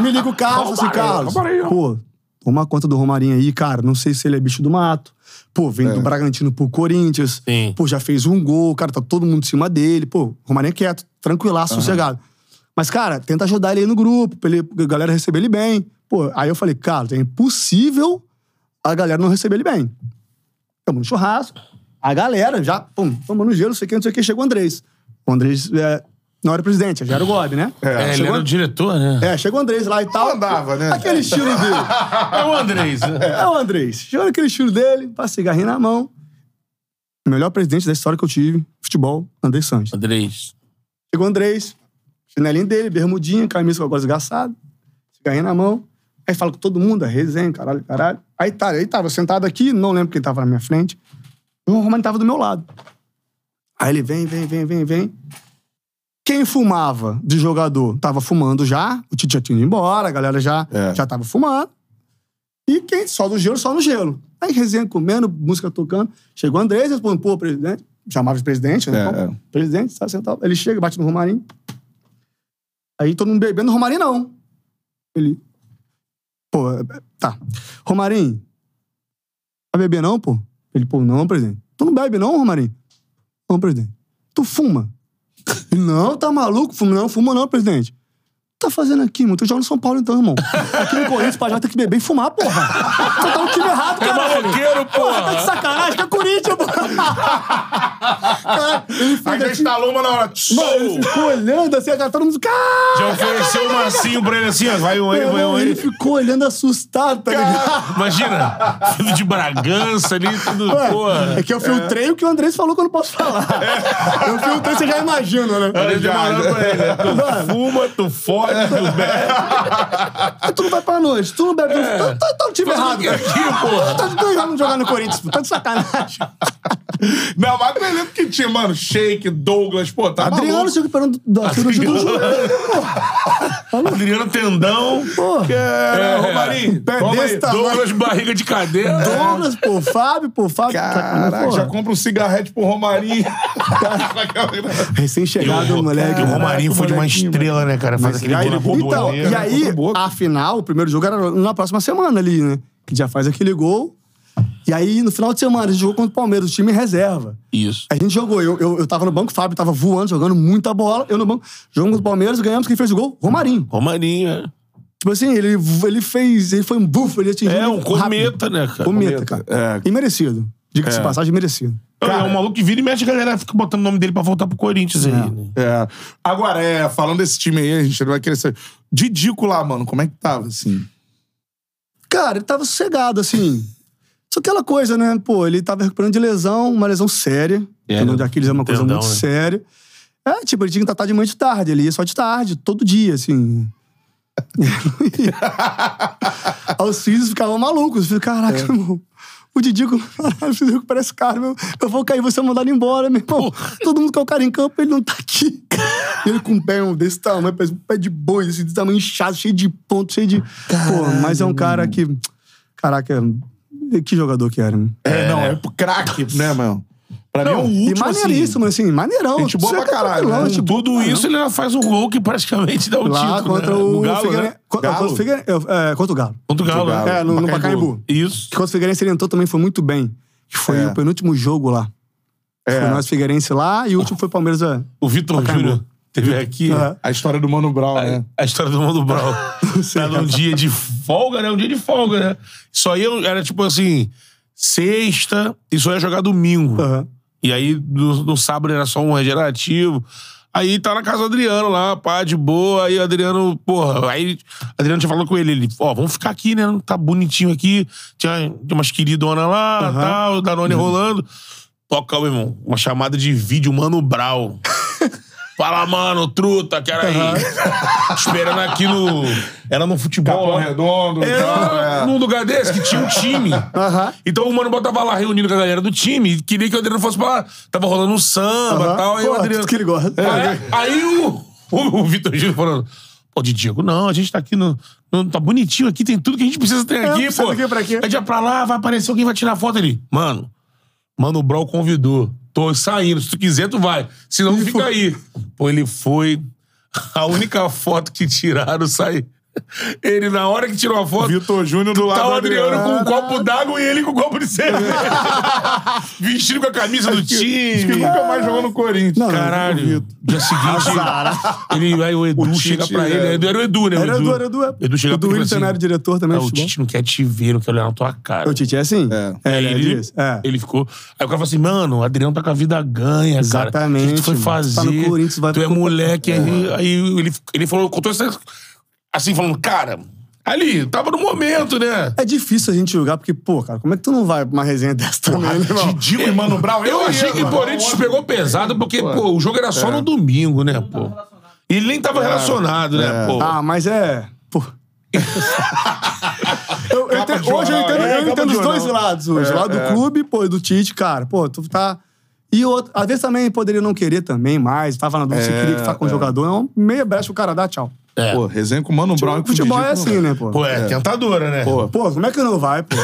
S3: me liga o Carlos, assim, Carlos.
S1: Romarinho.
S3: Pô, toma conta do Romarinho aí, cara. Não sei se ele é bicho do mato. Pô, vem do Bragantino pro Corinthians.
S2: Sim.
S3: Pô, já fez um gol, cara, tá todo mundo em cima dele. Pô, Romarinho é quieto, tranquilaço, sossegado. Mas, cara, tenta ajudar ele aí no grupo, pra ele, a galera receber ele bem. Pô, aí eu falei, Carlos, é impossível a galera não receber ele bem. Tamo no churrasco. A galera já, pum, tomando gelo, não sei o que, não sei o que. Chega o Andrés. O Andrés, é, não era presidente, já era o Gob, né?
S2: É, ele
S3: chegou,
S2: era o diretor, né?
S3: é, chegou o Andrés lá e tal.
S1: Andava, né?
S3: Aquele estilo dele.
S2: É o Andrés. né?
S3: É o Andrés. Jogando aquele estilo dele, passa cigarrinho na mão. É. Melhor presidente da história que eu tive, futebol, Andrés Sanches.
S2: Andrés.
S3: Chegou o Andrés, Chinelinho dele, bermudinha, camisa com a gola esgarçada, cigarrinho na mão. Aí fala com todo mundo, a resenha, caralho, caralho. Aí tá, aí tava sentado aqui, não lembro quem tava na minha frente. O Romani tava do meu lado. Aí ele vem, vem, vem, vem, vem. Quem fumava de jogador tava fumando já, o Tite já tinha ido embora, a galera já,
S1: É.
S3: já tava fumando. E quem só no gelo, só no gelo. Aí resenha comendo, música tocando. Chegou o Andrés, responde, pô, presidente. Chamava de presidente, né?
S1: É,
S3: Então,
S1: é.
S3: Presidente, sabe, sentado. Ele chega, bate no Romarinho. Aí todo mundo bebendo, Romarinho não. Ele. Pô, é- é- tá. Romarinho, vai beber Tá não, pô? Ele, pô, não, presidente. Tu não bebe não, Romarinho? Não, presidente. Tu fuma? *laughs* Ele, não, tá maluco? Fuma não, fuma não, presidente. O que tá fazendo aqui, mano? Tu joga no São Paulo então, irmão. Aqui no Corinthians, o Pajá tem que beber e fumar, porra. Tu tá no time errado,
S2: É
S3: cara.
S2: maloqueiro,
S3: Porra, tá de
S2: porra!
S3: sacanagem, que é Corinthians, pô. Caralho, ele
S2: Aí já
S1: assim,
S3: fica...
S1: tá
S2: instalou uma na hora.
S3: Mano, ele
S2: Sou!
S3: ficou olhando assim, a cara, todo mundo... Cara!
S2: Já ofereceu um massinho pra ele assim, ó. Vai um aí, vai um
S3: Não, ele
S2: aí.
S3: ficou olhando assustado, tá ligado?
S2: Imagina, filho de Bragança ali, tudo,
S3: Ué,
S2: porra.
S3: é que eu filtrei o que o Andrés falou que eu não posso falar. Eu filtrei, você já imagina, né?
S2: Olha, demorando pra ele,
S1: É,
S2: né? Tu fuma, tu fode, tu bebe.
S3: Ah, Tu não vai pra noite, tu não bebe. tu- Tu, tu, tu é um time
S2: Faz um
S3: errado.
S2: pouquinho aqui, porra.
S3: Tu tá jogando jogar no Corinthians, pô. Tá de sacanagem.
S1: Não, mas eu lembro que tinha, mano, Shake, Douglas, pô, tá
S3: Adriano
S1: maluco.
S3: se recuperando da cirurgia do joelho,
S2: Adriano Tendão.
S3: pô.
S1: É, Romarinho,
S3: Pé
S1: toma
S3: desse
S1: aí.
S3: tamanho.
S2: Douglas Barriga de Cadeira.
S3: Tá Douglas, pô. Fábio, pô. Fábio. tá
S1: Caraca,
S3: pô.
S1: já compra um cigarrete pro Romarinho.
S3: Recém-chegado,
S2: E o-
S3: moleque.
S2: E o Romarinho
S1: Caraca,
S2: foi de uma
S1: molequinho,
S2: estrela, né, cara? Faz aquele
S3: E aí,
S2: gol na
S3: ele- então,
S2: bomboneira.
S3: e aí,
S1: boca.
S3: a final, o primeiro jogo era na próxima semana ali, né? Que já faz aquele gol. E aí, no final de semana, a gente jogou contra o Palmeiras, o time reserva.
S2: Isso.
S3: A gente jogou, eu, eu, eu tava no banco, o Fábio tava voando, jogando muita bola. Eu no banco, jogamos contra o Palmeiras, ganhamos, quem fez o gol? Romarinho.
S2: Romarinho, é.
S3: Tipo assim, ele, ele fez, ele foi um bufo, ele atingiu.
S2: É um
S3: rápido.
S2: cometa, né, cara?
S3: Cometa,
S1: Cometa,
S3: cara.
S1: é.
S3: E merecido. Diga-se de passagem, merecido.
S2: é um maluco que vira e mexe, a galera fica botando o nome dele pra voltar pro Corinthians aí. né?
S1: *laughs* É. Agora, é, falando desse time aí, a gente vai querer saber. Didico lá, mano, como é que tava, assim?
S3: Cara, ele tava sossegado, assim. Só aquela coisa, né? Pô, ele tava recuperando de lesão, uma lesão séria.
S2: É,
S3: É, de Aquiles é uma coisa
S2: tendão,
S3: muito
S2: né?
S3: séria. É, tipo, ele tinha que tratar de manhã e de tarde. Ele ia só de tarde, todo dia, assim. Aí Os filhos ficavam malucos. Eu falei,
S1: É.
S3: caraca, irmão. *laughs* O Didico, caralho, eu preciso recuperar esse cara, meu. Eu vou cair, vou ser mandado embora, meu irmão. Todo mundo quer o cara em campo, ele não tá aqui. *laughs* ele com um pé desse tamanho, parece um pé de boi, assim, desse tamanho inchado, cheio de ponto, cheio de. Pô, mas é um cara que. Caraca, que jogador que era, né?
S1: É, não, é pro craque, né, mano? Pra mim é o último,
S3: e maneiríssimo, assim, maneirão.
S1: Gente boa
S3: Isso é
S1: pra caralho,
S3: tranquilão,
S1: né?
S3: gente boa
S2: Tudo
S3: pra
S2: isso ele ainda faz um gol que praticamente dá o
S3: Lá
S2: título.
S3: contra,
S2: né?
S3: o
S2: No Galo,
S3: Figueirense,
S2: né?
S3: contra,
S1: Galo?
S3: contra o Figueirense. é, contra o Galo.
S2: Contra o Galo,
S1: Galo.
S2: né?
S3: É, no, no Pacaembu.
S2: Isso.
S3: Que contra o Figueirense ele entrou também, foi muito bem. Que foi
S1: É.
S3: o penúltimo jogo lá.
S1: É.
S3: Foi nós Figueirense lá e o último foi Palmeiras. é.
S2: O Vitor
S3: Pacaembu.
S2: Júnior teve aqui.
S3: É.
S1: A história do Mano Brown, né?
S2: A história do Mano Brown. tá num dia de folga, né? Um dia de folga, né? Só ia, era tipo assim, sexta e só ia jogar domingo.
S3: Aham.
S2: E aí, no, no sábado era só um regenerativo. Aí tá na casa do Adriano lá, pá, de boa. Aí o Adriano, porra, aí Adriano tinha falado com ele, ele, ó, vamos ficar aqui, né? Tá bonitinho aqui. Tinha, tinha umas queridonas lá,
S3: Aham.
S2: tal, Danone rolando. Toca, meu irmão, uma chamada de vídeo, Mano *laughs* Brau. Fala, mano, truta, quero aí. Esperando aqui no. Era no
S1: Capão
S2: futebol. né? Então,
S1: Redondo, e tal,
S2: Era
S1: é.
S2: num lugar desse que tinha um time.
S3: Aham.
S2: Então o Mano botava lá reunindo com a galera do time e queria que o Adriano fosse pra lá. Tava rolando um samba e
S3: Aham.
S2: tal. Aí
S3: Pô,
S2: o Adriano.
S3: tudo que ele gosta. É.
S2: Aí, aí o, o, o Vitor Gil falando: Pô, Didigo, não, a gente tá aqui no. no- tá bonitinho aqui, tem tudo que a gente precisa ter
S3: É,
S2: aqui,
S3: precisa
S2: pô.
S3: do quê, pra quê?
S2: A gente vai pra lá, vai aparecer alguém, vai tirar foto ali. Mano, Mano Brau convidou. Tô saindo. Se tu quiser, tu vai. Se não, fica aí. Pô, ele foi. A única foto que tiraram *laughs* sai. Ele, na hora que tirou a foto,
S1: Vitor Júnior do lado
S2: Tá
S1: do
S2: o Adriano
S1: Adriano.
S2: com um copo d'água e ele com um copo de
S3: *laughs*
S2: cerveja. Vestido com a camisa do
S1: Acho que
S2: time.
S1: nunca mais jogou no Corinthians.
S3: Não, não.
S2: Caralho. Dia seguinte, ele, aí o Edu
S1: O
S2: chega
S1: Tite,
S2: pra ele.
S1: é.
S2: Edu, era o Edu, né? O
S3: Era
S2: Edu,
S3: Edu, era Edu. é.
S2: Edu chega
S3: Edu
S2: pra ele e fala
S3: Wilson
S2: assim,
S3: era diretor também.
S2: "Ah,
S3: de
S2: o
S3: futebol.
S2: Tite não quer te ver, não quer olhar na tua cara.
S3: O Tite é assim?
S1: É.
S3: É,
S2: Aí
S3: ele
S2: ele,
S3: diz. É.
S2: ele ficou. Aí o cara falou assim: mano, o Adriano tá com a vida ganha, cara. O que que
S3: Exatamente,
S2: tu foi
S3: mano.
S2: fazer?
S3: Tá no Corinthians, vai
S2: tu é
S3: pro-
S2: moleque. Aí, aí ele, ele falou, contou essa. Assim, falando, cara, ali, tava no momento, né?
S3: É difícil a gente julgar, porque, pô, cara, como é que tu não vai pra uma resenha dessa também, né, irmão?
S1: Didico e Mano Brown.
S2: Eu achei
S1: ia,
S2: que o
S1: mano.
S2: É. Corinthians pegou pesado, porque, pô, o jogo era só no domingo, né, pô? E ele nem tava relacionado, né, pô?
S3: Ah, mas é.
S1: *laughs*
S3: Pô. Eu- eu
S2: Capa
S3: entendo-
S2: de
S3: hoje eu
S2: jornal,
S3: entendo,
S2: é,
S3: eu
S2: capa
S3: entendo
S2: de
S3: os dois
S2: jornal.
S3: lados hoje.
S1: É,
S3: o lado
S1: é.
S3: do clube, pô, e do Tite, cara. Pô, tu tá. E outro, às vezes também poderia não querer também mais. Tava na dúvida se
S1: É,
S3: queria ficar com o
S1: é.
S3: jogador. É uma meia brecha o cara dá, tchau.
S2: É.
S1: Pô, resenha com o Mano Brown e com o
S3: Futebol
S1: Didi
S3: é assim,
S1: Cumberbatch.
S3: né, pô?
S2: Pô, é, tentadora, né?
S1: Pô.
S3: Pô, como é que não vai, pô?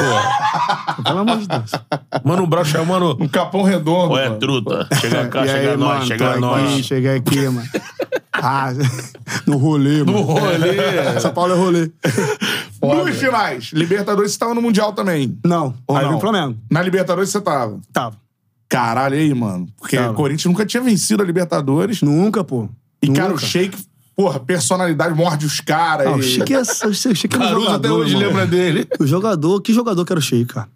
S3: *laughs* Pelo amor de Deus.
S2: Mano Brown chamando.
S1: Um capão redondo.
S2: Pô, é
S1: mano.
S2: truta. Chega *laughs* cá,
S3: E
S2: chega
S3: aí,
S2: nós,
S3: mano, tô
S2: chega
S3: aqui,
S2: nós.
S3: Cheguei aqui,
S1: *laughs*
S3: mano. Ah, *laughs* no rolê, mano.
S2: rolê.
S3: São Paulo é rolê.
S1: Duas finais. Libertadores, você tava no Mundial também.
S3: Não,
S1: Ou
S3: aí
S1: não?
S3: vem o Flamengo.
S1: Na Libertadores, você tava.
S3: Tava.
S1: Caralho aí, mano. Porque
S3: Tava.
S1: o Corinthians nunca tinha vencido a Libertadores.
S3: Nunca, pô.
S1: E,
S3: Nunca.
S1: cara, o Sheik, porra, personalidade, morde os caras.
S3: Ah, o
S1: e-
S3: Sheik é, o Sheik é um
S2: Caruso
S3: jogador,
S2: até hoje
S3: mano.
S2: lembra dele.
S3: O jogador, que jogador que era o Sheik, cara?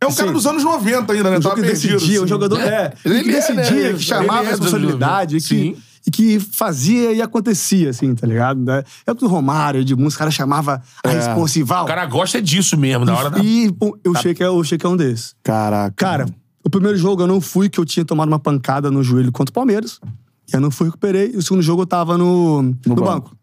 S1: É um cara dos anos 90 ainda, né?
S3: O
S1: Tava
S3: jogo que
S1: perdido.
S3: decidia, o
S1: assim.
S3: jogador é,
S2: Ele
S3: ele que
S2: tá é, né?
S3: decidia, que chamava
S2: Ele é
S3: a responsabilidade, e que,
S2: Sim.
S3: e que fazia e acontecia, assim, tá ligado? Né? É o que o Romário, Edmundo, os caras chamavam a
S2: É. O
S3: responsival.
S2: cara gosta disso mesmo, Tá- na hora da.
S3: E pô, o Sheik é, o Sheik é um desses.
S1: Caraca.
S3: Cara, o primeiro jogo eu não fui, que eu tinha tomado uma pancada no joelho contra o Palmeiras. E eu não fui, recuperei. E o segundo jogo eu tava no, no,
S1: No
S3: banco.
S1: banco.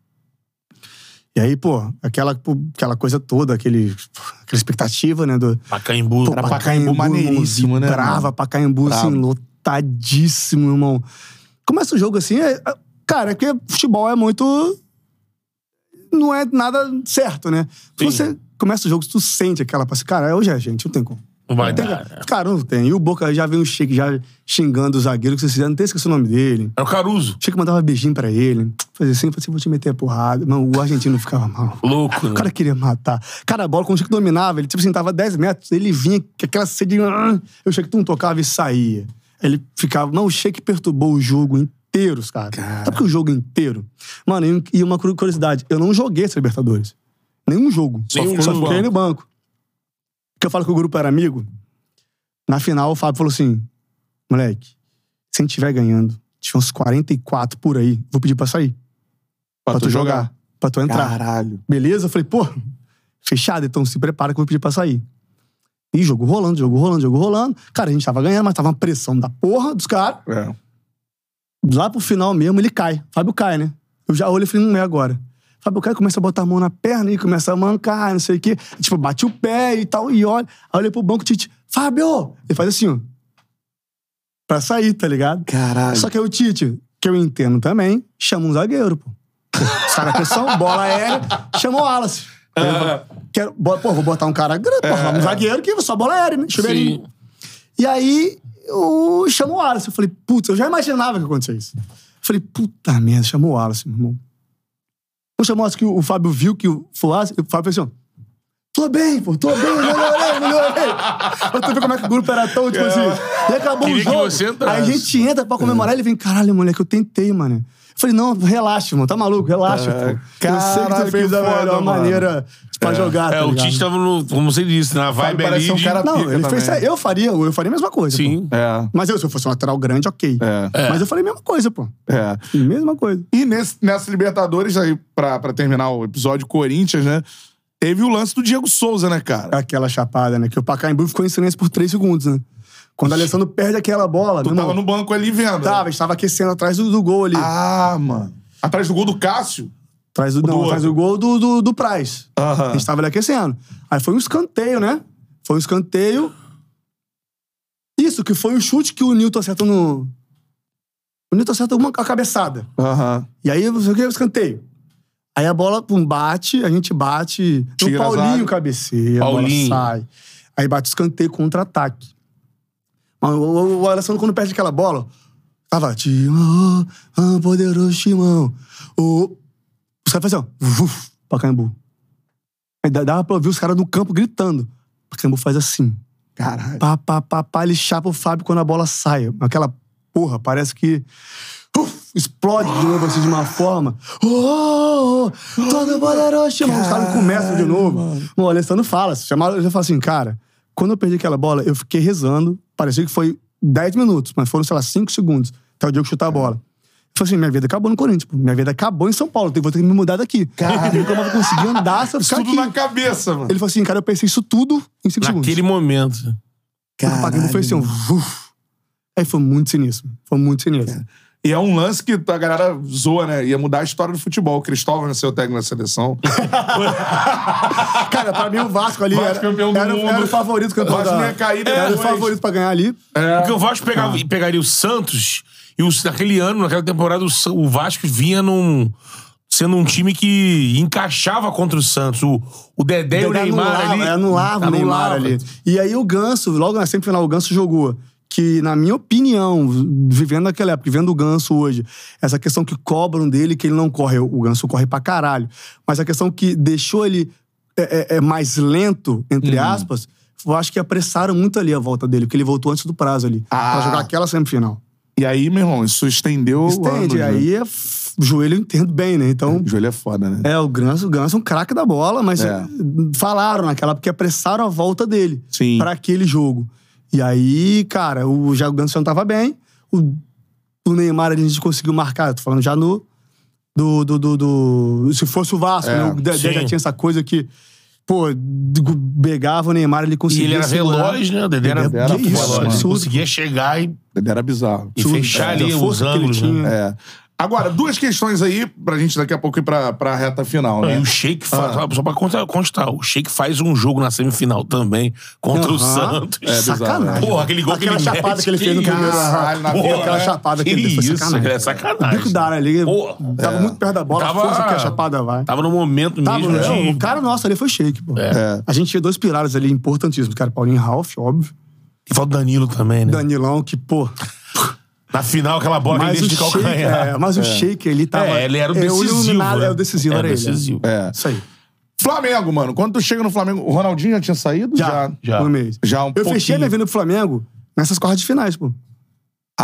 S3: E aí, pô, aquela, pô, aquela coisa toda, aquele, aquela expectativa, né? Do,
S2: Tá, Pacaembu.
S3: Pô,
S1: Pacaembu maneiríssimo,
S3: irmão,
S1: né,
S3: Brava,
S1: mano?
S3: Pacaembu, assim,
S1: Bravo.
S3: lotadíssimo, irmão. Começa o jogo assim, é- é- cara, é porque futebol é muito. Não é nada certo, né? Se
S2: Sim.
S3: você começa o jogo, se tu sente aquela, passa, cara, hoje é gente, não tem como.
S2: Não vai
S3: Não tem,
S2: dar.
S3: cara.
S2: né?
S3: Cara, não tem. E o Boca já veio um Sheik já xingando o zagueiro que vocês fizeram, não tem esquecido o nome dele.
S2: É o Caruso.
S3: O Sheik mandava beijinho pra ele. Fazia assim, fazia assim, vou te meter a porrada. Não, o argentino ficava mal.
S2: Louco, né?
S3: O cara queria matar. Cara, a bola, quando o Chico dominava, ele tipo assim, tava 10 metros, ele vinha com aquela sede. ah, Eu achei que tu não tocava e saía. Ele ficava. Não, o Sheik perturbou o jogo inteiro, cara. Sabe por que o jogo é inteiro? Mano, e- e uma curi- curiosidade: eu não joguei essa Libertadores. Nenhum jogo. Só,
S2: Nenhum
S3: fiquei- só
S2: jogo.
S3: fiquei no banco. Que eu falo que o grupo era amigo. Na final, o Fábio falou assim: moleque, se a gente estiver ganhando, tinha uns 44 por aí, vou pedir pra sair. Pra, tu jogar. Pra tu entrar.
S1: Caralho.
S3: Beleza? Eu falei, pô, fechado, então se prepara que eu vou pedir pra sair. E jogo rolando, jogo rolando, jogo rolando. Cara, a gente tava ganhando, mas tava uma pressão da porra dos caras.
S1: É.
S3: Lá pro final mesmo, ele cai. Fábio cai, né? Eu já olhei e falei, hum, é agora. Fábio cai, começa a botar a mão na perna e começa a mancar, não sei o quê. Tipo, bate o pé e tal, e olha. Aí eu olhei pro banco, Tite, Fábio! Ele faz assim, ó. Pra sair, tá ligado?
S1: Caralho.
S3: Só que aí o Tite, que eu entendo também, chama um zagueiro, pô. Os caras pressão, bola aérea, chamou o Wallace. Aí eu falo, Quero, bo- pô, vou botar um cara grande, porra, um zagueiro que só bola aérea, né? Chuveirinho.
S2: Sim.
S3: E aí, eu chamou o Wallace. Eu falei, putz, eu já imaginava que ia acontecer isso. Eu falei, puta merda, chamou o Wallace, meu irmão. Eu chamou o Wallace que o Fábio viu que o foi o Wallace, e o Fábio pensou, tô bem, pô, tô bem, melhorei, melhorei. Pra tu ver como é que o grupo era tão, tipo assim. E acabou
S2: É. Queria
S3: o
S2: que
S3: jogo.
S2: você entrasse.
S3: aí a gente entra pra comemorar, ele vem, caralho, moleque, eu tentei, mano. Eu falei, não, relaxa, irmão, tá maluco, relaxa,
S2: É,
S3: pô. eu sei que
S1: Caralho,
S3: tu fez
S1: que
S3: a
S1: foda,
S3: melhor
S1: mano.
S3: maneira pra jogar, tá
S2: É, o
S3: ligado?
S2: Tite tava no, como você disse, na vibe ali.
S1: parece um
S2: de-
S1: cara-
S3: Não,
S1: pica
S3: ele fez,
S1: também.
S3: eu faria, eu faria a mesma coisa, pô.
S2: *laughs* Sim.
S1: É.
S3: Mas eu, se eu fosse um lateral grande, ok.
S1: É.
S3: Mas eu falei a mesma coisa, pô.
S1: É.
S3: Mesma coisa.
S1: E nesse, nessa Libertadores, aí, pra, pra terminar o episódio Corinthians, né? Teve o lance do Diego Souza, né, cara?
S3: Aquela chapada, né? Que o Pacaembu ficou em silêncio por três segundos, né? Quando o Alessandro perde aquela bola,
S1: Tu
S3: meu
S1: tava
S3: irmão,
S1: no banco ali vendo. né?
S3: tava, estava aquecendo atrás do, do gol ali.
S1: Ah, mano. Atrás do gol do Cássio?
S3: atrás do, não,
S1: outro. Ah.
S3: atrás do gol do, do, do Praz.
S1: Aham.
S3: A gente tava ali aquecendo. Aí foi um escanteio, né? Foi um escanteio. Isso, que foi o chute que o Newton acerta no. O Newton acerta uma a cabeçada.
S1: Aham.
S3: E aí, você o que? Escanteio. Aí a bola, pum, bate, a gente bate.
S1: Tira
S3: o
S1: a zaga.
S3: Paulinho cabeceia,
S2: Paulinho.
S3: a bola sai. Aí bate o escanteio contra-ataque. Mas o, o, o Alessandro, quando perde aquela bola, tava. Timão, ah, poderoso Timão. O, os caras faziam. Uf, Pacaembu. Aí dá- dava pra ouvir os caras no campo gritando. Pacaembu faz assim.
S1: Caralho.
S3: Pá, pá, pá, pá, ele chapa o Fábio quando a bola sai. Aquela porra, parece que. uf, explode de novo assim de uma forma. Oh, oh, todo poderoso, irmão. Os caras começam de novo. Bom, o Alessandro fala, se chamaram, ele fala assim, cara, quando eu perdi aquela bola, eu fiquei rezando. Parecia que foi 10 minutos, mas foram, sei lá, 5 segundos até o Diego chutar a bola. Eu falei assim, minha vida acabou no Corinthians, pô. minha vida acabou em São Paulo, eu vou ter que me mudar daqui.
S1: Cara.
S3: Nunca mais vou conseguir andar se eu
S1: Isso
S3: ficar
S1: tudo
S3: aqui.
S1: na cabeça, mano.
S3: Ele falou assim, cara, eu pensei isso tudo em 5 segundos.
S2: Naquele momento.
S3: Quando o Pacaembu fez assim, um vuf. Aí foi muito sinistro. Foi muito sinistro.
S1: E é um lance que a galera zoa, né? Ia mudar a história do futebol. O Cristóvão ia ser o técnico da seleção.
S3: Cara, pra mim o Vasco ali
S2: Vasco
S3: era,
S2: campeão do
S3: era,
S2: mundo.
S3: era o favorito
S1: O
S3: campeão
S1: Vasco
S3: da-
S1: ia cair
S3: Era o
S1: depois.
S3: favorito pra ganhar ali.
S2: Porque o Vasco pegava, e pegaria o Santos e os, naquele ano, naquela temporada, o, Sa- o Vasco vinha num. Sendo um time que encaixava contra o Santos. O, o Dedé e o
S3: Dedé
S2: Neymar
S3: anulava,
S2: ali. Tá
S3: é, Anulava o Neymar ali. E aí o Ganso, logo na semifinal, o Ganso jogou. Que, na minha opinião, vivendo naquela época, vendo o Ganso hoje, essa questão que cobram dele, que ele não corre. O Ganso corre pra caralho. Mas a questão que deixou ele é, é, é mais lento, entre
S2: Uhum.
S3: aspas, eu acho que apressaram muito ali a volta dele, porque ele voltou antes do prazo ali.
S1: Ah.
S3: Pra jogar aquela semifinal.
S1: E aí, meu irmão, isso estendeu
S3: Entende?
S1: anos, né?
S3: Aí é f- joelho eu entendo bem, né? Então,
S1: O joelho é foda, né?
S3: é, o Ganso, o Ganso é um craque da bola, mas
S1: É.
S3: falaram naquela, porque apressaram a volta dele
S1: Sim.
S3: pra aquele jogo. E aí, cara, o, já o Ganso já não tava bem, o, o Neymar a gente conseguiu marcar, tô falando já no. Do, do, do, do- se fosse o Vasco,
S1: É,
S3: né? O Dedé
S2: sim.
S3: já tinha essa coisa que, pô, pegava o Neymar, ele
S2: E
S3: conseguia.
S2: ele era
S3: segurar.
S2: veloz, né? O Dedé era,
S1: Dedé era
S2: muito
S1: isso,
S2: veloz.
S1: mano.
S2: Conseguia chegar e,
S1: Era bizarro.
S2: e
S3: Tudo,
S2: fechar
S3: é,
S2: ali
S3: a
S2: os
S3: força que ele
S2: ângulos.
S3: tinha.
S2: Né?
S1: É. Agora, duas questões aí, pra gente daqui a pouco ir pra, pra reta final,
S2: E
S1: né?
S2: o Sheik faz,
S3: Ah.
S2: só pra contar- constar, o Sheik faz um jogo na semifinal também contra o
S3: Aham.
S2: Santos.
S1: É bizarro,
S3: Sacanagem.
S1: né?
S2: Porra, aquele gol que
S3: Aquela
S2: ele
S3: chapada
S2: mete,
S3: que ele fez no
S2: que
S3: primeiro.
S1: caralho, na
S3: Porra,
S1: bola,
S3: aquela
S1: né?
S3: chapada que, ele fez. foi
S2: isso,
S3: sacanagem.
S2: cara, é sacanagem.
S3: O bico da área ali.
S2: Porra.
S3: Tava muito perto da bola,
S2: Tava-
S3: a força que a chapada vai.
S2: Tava no momento
S3: Tava,
S2: mesmo
S3: é,
S2: de...
S3: O cara nosso ali foi shake, pô.
S2: É.
S3: A gente tinha dois pilares ali importantíssimos, cara. Paulinho Ralph, óbvio.
S2: E falta o Danilo também, né?
S3: Danilão, que, pô.
S2: Na final, aquela bola que ele
S3: Mas o,
S2: deixa de
S3: shake,
S2: calcanhar.
S3: é, mas o shake ali tava.
S2: É, ele era o
S3: é,
S2: decisivo,
S3: iluminado,
S2: né?
S3: É o decisivo,
S2: Era
S3: era, ele.
S2: decisivo.
S1: É.
S3: Isso aí.
S1: Flamengo, mano. Quando tu chega no Flamengo, o Ronaldinho já tinha saído?
S3: Já,
S2: já.
S3: Um mês.
S1: Já um
S3: Eu fechei
S1: pouquinho.
S3: minha vinda pro Flamengo nessas quartas de finais, pô.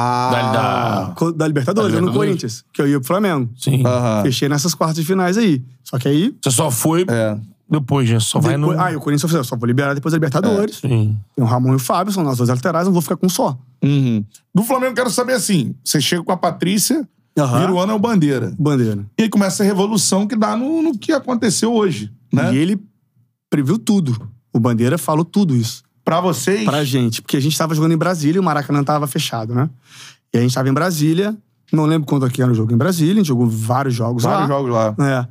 S1: Ah.
S3: Co- Da Libertadores,
S2: Da
S3: eu
S2: Libertadores.
S3: no
S2: Ah.
S3: Corinthians, que eu ia pro Flamengo.
S2: Sim.
S1: Aham.
S3: Fechei nessas quartas de finais aí. Só que aí.
S2: Você só foi
S1: É.
S2: depois, né? Só vai no...
S3: depois- Ah, e o Corinthians só- só vou liberar depois da Libertadores.
S2: Sim.
S3: Tem o Ramon e o Fábio, são nós dois laterais, não vou ficar com um só.
S1: Uhum. Do Flamengo, quero saber assim: você chega com a Patrícia,
S3: Aham.
S1: vira o ano é o Bandeira.
S3: Bandeira.
S1: E aí começa a revolução que dá no, no que aconteceu hoje, né?
S3: E ele previu tudo. O Bandeira falou tudo isso
S1: Pra vocês.
S3: pra gente. Porque a gente tava jogando em Brasília e o Maracanã tava fechado, né? E a gente tava em Brasília, não lembro quanto aqui era o jogo em Brasília, a gente jogou vários jogos
S1: vários
S3: lá.
S1: jogos lá.
S3: É.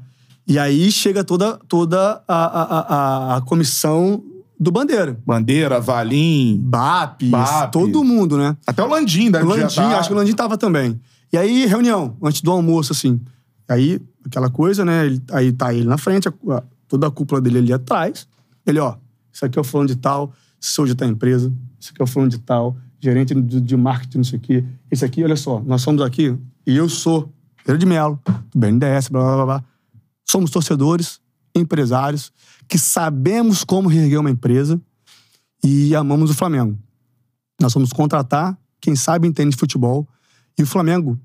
S3: E aí chega toda, toda a, a- a- a comissão do Bandeira.
S1: Bandeira, Valim.
S3: BAP,
S1: BAP.
S3: todo mundo, né?
S1: Até o Landim deve
S3: O
S1: já
S3: Landim,
S1: tá-
S3: acho que o Landim tava também. E aí, reunião, antes do almoço, assim. Aí, aquela coisa, né? ele- aí tá ele na frente, a- a- toda a cúpula dele ali atrás. Ele, ó, isso aqui é o fulano de tal, sou de tal empresa, isso aqui é o fulano de tal, gerente de, de marketing, não sei o quê. Esse aqui, olha só, nós somos aqui, e eu sou Pedro de Melo, do BNDES, blá, blá, blá, blá. Somos torcedores, empresários, que sabemos como reerguer uma empresa e amamos o Flamengo. Nós vamos contratar quem sabe entende de futebol. E o Flamengo,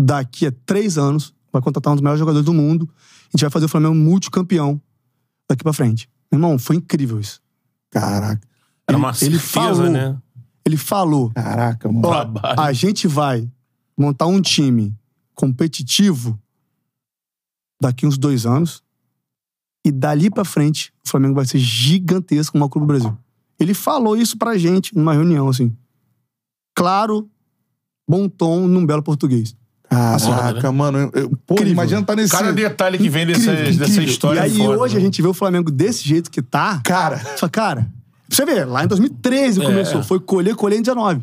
S3: daqui a três anos, vai contratar um dos melhores jogadores do mundo. A gente vai fazer o Flamengo multicampeão daqui pra frente. Meu irmão, foi incrível isso.
S1: Caraca,
S2: Era
S3: Ele-
S2: uma
S3: ele
S2: certeza,
S3: falou.
S2: né?
S3: Ele falou:
S1: caraca, mano.
S3: ó,
S2: trabalho.
S3: a gente vai montar um time competitivo daqui uns dois anos. E dali pra frente, o Flamengo vai ser gigantesco como o maior clube do Brasil. Ele falou isso pra gente numa reunião, assim. Claro, bom tom, num belo português.
S1: Caraca, mano. eu- eu- pô,
S3: Incrível.
S1: imagina tá nesse.
S2: Cada é detalhe que vem dessa,
S3: Incrível, incrível.
S2: dessa história
S3: E aí
S2: é foda,
S3: hoje
S2: né?
S3: a gente vê o Flamengo desse jeito que tá.
S1: Cara,
S3: Só, cara, pra você ver, lá em 2013
S2: É.
S3: começou. Foi colher, colher em 19.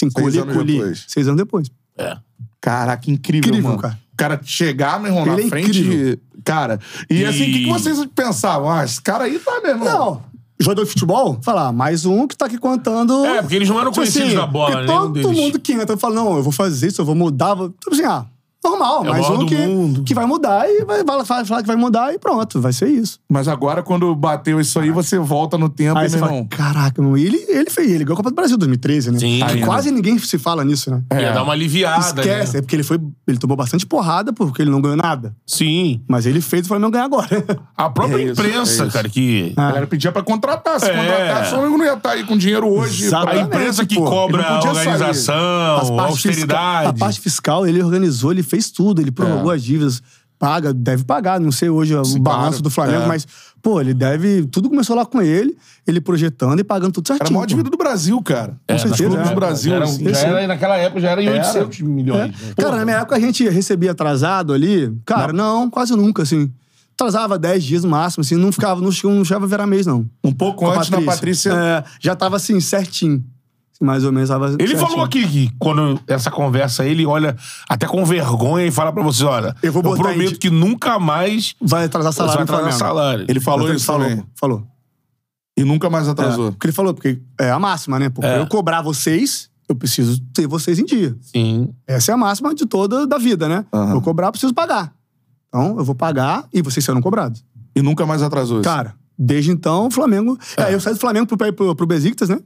S3: Sim, colher,
S1: anos
S3: colher.
S1: depois.
S3: Seis anos depois.
S2: É.
S1: caraca, incrível,
S3: Incrível,
S1: mano.
S3: cara.
S1: O cara chegar, meu irmão,
S3: Ele
S1: na
S3: é
S1: frente.
S3: incrível.
S1: Cara, e,
S2: E-
S1: assim, o que, que vocês pensavam? Ah, esse cara aí tá, meu irmão.
S3: Não, jogador de futebol, falar, mais um que tá aqui contando.
S2: É, porque eles não eram
S3: Tipo
S2: conhecidos da bola, né?
S3: porque
S2: nenhum
S3: Todo
S2: deles.
S3: mundo que entra fala, não, eu vou fazer isso, eu vou mudar. vou- Tipo assim, ah, normal,
S2: É o
S3: mais
S2: maior
S3: um
S2: do
S3: que,
S2: mundo.
S3: que vai mudar e vai, vai falar falar que vai mudar e pronto, vai ser isso.
S1: Mas agora, quando bateu isso aí, você volta no tempo,
S3: Aí
S1: meu
S3: você
S1: irmão.
S3: fala, caraca, meu, ele, ele fez, ele ganhou a Copa do Brasil em 2013, né?
S2: Sim.
S3: Que
S2: Ainda.
S3: quase ninguém se fala nisso, né?
S2: Ia dar uma aliviada,
S3: Esquece,
S2: né?
S3: é porque ele foi. Ele tomou bastante porrada porque ele não ganhou nada.
S2: Sim.
S3: Mas ele fez o Flamengo ganhar agora. *laughs*
S2: A própria
S1: É isso,
S2: imprensa,
S1: é isso.
S2: cara, que...
S1: A galera pedia pra contratar. Se
S2: É.
S1: contratasse, o Flamengo não ia estar aí com dinheiro hoje.
S2: A
S3: Exatamente.
S2: imprensa que
S3: pô.
S2: cobra
S1: Ele
S2: a
S1: não podia sair.
S2: organização,
S3: As
S2: a
S3: partes fisca-
S2: austeridade.
S3: a parte fiscal, ele organizou, ele fez tudo, ele prorrogou as dívidas. paga, deve pagar. Não sei hoje o
S1: É. Sim,
S3: balanço
S1: claro.
S3: do Flamengo,
S1: É.
S3: mas, pô, ele deve. Tudo começou lá com ele, ele projetando e pagando tudo
S1: Era a
S3: certinho.
S1: maior dívida do Brasil, cara.
S3: Com
S1: Dos
S3: certeza,
S1: clubes
S3: é.
S1: do Brasil.
S2: Era, um
S1: assim.
S2: já era, naquela época já era em
S1: Era.
S2: 800
S3: É.
S2: milhões. né?
S3: Cara, na minha época a gente recebia atrasado ali. Cara, não, quase nunca, assim. Atrasava 10 dias no máximo, assim, não ficava, não chegava, não chegava a virar mês, não.
S1: Um pouco
S3: Com a
S1: antes da Patrícia.
S3: É, já tava assim, certinho. Mais ou menos tava
S2: Ele
S3: certinho.
S2: falou aqui que quando essa conversa ele olha até com vergonha e fala pra vocês, olha,
S3: Eu vou botar
S2: prometo
S3: em-
S2: que nunca mais
S3: Vai atrasar salário
S2: vai
S3: no Flamengo.
S2: atrasar salário.
S1: Ele falou
S3: Ele
S1: isso
S3: falou,
S1: também.
S3: falou.
S1: E nunca mais atrasou.
S3: É, porque ele falou, porque é a máxima, né? Porque
S2: É.
S3: eu cobrar vocês, eu preciso ter vocês em dia.
S2: Sim.
S3: Essa é a máxima de toda da vida, né?
S1: Aham.
S3: Eu cobrar, eu preciso pagar. Então, eu vou pagar e vocês serão cobrados.
S1: E nunca mais atrasou isso.
S3: Cara, desde então, o Flamengo. É. eu saí do Flamengo pro, pro, pro Besiktas, né?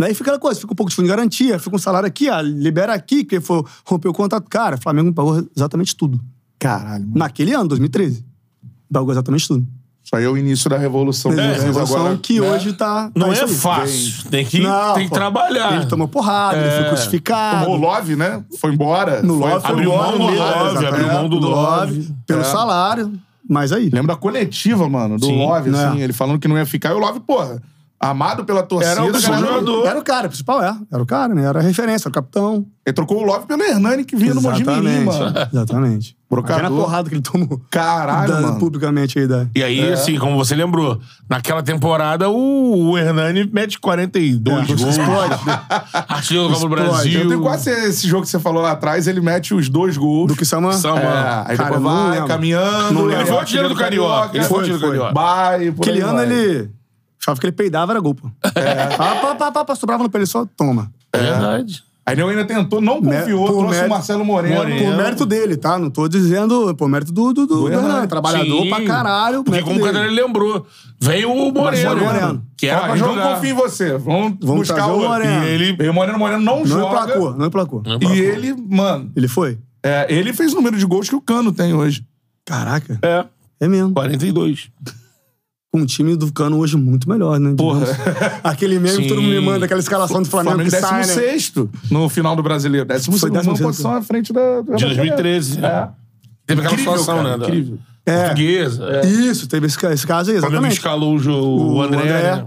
S3: Daí fica aquela coisa, fica um pouco de fundo de garantia, fica um salário aqui, ah, libera aqui, que for romper o contrato. Cara, o Flamengo pagou exatamente tudo.
S1: Caralho, mano.
S3: Naquele ano, 2013. Pagou exatamente tudo.
S1: Isso aí é o início da Revolução.
S3: É,
S1: Vocês
S3: revolução
S1: agora,
S3: que
S1: né?
S3: hoje tá.
S2: Não
S3: tá isso
S2: é
S3: aí.
S2: fácil. Tem que,
S3: Não,
S2: tem que
S3: pô.
S2: trabalhar.
S3: Ele tomou porrada, ele foi crucificado.
S1: Tomou o Love, né? Foi embora.
S3: No
S1: Foi-
S3: Love, foi
S2: abriu
S3: embora,
S2: mão do
S3: no
S2: Love,
S3: exatamente.
S2: abriu mão do Love.
S3: Pelo
S1: É.
S3: salário, mas aí.
S1: Lembra da coletiva, mano, do
S2: Sim,
S1: Love,
S3: né?
S1: assim, ele falando que não ia ficar. E o Love, porra, amado pela torcida.
S2: Era um o
S1: a
S2: seu
S1: galera-
S2: jogador.
S3: Era o cara, o principal é. Era o cara, né? Era a referência, era o capitão.
S1: Ele trocou o Love pelo Hernani, que vinha do Mogi Mirim, mano.
S3: Exatamente.
S1: Brocador.
S3: Imagina a porrada que ele tomou.
S1: Caralho,
S3: da-
S1: mano.
S3: Publicamente aí da...
S2: E aí, assim, como você lembrou, naquela temporada o, o Hernani mete 42 gols. *laughs* Artilheiro do Copa do
S3: É, Explode.
S2: Brasil.
S1: Eu tenho quase certeza, esse jogo que você falou lá atrás, ele mete os dois gols.
S3: Do que chama...
S2: Samba.
S1: É, aí
S3: Cara,
S1: depois
S3: eu não
S1: vai
S3: lembro.
S1: caminhando.
S3: Não
S1: né?
S3: lembro.
S2: Ele foi o artilheiro do Carioca. Ele foi o artilheiro do
S3: Foi, foi.
S2: Carioca.
S1: Vai, por
S3: Aquele
S1: aí
S3: ano
S1: vai.
S3: ele... Achava que ele peidava, era gol, pô. Pá, pá, pá, pá, pá, sobrava no pé, ele só toma.
S2: É verdade.
S1: Aí ele ainda tentou, não
S3: Mé-
S1: confiou,
S3: Né? por
S1: trouxe o
S3: mérito-
S1: Marcelo Moreno.
S2: Moreno.
S3: Por mérito dele, tá? Não tô dizendo... Por mérito do... do, do, do
S1: Hernani.
S3: Hernani, Trabalhador
S2: Sim,
S3: pra caralho.
S2: Porque
S3: mérito
S2: como o
S3: dele.
S2: Catarina lembrou, veio o Moreno.
S3: Moreno.
S2: Que
S1: Fala,
S2: era é. pra
S1: mas não
S2: jogar. um
S1: confio em você. Vamos,
S3: Vamos
S1: buscar
S3: trazer o
S1: o
S3: Moreno.
S2: E ele-
S1: Veio o Moreno, o Moreno não,
S3: Não
S1: joga.
S3: emplacou, não emplacou.
S1: E ele, mano,
S3: Ele foi?
S1: é, ele fez o número de gols que o Cano tem hoje.
S3: Caraca.
S2: É,
S3: É mesmo.
S2: 42.
S3: Com um time do Cano hoje muito melhor, né? Porra. Aquele meme que todo mundo me
S2: Sim.
S3: manda, aquela escalação Tá do
S1: O
S3: Flamengo,
S1: Flamengo
S3: que sai, né?
S1: 16 no final do Brasileiro. 16
S3: Foi
S1: uma
S3: 16º.
S1: posição à frente da, do
S2: De
S1: Rebaixamento.
S2: 2013.
S1: É.
S2: Teve aquela
S1: Incrível,
S2: situação,
S1: cara,
S2: né? da-
S1: incrível.
S3: É.
S2: Portuguesa. É.
S3: Isso, teve esse, ca- esse caso aí,
S2: O Flamengo
S3: exatamente.
S2: escalou o, jo- o
S3: O
S2: André,
S3: André,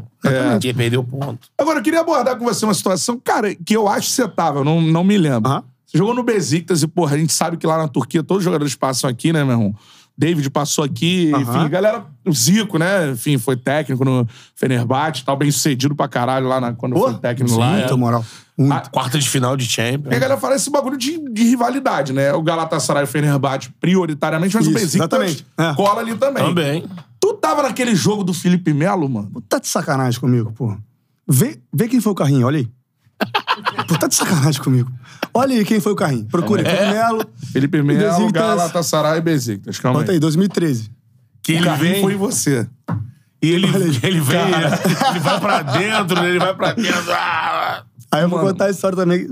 S2: né? que perdeu ponto.
S1: Agora, eu queria abordar com você uma situação, cara, que eu acho que você tava, eu não, não me lembro.
S3: Aham.
S1: Você jogou no Besiktas e, porra, a gente sabe que lá na Turquia todos os jogadores passam aqui, né, meu irmão? David passou aqui,
S3: Aham.
S1: enfim, galera, o Zico, né, enfim, foi técnico no Fenerbahçe, e tal, bem sucedido pra caralho lá na, quando
S3: Pô,
S1: foi técnico lá.
S3: Muito
S1: é.
S3: moral. Muito.
S2: Quarta de final de Champions.
S1: E a galera fala esse bagulho de, de rivalidade, né? O Galatasaray e o Fenerbahçe prioritariamente, mas o
S3: Isso,
S1: Besiktas
S3: exatamente. É.
S1: cola ali também.
S2: Também.
S1: Tu tava naquele jogo do Felipe Melo, mano?
S3: Tá de sacanagem comigo, pô. Vê, vê quem foi o carrinho, olha aí. Pô, tá de sacanagem comigo. Olha aí quem foi o carrinho. Procure, Felipe Melo.
S1: Felipe Melo,
S3: Besiktas.
S1: Galatasaray e Besiktas, calma
S3: Bota aí,
S1: aí.
S3: 2013.
S2: Que
S1: O
S2: ele
S1: carrinho
S2: vem.
S1: foi você.
S2: E ele,
S3: Olha aí,
S2: ele vem. né? Ele vai pra dentro, né? ele vai pra dentro. Ah!
S3: Aí eu vou
S1: Mano.
S3: contar a história também.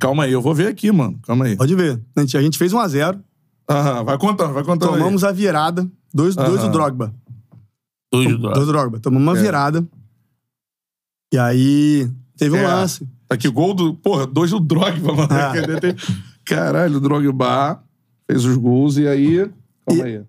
S1: Calma aí, eu vou ver aqui, mano. Calma aí.
S3: Pode ver. A gente, a gente fez 1x0,
S1: Aham, vai contando, vai contando. aí.
S3: tomamos a virada. Dois, dois
S1: Aham. Tá.
S3: do Drogba.
S2: Dois do-
S3: Dois do Drogba. Tomamos uma
S1: É.
S3: virada. E aí teve um
S1: É.
S3: lance.
S1: Tá aqui, gol do. Porra, dois do Drogba, mano.
S3: É.
S1: Caralho, o Drogba fez os gols e aí. Calma aí.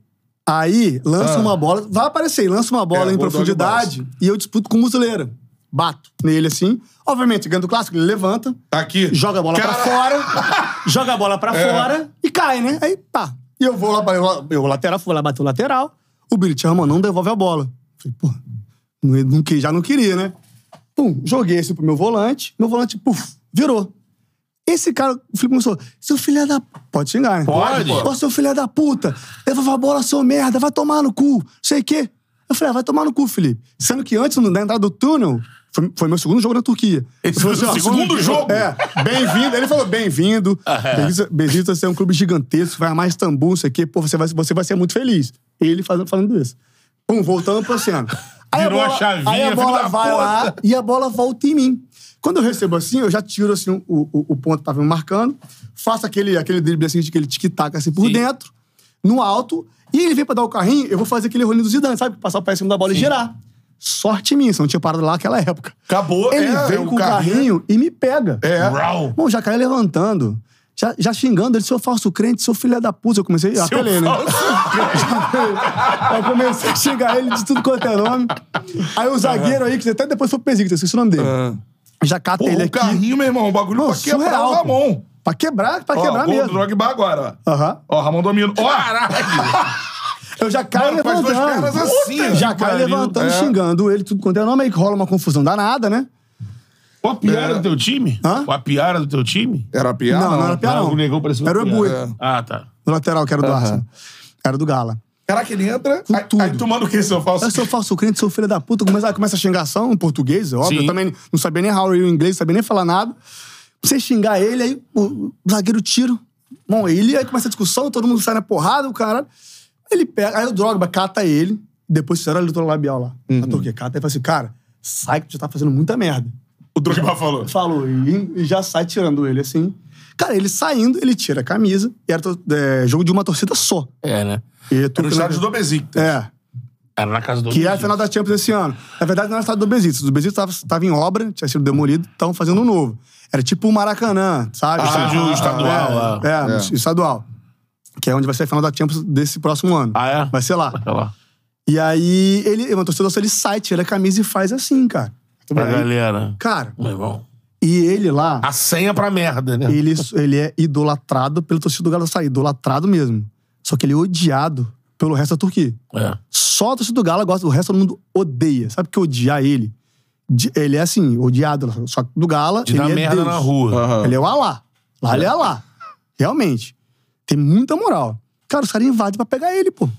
S3: Aí, lança
S1: Ah.
S3: uma bola. Vai aparecer, aí, lança uma bola
S1: É,
S3: em
S1: gol do
S3: profundidade e eu disputo com o Musuleira. Bato nele assim. Obviamente, ganhando o clássico, ele levanta,
S1: Tá aqui.
S3: joga a bola pra fora, joga a bola pra
S2: É.
S3: fora e cai, né? Aí, pá. E eu vou lá, eu, eu lateral, fui lá bater o lateral. O Billy Tchamman não devolve a bola. Falei, pô, não, não que- já não queria, né? Pum, joguei isso pro meu volante, meu volante, puf, virou. Esse cara, o Felipe começou, seu filho é da. Pode xingar, né?
S2: Pode.
S3: Ó, seu filho é da puta, devolve a bola, seu merda, vai tomar no cu, sei o quê. Eu falei, ah, vai tomar no cu, Felipe. Sendo que antes, na entrada do túnel, foi, foi meu segundo jogo na Turquia.
S2: Esse
S3: Eu falei
S2: foi o segundo jogo?
S3: É, bem-vindo. Ele falou, bem-vindo.
S1: Ah,
S3: Besiktas- Besiktas é um clube gigantesco, vai amar Istambul, sei o quê. Pô, você vai, você vai ser muito feliz. Ele fazendo, falando isso. Pum, voltando pra cena. Aí
S2: Virou a
S3: bola-
S2: chavinha,
S3: Aí a
S2: filho da
S3: bola vai
S2: puta.
S3: lá e a bola volta em mim. Quando eu recebo assim, eu já tiro assim, o, o, o ponto que tava me marcando, faço aquele, aquele drible assim, de aquele tic-tac assim por
S2: Sim.
S3: dentro, no alto, e ele vem pra dar o carrinho, eu vou fazer aquele rolinho do Zidane, sabe? Passar pra cima da bola e girar. Sorte minha, se eu não tinha parado lá naquela época.
S1: Acabou,
S3: Ele
S1: é,
S3: vem
S1: o
S3: com o
S1: carrinho-
S3: carrinho e me pega.
S1: É.
S2: Rau.
S3: Bom, já caiu levantando. Já, já xingando ele, seu falso crente, seu filho é da puta. Eu comecei a até ler, né? *laughs* Aí eu comecei a xingar ele de tudo quanto é nome. Aí o zagueiro aí, que até depois foi pro Besiktas, eu esqueci o nome dele. Já cata
S1: Ah. Pô,
S3: ele
S1: o
S3: aqui.
S1: carrinho, meu irmão, o bagulho
S3: Pô,
S1: pra quebrar
S3: surreal,
S1: o
S3: pô.
S1: Ramon.
S3: Pra quebrar, pra
S1: Ó,
S3: quebrar
S1: gol do
S3: mesmo.
S1: Drogba agora, ó.
S3: Aham.
S1: Ó, Ramon domina. Ó,
S3: Eu já caio
S1: Mano, faz
S3: levantando.
S1: duas pernas assim,
S3: Puta,
S1: ó.
S3: já caio
S2: Pariu.
S3: levantando,
S1: É.
S3: xingando ele, tudo quanto é nome. Aí rola uma confusão danada, né?
S2: Qual a piara do teu time?
S3: Hã?
S2: Qual a piara do teu time?
S1: Era piada?
S3: Não, não era piada. Ah, não.
S2: O negão parecia uma
S3: Era o
S2: piara.
S3: Ebui.
S2: Ah, tá.
S3: O lateral, que era do Arsenal. Era do Gala.
S1: Caraca, ele entra.
S3: Com
S1: Aí,
S3: tudo.
S1: aí tu manda o que, seu falso?
S3: Eu sou falso crente, sou filho da puta. Começa, começa a xingação em português, é óbvio.
S2: Sim.
S3: Eu também não sabia nem how are you em inglês, não sabia nem falar nada. Pra você xingar ele, aí o zagueiro tiro. Bom, ele aí começa a discussão, todo mundo sai na porrada, o cara. Ele pega, aí o Drogba cata ele, depois fizeram a leitura labial lá.
S1: Uhum.
S3: Na Turquia, cata e fala assim: cara, sai que tu já tá fazendo muita merda.
S1: O Drogba falou.
S3: Falou, e, e já sai tirando ele assim. Cara, ele saindo, ele tira a camisa, e era to- é, jogo de uma torcida só.
S2: É, né?
S3: E
S1: Era o estádio do Besiktas.
S3: É.
S2: Era na casa do
S3: Que é a final da Champions esse ano. Na verdade, não era o estádio do Besiktas. O Besiktas tava, tava em obra, tinha sido demolido, estavam fazendo um novo. Era tipo o Maracanã, sabe? Tipo,
S2: Estádio
S1: Ah,
S2: estadual.
S3: é,
S2: É.
S3: é, estadual. Que é onde vai ser a final da Champions desse próximo ano.
S2: Ah, é?
S3: Vai ser lá.
S2: Olha lá.
S3: E aí, ele, uma torcedor só, ele sai, tira a camisa e faz assim, cara.
S2: Pra
S3: Aí,
S2: galera.
S3: Cara,
S2: Meu irmão.
S3: e ele lá,
S2: A senha pra merda, né?
S3: ele, ele é idolatrado pelo torcedor do Galatasaray, idolatrado mesmo. Só que ele é odiado pelo resto da Turquia.
S2: É.
S3: Só a torcida do Galo gosta, o resto do mundo odeia. Sabe o que é odiar ele? De- ele é assim, odiado, lá, só que do Gala.
S2: De
S3: ele
S2: dar
S3: é
S2: merda
S3: Deus.
S2: na rua.
S1: Aham.
S3: Ele é o Alá. Lá ele é Alá. Realmente. Tem muita moral. Cara, os caras invadem pra pegar ele, pô.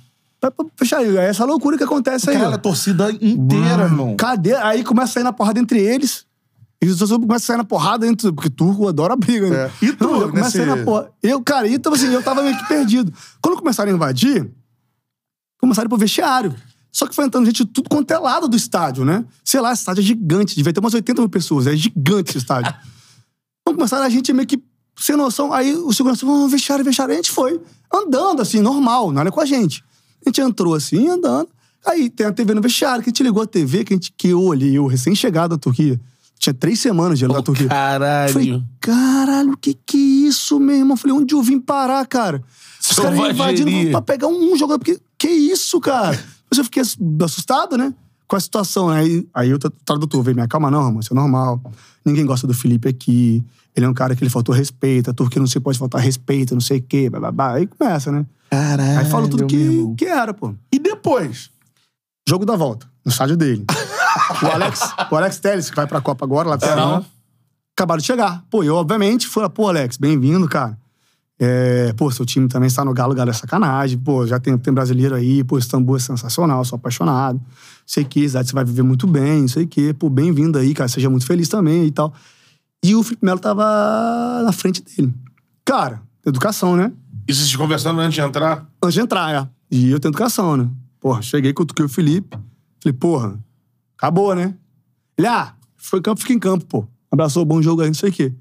S3: Pra, pra fechar ele. É essa loucura que acontece aí.
S1: Cara, a
S3: ó.
S1: torcida inteira, irmão.
S3: Cadê? Aí começa a sair na porrada entre eles. E os outros começam a sair na porrada entre. Porque turco adora briga, né?
S1: É. E tu,
S3: Não, já começa a sair
S1: nesse-
S3: na porrada. Eu, cara, então assim, eu tava meio que perdido. Quando começaram a invadir, começaram a ir pro vestiário. Só que foi entrando gente de tudo quanto é lado do estádio, né? Sei lá, esse estádio é gigante, devia ter umas 80 mil pessoas, é gigante esse estádio. Então começaram a gente meio que sem noção. Aí o segurança falou: "Vamos, vestiário, vestiário. Aí a gente foi andando, assim, normal, nada com a gente. A gente entrou assim, andando. Aí tem a TV no vestiário, que a gente ligou a TV, que, a gente, que eu olhei, eu recém-chegado da Turquia. Tinha três semanas de ir da Turquia.
S2: Caralho.
S3: Falei, caralho, o que que é isso, meu irmão? Falei, onde eu vim parar, cara? Os caras
S2: Selvageria.
S3: invadindo pra pegar um jogador. Porque, que isso, cara? Mas eu fiquei ass- assustado, né? Com a situação, né? Aí, aí o tra- tradutor veio, minha calma, não, irmão, isso é normal. Ninguém gosta do Felipe aqui. Ele é um cara que ele faltou respeito. A Turquia não se pode faltar respeito, não sei o quê, blá, blá, blá. Aí começa, né?
S1: Caralho.
S3: Aí fala tudo que, que era, pô.
S1: E depois?
S3: Jogo da volta, no estádio dele. o Alex, o Alex Telles, que vai pra Copa agora, lateral, acabaram de chegar. Pô, eu, obviamente, fui lá, pô, Alex, bem-vindo, cara. É, pô, seu time também está no Galo, Galo é sacanagem. Pô, já tem, tem brasileiro aí, pô, Istambul é sensacional, sou apaixonado. Sei que, Zad, você vai viver muito bem, sei que, pô, bem-vindo aí, cara, seja muito feliz também e tal. E o Felipe Melo tava na frente dele. Cara, educação, né?
S2: E vocês conversando antes de entrar?
S3: antes de entrar, é. E eu tenho educação, né? Porra, cheguei, cutuquei o Felipe. Falei, porra, acabou, né? Ele, ah, foi em campo, fica em campo, pô. Abraçou, bom jogo aí, não sei o quê.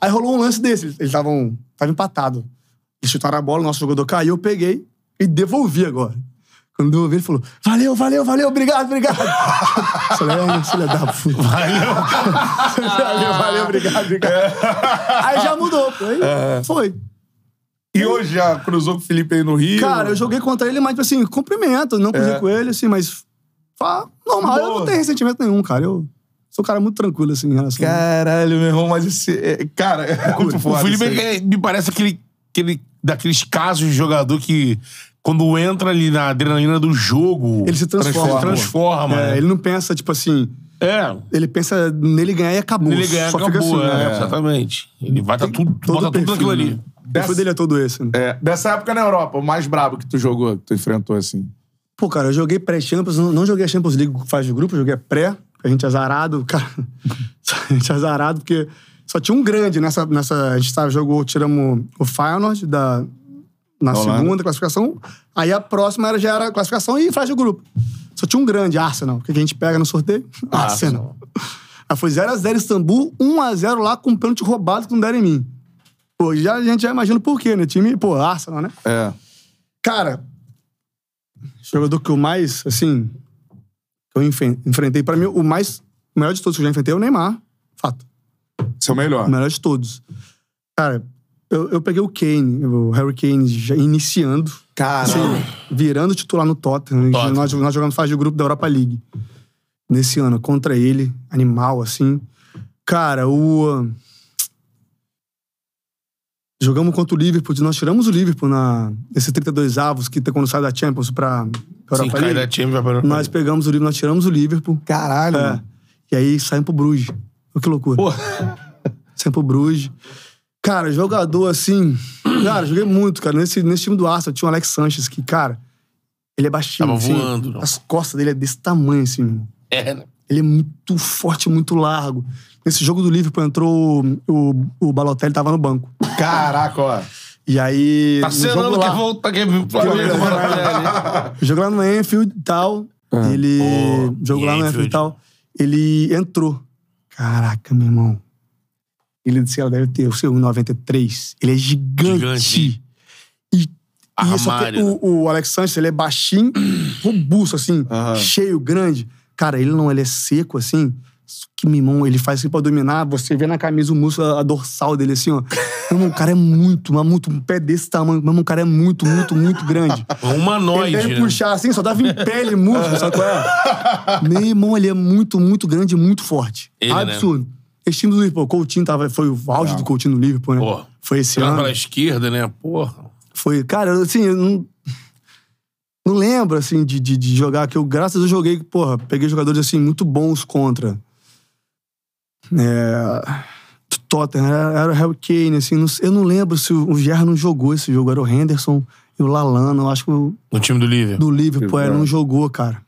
S3: Aí rolou um lance desse, eles estavam tava empatado. Eles chutaram a bola, o nosso jogador caiu, eu peguei e devolvi agora. Quando devolvi, ele falou, valeu, valeu, valeu, obrigado, obrigado. *laughs* Eu falei, é, filha da puta. Valeu. *laughs* valeu, valeu, obrigado, obrigado. Aí já mudou, pô. Aí foi.
S1: E hoje já cruzou com o Felipe aí no Rio?
S3: Cara, eu joguei contra ele, mas, tipo assim, cumprimento. Não cruzei
S1: É.
S3: com ele, assim, mas. Fala, normal. Eu
S1: Boa.
S3: não tenho ressentimento nenhum, cara. Eu sou um cara muito tranquilo, assim, em relação.
S1: Caralho, meu irmão, mas esse. é- Cara, é muito
S2: O
S1: foda.
S2: Felipe
S1: isso aí.
S2: é- me parece aquele, aquele daqueles casos de jogador que quando entra ali na adrenalina do jogo,
S3: Ele se transforma.
S2: se transforma.
S3: É,
S2: É,
S3: ele não pensa, tipo assim. Ele pensa nele ganhar e acabou.
S2: ele ganha
S3: Só fica
S2: acabou,
S3: assim,
S2: é,
S3: né?
S2: exatamente. Ele vai tá tudo,
S3: Todo
S2: bota tudo
S3: perfil,
S2: aquilo ali.
S3: Né? O perfil dele é todo esse, né?
S1: É, dessa época na Europa, o mais brabo que tu jogou, que tu enfrentou assim.
S3: Pô, cara, eu joguei pré-Champions, não, não joguei a Champions League faz de grupo, eu joguei a pré, a gente é azarado, *laughs* cara. a gente é azarado, porque só tinha um grande nessa. nessa a gente tava, jogou, tiramos o Feyenoord da, na
S1: Da Holanda.
S3: segunda classificação, aí a próxima era, já era a classificação e faz de grupo. Só tinha um grande, Arsenal. O que que a gente pega no sorteio? *laughs* Arsenal. Aí foi 0x0 Istambul, 1x0 lá com um pênalti roubado que não deram em mim. Pô, já, a gente já imagina o porquê, né? Time, pô, Arsenal, né?
S1: É.
S3: Cara, jogador que eu mais, assim, que eu enfe- enfrentei, pra mim, o mais o melhor de todos que eu já enfrentei é o Neymar. Fato.
S1: Seu melhor.
S3: O melhor de todos. Cara, Eu, eu peguei o Kane, o Harry Kane, já iniciando,
S1: Caramba.
S3: virando titular no Tottenham. né?
S2: Tottenham.
S3: Nós, nós jogamos fase de grupo da Europa League. Nesse ano, contra ele, animal, assim. Cara, o. ah, Jogamos contra o Liverpool, nós tiramos o Liverpool na, nesse 32 avos que tem quando sai da Champions pra pra
S2: Sim,
S3: Europa
S2: cai
S3: League.
S2: da Champions, vai pra Europa
S3: Nós
S2: League.
S3: pegamos o Liverpool, nós tiramos o Liverpool.
S1: Caralho.
S3: É.
S1: mano.
S3: E aí saímos pro Bruges. Olha que loucura.
S1: Pô.
S3: Saímos pro Bruges. Cara, jogador assim. *clears throat* Cara, joguei muito, cara. Nesse, nesse time do Arsenal tinha o Alex Sanches, que, cara, ele é baixinho.
S2: Tava
S3: assim.
S2: voando, não.
S3: As costas dele é desse tamanho, assim, irmão.
S2: É, né?
S3: Ele é muito forte, muito largo. Nesse jogo do Liverpool entrou o, o, o Balotelli, tava no banco.
S1: Caraca, ó.
S3: E aí.
S2: Tá
S3: no jogo
S2: selando que
S3: lá-
S2: volta, que é Flamengo, né? Flamengo.
S3: Jogo lá no Enfield e tal. Ele.
S2: Pô,
S3: jogo lá no Enfield
S2: Anfield.
S3: e tal. Ele entrou. Caraca, meu irmão. Ele disse ela deve ter o seu 93. Ele é gigante.
S2: Gigante.
S3: E, e só que
S2: Armário, né?
S3: o, o Alex Sanchez, ele
S2: *clears throat*
S3: é baixinho, robusto, assim,
S1: Aham.
S3: cheio, grande. Cara, ele não, ele é seco, assim. Só Que, meu irmão, ele faz assim pra dominar. Você vê na camisa o músculo, a, a dorsal dele, assim, ó. Meu irmão, o cara é muito, mas muito, um pé desse tamanho. Meu irmão, o cara é muito, muito, muito grande. Ele
S2: Humanoide,
S3: deve
S2: né?
S3: puxar assim, só dava em pele e músculo, sabe
S2: *laughs*
S3: qual é? Meu irmão, ele é muito, muito grande e muito forte.
S2: Ele, né?
S3: Absurdo. Esse time do Liverpool, o Coutinho tava, foi o auge do Coutinho no Liverpool, né?
S2: Pô.
S3: Foi esse
S2: Tirando
S3: ano.
S2: pela esquerda, né? Porra.
S3: Foi, cara, assim, eu não, não lembro, assim, de, de, de jogar, que eu, graças a Deus, joguei, porra, peguei jogadores, assim, muito bons contra. É... do Tottenham, era, era o Harry Kane, assim, não sei- eu não lembro se o, o Gerrard não jogou esse jogo, era o Henderson e o Lalana, eu acho que o
S2: No time do Liverpool.
S3: do Liverpool, é,
S1: Liverpool.
S3: não jogou, cara.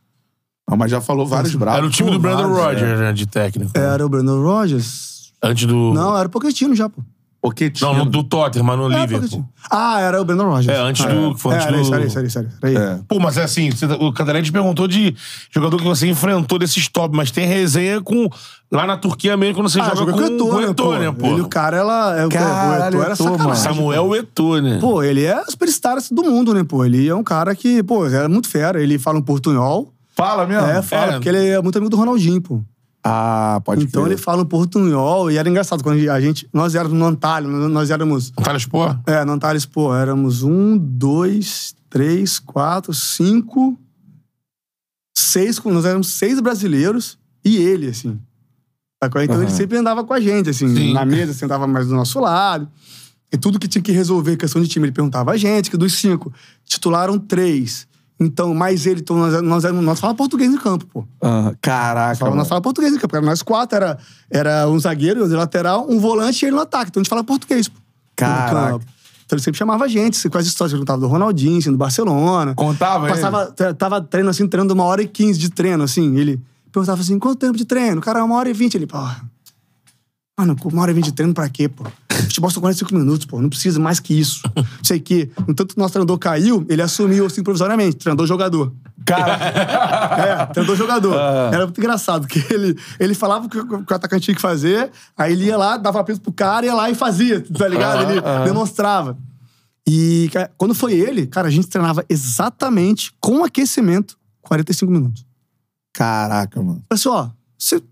S1: Ah, mas já falou vários bravos.
S2: Era o time do Brandon
S1: Vários, é.
S2: Rodgers, né? De técnico.
S3: Era o Brandon Rogers?
S2: Antes do...
S3: Não, É, era o Pochettino já, pô.
S1: Pochettino.
S2: Não, no- do Tottenham, mas no
S3: Era o
S2: Liverpool.
S3: Pochettino. Ah, era o Brandon Rogers.
S2: É, antes
S3: Ah,
S2: do- foi antes
S3: era
S2: do-
S3: isso, era isso, era isso, era isso, era isso.
S1: É.
S2: Pô, mas é assim, você- o Cantarelli te perguntou de jogador que você enfrentou desses top, mas tem resenha com lá na Turquia mesmo, quando você
S3: Ah,
S2: joga
S3: jogou
S2: com, com o Etônia, pô.
S3: Ele, o cara, ela... É, o-
S1: Caralho,
S3: o Eto'o era
S1: Eto'o,
S3: sacanagem.
S1: mano.
S2: Samuel é Etônia.
S3: Pô, ele é superstar do mundo, né, pô? Ele é um cara que, pô, é muito fera. Ele fala um portunhol.
S1: Fala mesmo?
S3: É, fala,
S2: é.
S3: porque ele é muito amigo do Ronaldinho, pô.
S1: Ah, pode
S3: então
S1: crer.
S3: ele fala um portunhol. E era engraçado, quando a gente... Nós éramos no Antalya, nós éramos...
S2: Thales, pô.
S3: É, no Antares, pô, éramos um, dois, três, quatro, cinco, seis, nós éramos seis brasileiros e ele, assim. Sacou? Então
S1: Aham.
S3: ele sempre andava com a gente, assim,
S2: Sim.
S3: na mesa, sentava mais do nosso lado. E tudo que tinha que resolver, questão de time, ele perguntava a gente, que dos cinco, titularam três. Então, mais ele, então nós, nós, éramos- nós falávamos português em campo, pô.
S1: Ah, caraca.
S3: Falava,
S1: mano.
S3: nós falávamos português em campo, porque nós quatro, era, era um zagueiro, um lateral, um volante e ele no ataque. Então a gente falava português, pô.
S1: Caraca.
S3: No campo. Então ele sempre chamava a gente, se- com as histórias que ele contava do Ronaldinho, assim, do Barcelona.
S1: Contava, hein?
S3: Passava, tre- tava treino assim, treinando uma hora e quinze de treino, assim. Ele perguntava assim, quanto tempo de treino? O cara, uma hora e vinte. Ele, pô... Mano, com uma hora e vinte de treino pra quê, pô? Futebol são 45 minutos, pô. Não precisa mais que isso. Não sei o quê. No tanto que o nosso treinador caiu, ele assumiu, assim, provisoriamente. Treinador-jogador.
S1: Cara.
S3: É, treinador jogador.
S1: Ah.
S3: Era muito engraçado, que ele, ele falava o que, o que o atacante tinha que fazer, aí ele ia lá, dava peso pro cara, ia lá e fazia, tá ligado?
S1: Aham,
S3: ele
S1: aham.
S3: demonstrava. E cara, quando foi ele, cara, a gente treinava exatamente com aquecimento 45 minutos.
S1: Caraca, mano.
S3: Falei assim, ó, você-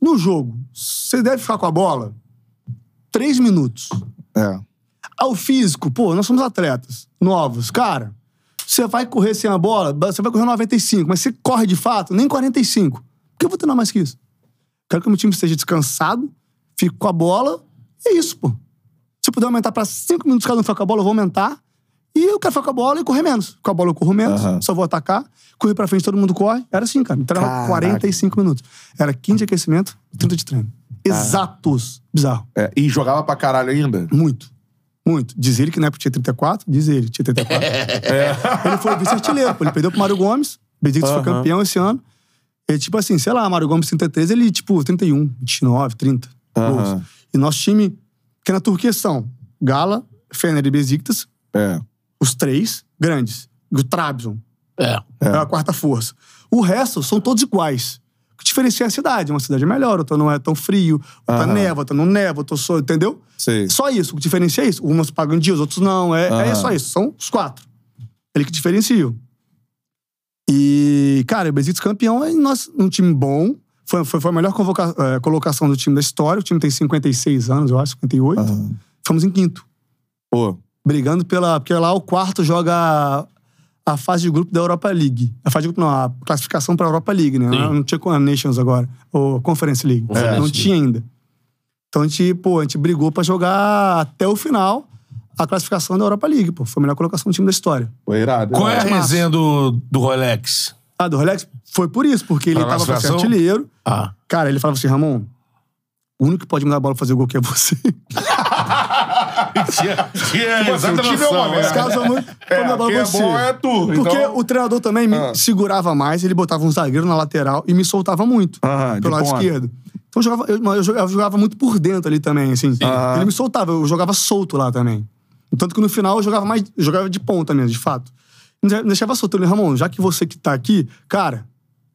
S3: no jogo, você deve ficar com a bola 3 minutos.
S1: É.
S3: Ao físico, pô, nós somos atletas novos. Cara, você vai correr sem a bola, você vai correr 95, mas você corre de fato nem 45. Por que eu vou treinar mais que isso? Quero que o meu time esteja descansado, fico com a bola, e é isso, pô. Se eu puder aumentar pra 5 minutos cada um ficar com a bola, eu vou aumentar. E eu quero ficar com a bola e correr menos. Com a bola eu corro menos,
S1: Aham.
S3: só vou atacar. Correr pra frente, todo mundo corre. Era assim, cara.
S1: Caraca.
S3: Treinava 45 minutos. Era 15 de aquecimento, 30 de treino. Exatos. Bizarro.
S1: É, E jogava pra caralho ainda?
S3: Muito. Muito. Diz ele que na época tinha 34, diz ele, tinha 34.
S1: *laughs* É.
S3: Ele foi vice-artilheiro, pô. Ele perdeu pro Mário Gomes. Benedicto foi
S1: Aham.
S3: campeão esse ano. E, tipo assim, sei lá, Mário Gomes 33, ele, tipo, 31, 29, 30
S1: Aham.
S3: gols. E nosso time, que na Turquia são Gala, Fener e Besiktas,
S1: É.
S3: os três grandes. O Trabzon,
S2: É.
S1: É.
S3: é. a quarta força. O resto são todos iguais. O que diferencia é a cidade. Uma cidade é melhor, outra não é tão frio, outra
S1: Aham.
S3: neva, outra não neva, outra só, entendeu?
S1: Sei.
S3: Só isso. O que diferencia é isso. Umas pagam em dia, os outros não. É,
S1: Aham.
S3: é só isso. São os quatro. Ele que diferencia. E, cara, o Besiktas campeão é nós, um time bom. Foi, foi, foi a melhor convoca- eh, colocação do time da história. O time tem 56 anos, eu acho, 58.
S1: Aham.
S3: Fomos em quinto.
S1: Pô,
S3: brigando pela. Porque lá o quarto joga a- a fase de grupo da Europa League. A fase de grupo, não, a classificação pra Europa League, né?
S2: Sim.
S3: Não tinha com a Nations agora, ou Conference League. É,
S2: Conference
S3: não
S2: League.
S3: tinha ainda. Então a gente, pô, a gente brigou pra jogar até o final a classificação da Europa League, pô. Foi a melhor colocação do time da história.
S1: foi irado.
S2: Qual é a
S3: Massa.
S2: resenha do, do Rolex?
S3: Ah, do Rolex foi por isso, porque ele
S2: Pra
S3: tava pra ser
S2: classificação?
S3: artilheiro.
S2: Ah.
S3: Cara, ele falava assim, Ramon, o único que pode mudar a bola pra fazer o gol aqui é você.
S2: Tinha, tinha exata
S1: o time é
S2: noção,
S1: uma
S2: né?
S1: merda.
S3: Os caras são muito.
S1: É,
S3: pode mudar a bola
S1: quem
S3: pra
S1: é
S3: você.
S1: bom é tu.
S3: Porque
S1: então...
S3: o treinador também me
S1: Ah.
S3: segurava mais, ele botava um zagueiro na lateral e me soltava muito
S1: Aham, Ah, de
S3: pelo lado
S1: ponta.
S3: esquerdo. Então eu jogava, eu, eu jogava, eu jogava muito por dentro ali também, assim.
S1: Aham.
S3: Ele me soltava, eu jogava solto lá também. Tanto que no final eu jogava mais, eu jogava de ponta mesmo, de fato. Me de- me deixava solto. Ele, Ramon, já que você que tá aqui, cara,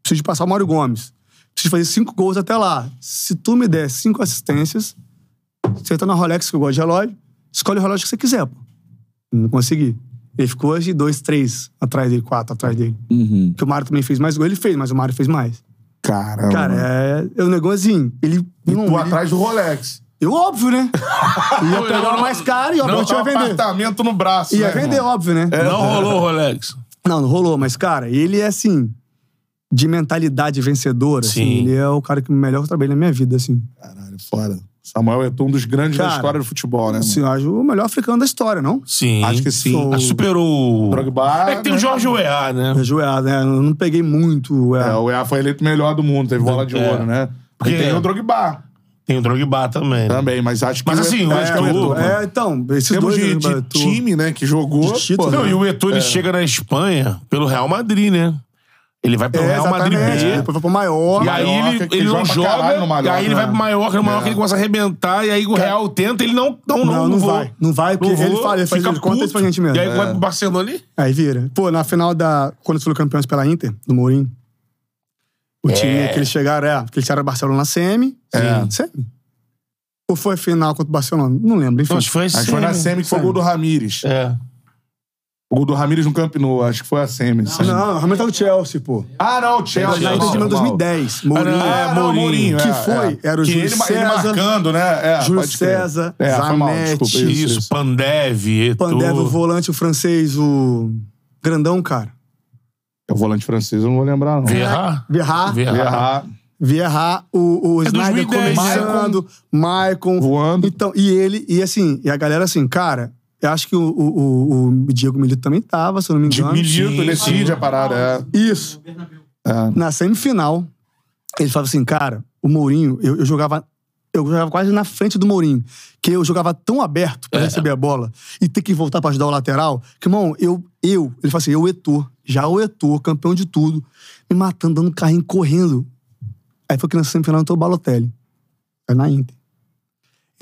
S3: preciso de passar o Mário Gomes. Preciso fazer cinco gols até lá. Se tu me der cinco assistências, você tá na Rolex, que eu gosto de relógio, escolhe o relógio que você quiser, pô. Não consegui. Ele ficou hoje dois, três atrás dele, quatro atrás dele.
S1: Uhum.
S3: Porque o Mário também fez mais gol. Ele fez, mas o Mário fez mais.
S1: Caramba.
S3: Cara, é. é um negocinho. Ele.
S1: E
S3: não,
S1: tu
S3: ele-
S1: atrás do Rolex.
S3: Eu, óbvio,
S2: *laughs*
S3: né? ia
S2: Não,
S3: pegar
S2: não, tá,
S3: o mais caro e,
S1: Não,
S3: obviamente, ia vender.
S1: apartamento no braço.
S3: Ia
S1: né,
S3: vender,
S1: irmão?
S3: óbvio, né?
S2: Não rolou o Rolex.
S3: Não, não rolou, mas, cara, ele é assim. De mentalidade vencedora,
S2: Sim.
S3: assim. Ele é o cara que melhor trabalha na minha vida, assim.
S1: Caralho, fora. Samuel é um dos grandes da
S3: Cara,
S1: história do futebol, né?
S3: Assim, eu acho o melhor africano da história, não?
S2: Sim.
S1: Acho que é sim.
S3: Sou-
S2: Ah, superou o.
S1: Drogba,
S2: É que tem o
S1: né?
S2: Jorge Weah, né?
S3: Ajoelhado, né? Eu não peguei muito o
S1: É,
S3: Weah.
S1: o EA foi eleito melhor do mundo, teve bola de
S2: É.
S1: ouro, né? Porque
S2: Porque-
S1: tem o Drogba
S2: Tem o Drogba também. né?
S1: também, mas acho que.
S2: Mas
S1: o
S2: assim,
S1: Eto'o-
S2: eu acho que
S1: é,
S2: o
S1: o Eto'o,
S2: Eto'o-
S1: né?
S3: É, então, esses
S1: Temos
S3: dois
S1: de,
S3: né,
S1: de
S3: Batu?
S1: time, né, que jogou.
S3: De título,
S1: pô,
S2: Não,
S1: né?
S2: e o Eto'o ele chega na Espanha pelo Real Madrid, né? Ele vai pro
S3: É,
S2: Real Madrid
S3: exatamente.
S2: B.
S3: Depois foi pro maior.
S2: E aí
S1: Mallorca,
S2: ele,
S1: que
S2: ele
S1: joga
S2: não
S1: pra
S2: joga,
S1: caralho no Mallorca,
S2: e aí ele vai pro
S1: né?
S2: Mallorca, no Mallorca
S1: É.
S2: ele começa a arrebentar, e aí o Real tenta, ele não, não, não,
S3: Não, não
S2: vou.
S3: vai. Não vai, porque ele
S2: vou,
S3: fala, ele fez-
S2: fica
S3: ele conta isso pra
S2: puto.
S3: gente mesmo.
S2: E aí
S3: É.
S2: vai pro Barcelona ali?
S3: Aí vira. Pô, na final da. Quando eles foram campeões pela Inter, do Mourinho. O time que eles chegaram, é. Que eles tiraram o Barcelona na semi.
S1: É.
S3: Semi? Ou foi a final contra o Barcelona? Não lembro, enfim.
S2: Acho que foi
S1: Acho que foi assim. na Semi que foi o gol do Ramires.
S2: É.
S1: O gol do Ramires no Camp Nou, acho que foi a Semi. sabe?
S3: Não, realmente tá o Chelsea, pô.
S1: Ah, não, o Chelsea.
S3: Na Inter de
S1: normal.
S3: 2010.
S1: Ah,
S3: Mourinho.
S1: não, é,
S3: né, Mourinho.
S1: Mourinho.
S3: Que
S1: é,
S3: foi,
S1: é.
S3: era o
S1: Que
S3: Júlio
S1: ele, ele
S3: César.
S1: marcando, né? É,
S3: Júlio
S1: pode crer.
S3: César,
S1: É, foi mal,
S3: Zanetti.
S1: desculpa,
S2: Isso,
S1: Isso, isso.
S2: Pandev, Eto'o.
S3: Pandev, o volante, o francês, o. Grandão, cara.
S1: É o volante francês, eu não vou lembrar, não.
S2: Verratti.
S1: Ah.
S3: Vierra.
S2: Verratti.
S1: Errar.
S3: Vierra, o, o
S2: É
S3: Snyder
S2: 2010,
S3: começando, Maicon.
S1: Voando.
S3: Então, e ele, e assim, e a galera assim, cara, eu acho que o, o, o- o Diego Milito também tava, se eu não me engano.
S1: Milito, ele
S2: sim.
S1: decide né? a parada. é.
S3: Isso.
S1: É.
S3: Na semifinal, ele falava assim, cara, o Mourinho, eu, eu jogava. Eu jogava quase na frente do Mourinho. Que eu jogava tão aberto pra receber a bola e ter que voltar pra ajudar o lateral. Que, irmão, eu, eu, ele fala assim, eu, Etor, já o Etor, campeão de tudo, me matando, dando carrinho, correndo. Aí foi que na semifinal entrou o Balotelli. Foi na Inter.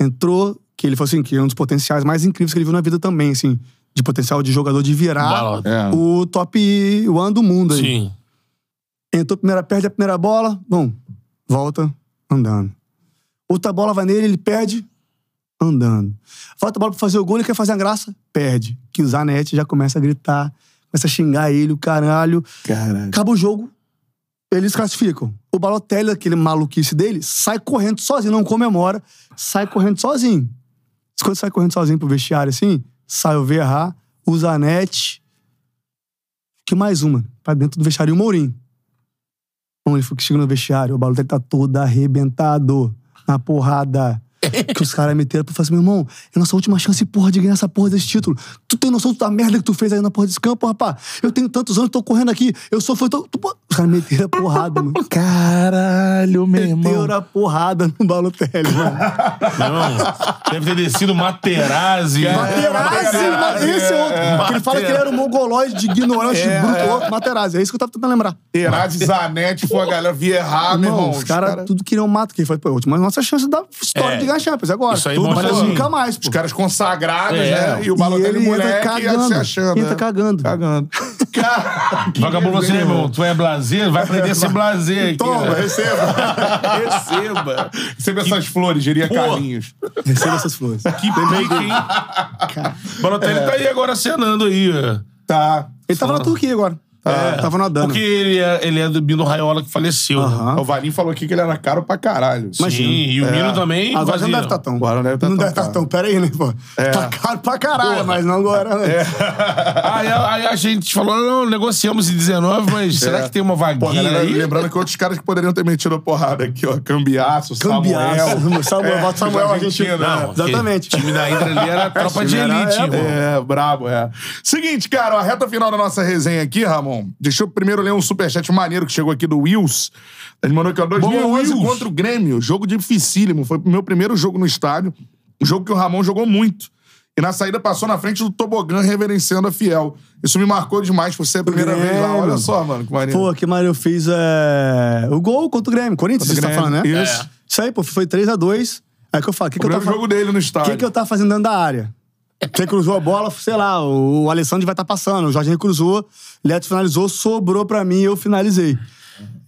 S3: Entrou, que ele falou assim, que é um dos potenciais mais incríveis que ele viu na vida também, assim, de potencial de jogador de virar
S2: Balotelli.
S1: É.
S3: o top one do mundo aí.
S2: Sim.
S3: Entrou primeira, perde a primeira bola, bom, volta andando. Outra bola vai nele, ele perde, andando. Volta a bola pra fazer o gol, ele quer fazer a graça, perde. Que o Zanetti já começa a gritar, começa a xingar ele, o caralho.
S1: Caralho.
S3: né? Acaba o jogo, eles classificam. O Balotelli, aquele maluquice dele, sai correndo sozinho, não comemora, sai correndo sozinho. Quando sai correndo sozinho pro vestiário, assim, sai o Verra, o Zanetti, que mais uma, pra dentro do vestiário, e o Mourinho. Bom, ele foi que chega no vestiário, o Balotelli tá todo arrebentado, na porrada. Que os caras meteram pra falar assim, meu irmão, é nossa última chance, porra, de ganhar essa porra desse título. Tu tem noção da merda que tu fez aí na porra desse campo, rapaz? Eu tenho tantos anos, tô correndo aqui, eu sou fã. Tô... tu- pô." Os caras meteram a porrada, mano.
S1: Caralho, meu
S3: Meteram a porrada no Balotelli, mano.
S2: Meu irmão, deve ter descido Materazzi.
S3: Materazzi, mano, esse é outro. Porque ele fala que ele era um mongoloide de ignorante, de bruto, outro Materazzi. É isso que eu tava tentando lembrar.
S1: Terazzi, Zanetti, foi a galera Vieira, Ah, meu irmão.
S3: os caras tudo queriam mato. Que foi, pô, é a última nossa chance da história
S2: É.
S3: de ganhar Champions agora.
S2: Isso aí
S3: tudo,
S2: mostra
S3: mas
S2: assim,
S3: nunca mais, pô.
S1: Os caras consagrados,
S2: É.
S1: né? E o Balotelli
S3: ele
S1: moleque
S3: entra
S1: ia se
S3: cagando.
S1: achando.
S3: Entra
S1: né?
S3: cagando.
S1: Cagando.
S2: *laughs*
S1: Cara, que
S2: Vagabundo falou assim, meu
S1: resenha.
S2: irmão, tu é blazer, vai aprender a ser blazer aqui.
S1: Toma,
S2: né?
S1: receba.
S2: *laughs*
S1: receba. Receba essas flores, diria
S2: Porra.
S1: Carlinhos.
S3: Receba essas flores.
S2: Que pique, hein?
S3: É.
S2: Balotelli tá aí agora cenando aí. ó.
S1: Tá.
S3: Ele tava na Turquia agora.
S1: É.
S3: Tá- Tava nadando.
S2: Porque ele é, ele é do Mino Raiola que faleceu. né?
S3: Aham.
S1: O Valim falou aqui que ele era caro pra caralho.
S2: Sim, e o Mino também.
S3: Agora
S2: vazia.
S3: não deve estar tão.
S1: Agora não deve tá
S3: não
S1: tão
S3: deve estar
S1: caro. É.
S3: tão. Pera aí, né, pô? Tá caro pra caralho, mas não agora. né?
S2: Aí, a- aí a gente falou, não, negociamos em 19, mas
S3: É.
S2: será que tem uma vaguinha
S1: Pô, galera,
S2: aí?
S1: lembrando que outros caras que poderiam ter metido a porrada aqui, ó. Cambiaço,
S3: Cambiaço.
S1: Samuel. É,
S3: Samuel, bota o Samuel,
S1: da
S3: a gente-
S1: Argentina.
S3: Não.
S2: porque
S3: É, Exatamente.
S2: O time da Hydra ali
S3: *laughs*
S2: era tropa de
S3: time era-
S2: elite,
S3: é,
S2: irmão.
S1: É, brabo, é. Seguinte, cara, a reta final da nossa resenha aqui, Ramon. Deixa eu primeiro ler um superchat maneiro que chegou aqui do Wills. Ele mandou aqui, ó, 2011
S2: Wills.
S1: contra o Grêmio. Jogo dificílimo. Foi o meu primeiro jogo no estádio. Um jogo que o Ramon jogou muito. E na saída passou na frente do tobogã reverenciando a Fiel. Isso me marcou demais por ser a primeira
S3: Grêmio.
S1: vez lá. Olha só, mano, que maneiro.
S3: Pô, que maneiro. Eu fiz é, o gol contra o Grêmio. Corinthians,
S1: Contra o
S3: você tá
S1: Grêmio,
S3: falando, né?
S1: isso.
S3: Isso aí, pô. Foi 3x2. Aí que eu falo, o que, que eu
S1: primeiro
S3: tava
S1: jogo dele no estádio.
S3: O que, que eu tava fazendo dentro da área? Quem cruzou a bola, sei lá, o Alessandro vai estar passando, o Jorge Henrique cruzou, Leto finalizou, sobrou pra mim e eu finalizei.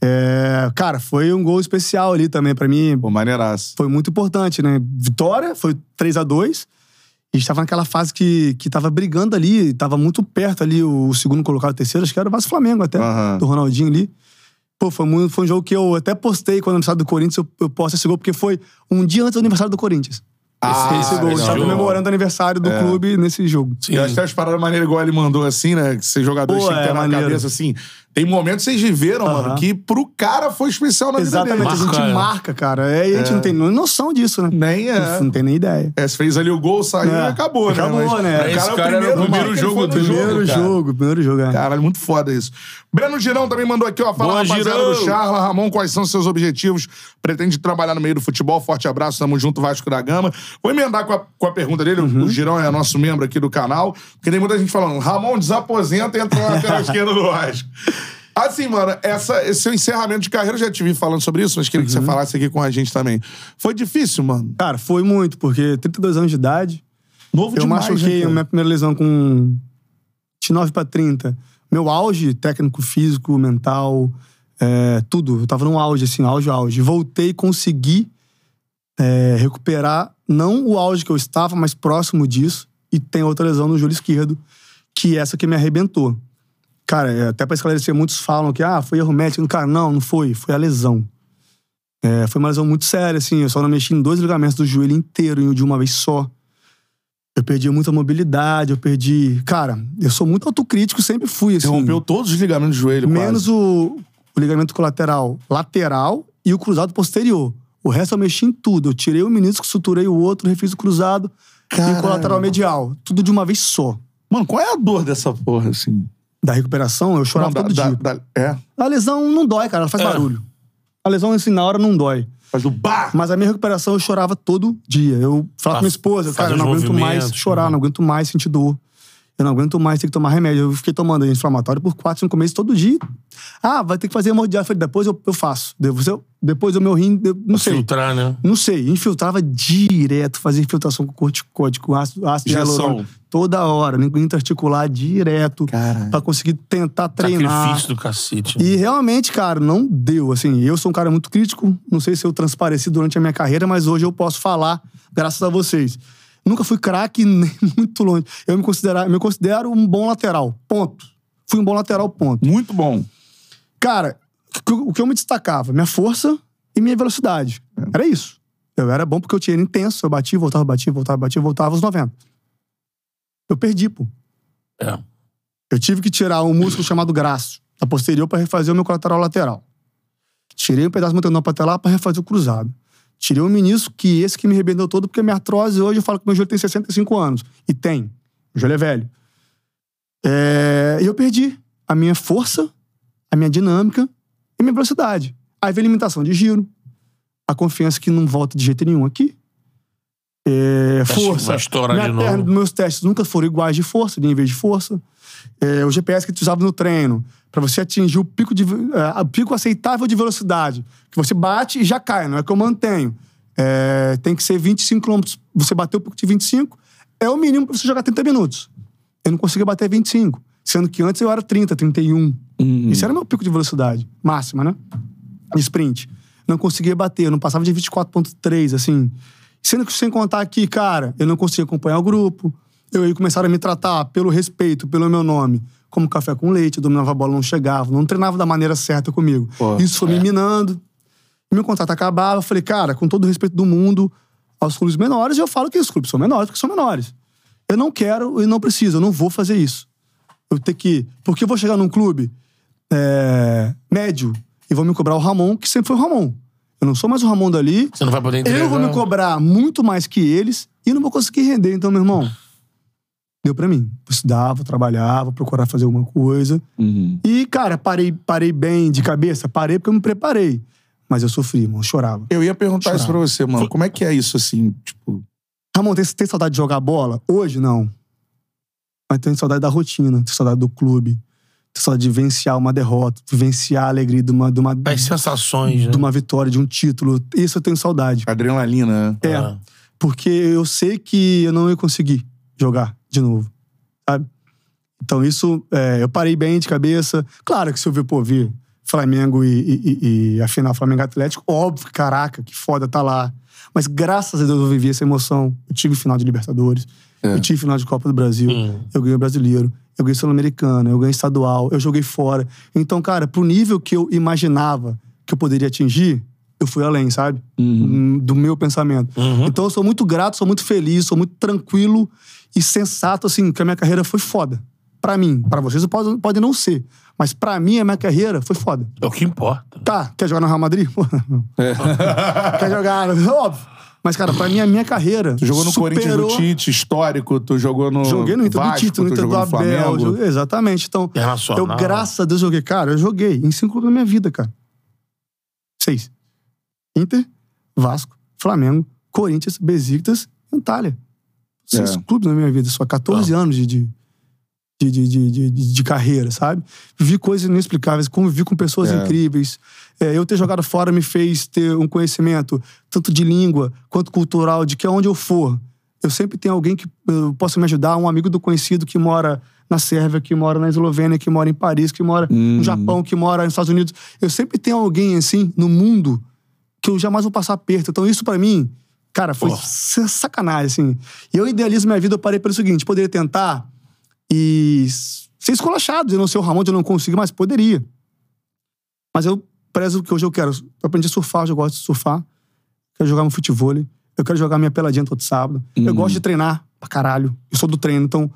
S3: É, cara, foi um gol especial ali também pra mim.
S1: Pô, maneiraço.
S3: Foi muito importante, né? Vitória, foi 3 a 2 A gente tava naquela fase que, que tava brigando ali, tava muito perto ali o, o segundo colocado, o terceiro, acho que era o Vasco Flamengo até,
S1: Aham.
S3: do Ronaldinho ali. Pô, foi, muito, foi um jogo que eu até postei quando o aniversário do Corinthians, eu, eu posto esse gol, porque foi um dia antes do aniversário do Corinthians.
S1: Ah, É.
S3: esse gol. A gente
S1: legal.
S3: tava comemorando o aniversário do clube nesse jogo.
S1: E Eu acho que as paradas maneiras igual ele mandou assim, né? Que esses jogadores
S3: Pô,
S1: têm que ter
S3: é,
S1: na
S3: maneiro.
S1: cabeça, assim. Tem momentos que vocês viveram,
S3: Aham.
S1: mano, que pro cara foi especial na
S3: Exatamente,
S1: vida
S3: a
S1: dele.
S3: gente
S2: Marca, é.
S3: marca, cara. É, e a gente não tem noção disso, né?
S1: Nem é.
S3: Não tem nem ideia.
S1: É, você fez ali o gol, saiu
S3: É.
S1: e acabou, né?
S3: Acabou, né?
S1: O
S2: Esse
S1: cara,
S2: cara
S1: é o primeiro,
S2: era o primeiro
S1: marca que
S2: jogo
S1: foi no
S2: dele.
S3: Primeiro
S1: cara.
S3: jogo, primeiro jogo. é.
S1: *laughs* Caralho, muito foda isso. Breno Girão também mandou aqui, ó. Fala,
S2: Boa,
S1: rapaziada
S2: Girão.
S1: do Charla. Ramon, quais são seus objetivos? Pretende trabalhar no meio do futebol? Forte abraço, tamo junto, Vasco da Gama. Vou emendar com a, com a pergunta dele. O- O Girão é nosso membro aqui do canal. Porque tem muita gente falando, Ramon desaposenta e entra na lateral esquerda do Vasco. Assim, mano, essa, esse seu encerramento de carreira, eu já te vi falando sobre isso, mas queria que você falasse aqui com a gente também. Foi difícil, mano.
S3: Cara, foi muito, porque 32 anos de idade,
S1: Novo
S3: eu
S1: demais,
S3: machuquei
S1: né,
S3: a
S1: cara?
S3: minha primeira lesão com 29 pra 30. Meu auge técnico, físico, mental, é, tudo. Eu tava num auge, assim, auge, auge. Voltei, consegui é, recuperar, não o auge que eu estava, mas próximo disso. E tem outra lesão no joelho esquerdo, que é essa que me arrebentou. Cara, é, até pra esclarecer, muitos falam que ah, foi erro médico. Cara, não, não foi. Foi a lesão. É, foi uma lesão muito séria, assim. Eu só não mexi em dois ligamentos do joelho inteiro, em- de uma vez só. Eu perdi muita mobilidade, eu perdi... Cara, eu sou muito autocrítico, sempre fui, assim.
S1: Rompeu todos os ligamentos do joelho,
S3: Menos o, o ligamento colateral lateral e o cruzado posterior. O resto eu mexi em tudo. Eu tirei o menisco, suturei o outro, refiz o cruzado e
S1: Caramba.
S3: o colateral medial. Tudo de uma vez só.
S1: Mano, qual é a dor dessa porra, assim?
S3: Da recuperação, eu chorava
S1: Não,
S3: todo
S1: da-
S3: dia.
S1: da- da- é.
S3: A lesão não dói, cara. Ela faz
S2: É.
S3: barulho. A lesão, assim, na hora não dói.
S1: Faz o bah!
S3: Mas a minha recuperação eu chorava todo dia. Eu falava
S2: Ah,
S3: com minha esposa,
S2: fazer
S3: cara, eu não
S2: os
S3: aguento
S2: movimentos,
S3: mais chorar,
S2: né?
S3: não aguento mais sentir dor. Eu não aguento mais ter que tomar remédio. Eu fiquei tomando anti-inflamatório por 4, 5 meses todo dia. Ah, vai ter que fazer hemodiálise. Eu Falei, depois eu, eu faço. Depois, eu, depois o meu rim, eu- não sei.
S2: Filtrar, né?
S3: Não sei. Infiltrava direto, fazia infiltração com corticóide, com ácido, ácido
S1: Injeção.
S3: hialurônico. Toda hora, interarticular direto.
S1: Caralho.
S3: Pra conseguir tentar treinar.
S2: Sacrifício do cacete.
S3: E realmente, cara, não deu. Assim, eu sou um cara muito crítico. Não sei se eu transpareci durante a minha carreira, mas hoje eu posso falar, graças a vocês. Nunca fui craque *laughs* nem muito longe. Eu me considero, me considero um bom lateral. Ponto. Fui um bom lateral, ponto.
S1: Muito bom.
S3: Cara, o que- o que eu me destacava? Minha força e minha velocidade. Era isso. Eu era bom porque eu tinha era intenso. Eu batia, voltava, batia, voltava, batia, voltava aos 90. Eu perdi, pô.
S2: É.
S3: Eu tive que tirar um músculo chamado graço da posterior para refazer o meu colateral lateral. Tirei um pedaço do meu tendão patelar para refazer o cruzado. Tirei o menisco, que esse que me arrebentou todo, porque minha artrose hoje eu falo que meu joelho tem 65 anos. E tem. O joelho é velho. É, E eu perdi a minha força, a minha dinâmica e minha velocidade. Aí veio a limitação de giro, a confiança que não volta de jeito nenhum aqui. É,
S2: Acho que
S3: força.
S2: Vai estourar
S3: Minha
S2: de
S3: perna,
S2: novo.
S3: meus testes nunca foram iguais de força, de níveis de força. É, o GPS que tu usava no treino, pra você atingir o pico, de, ve- é, o pico aceitável de velocidade, que você bate e já cai, não é que eu mantenho. É, tem que ser 25 km. Você bateu o pico de 25, é o mínimo pra você jogar 30 minutos. Eu não conseguia bater 25, sendo que antes eu era 30, 31.
S4: Uhum.
S3: Isso era meu pico de velocidade máxima, né? Sprint. Não conseguia bater, eu não passava de 24,3, assim. Sendo que, sem contar que, cara, eu não conseguia acompanhar o grupo. Eu aí começaram a me tratar pelo respeito, pelo meu nome, como café com leite, eu dominava a bola, não chegava, não treinava da maneira certa comigo.
S1: Pô,
S3: Isso foi me minando. Meu contrato acabava, eu falei, cara, com todo o respeito do mundo aos clubes menores, eu falo que os clubes são menores, porque são menores. Eu não quero e não preciso, eu não vou fazer isso. Eu ter que. Porque eu vou chegar num clube é, médio e vou me cobrar o Ramon, que sempre foi o Ramon. Eu não sou mais o Ramon dali,
S4: Você não vai poder entregar.
S3: eu vou me cobrar muito mais que eles e não vou conseguir render. Então, meu irmão, deu pra mim. Vou estudar, vou trabalhar, vou procurar fazer alguma coisa. E, cara, parei, parei bem de cabeça? Parei porque eu me preparei. Mas eu sofri, irmão. eu Chorava.
S1: Eu ia perguntar isso pra
S3: Chorava.
S1: você, mano. Como é que é isso, assim? Tipo,
S3: Ramon, tem, tem saudade de jogar bola? Hoje, não. Mas tenho saudade da rotina, tenho saudade do clube. Tenho saudade de vivenciar uma derrota, vivenciar a alegria de uma, de uma,
S4: Das
S3: de
S4: sensações, né?
S3: uma vitória, de um título. Isso eu tenho saudade.
S1: adrenalina, né?
S3: É.
S4: Ah.
S3: porque eu sei que eu não ia conseguir jogar de novo, sabe? Então isso, é, eu parei bem de cabeça. Claro que se eu ver, pô, vi Flamengo e, e- e- e a final Flamengo e Atlético, óbvio, caraca, que foda tá lá. Mas graças a Deus eu vivi essa emoção. Eu tive final de Libertadores,
S1: É.
S3: eu tive final de Copa do Brasil,
S4: Hum.
S3: eu ganhei o Brasileiro, eu ganhei Sul-Americana, eu ganhei Estadual, eu joguei fora. Então, cara, pro nível que eu imaginava que eu poderia atingir, eu fui além, sabe? Hum,
S1: Uhum.
S3: Do meu pensamento. Então eu sou muito grato, sou muito feliz, sou muito tranquilo e sensato, assim, que a minha carreira foi foda. Pra mim. Pra vocês pode, pode não ser. Mas pra mim, a minha carreira foi foda.
S4: É o que importa.
S3: Tá, quer jogar no Real Madrid? Pô, não.
S1: É.
S3: quer jogar, *laughs* óbvio. Mas, cara, pra mim, a minha carreira.
S1: Tu jogou no Corinthians do
S3: superou-
S1: Tite, histórico. Tu jogou no
S3: Joguei no Inter
S1: Hum, Vasco,
S3: do Tito, no
S1: tu
S3: Inter do
S1: jogou no
S3: Abel.
S1: Flamengo. É
S3: joguei- exatamente.
S2: é
S3: Então, eu,
S4: Internacional.
S3: graças a Deus, joguei. Cara, eu joguei em cinco clubes da minha vida, cara. Seis. Inter, Vasco, Flamengo, Corinthians, Besiktas e Antália. Seis
S1: É. Tá.
S3: clubes na minha vida. Só 14 anos de, de, de, de, de, de- de- de carreira, sabe? Vi coisas inexplicáveis, convivi com pessoas
S1: É.
S3: incríveis. É, eu ter jogado fora me fez ter um conhecimento tanto de língua quanto cultural, de que aonde eu for, eu sempre tenho alguém que eh, possa me ajudar, um amigo do conhecido que mora na Sérvia, que mora na Eslovênia, que mora em Paris, que mora
S1: Hum,
S4: Hum.
S3: no Japão, que mora nos Estados Unidos. Eu sempre tenho alguém assim no mundo que eu jamais vou passar perto. Então isso pra mim, cara, foi sa- sacanagem assim. E eu idealizo minha vida, eu parei pelo seguinte, poderia tentar e s- ser esculachado, de não ser o Ramon, de eu não conseguir, mas poderia. Mas eu prezo o que hoje eu quero. Eu aprendi a surfar, hoje eu gosto de surfar. Quero jogar meu futebol. Eu quero jogar minha peladinha todo sábado. Eu gosto de treinar pra caralho. Eu sou do treino, então.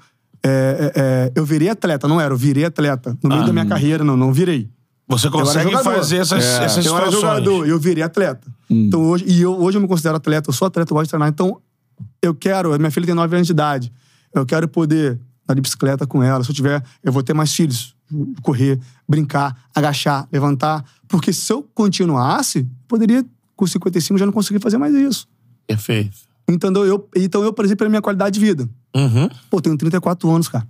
S3: é, é, é, eu virei atleta, não era, eu virei atleta. No meio
S2: Ah.
S3: da minha carreira, não, não virei.
S2: Você consegue
S3: jogador.
S2: fazer essas,
S1: É.
S2: essas
S3: Eu era
S2: situações. Hum.
S3: jogador, eu virei atleta. Então hoje, e eu, hoje eu me considero atleta, eu sou atleta, eu gosto de treinar. Então, eu quero, minha filha tem 9 anos de idade, eu quero poder andar de bicicleta com ela. Se eu tiver, eu vou ter mais filhos. Correr, brincar, agachar, levantar. Porque se eu continuasse, poderia, com 55, já não conseguir fazer mais isso.
S4: Perfeito.
S3: Entendeu? Eu, então eu prezei pela minha qualidade de vida.
S4: Uhum.
S3: Pô, tenho 34 anos, cara.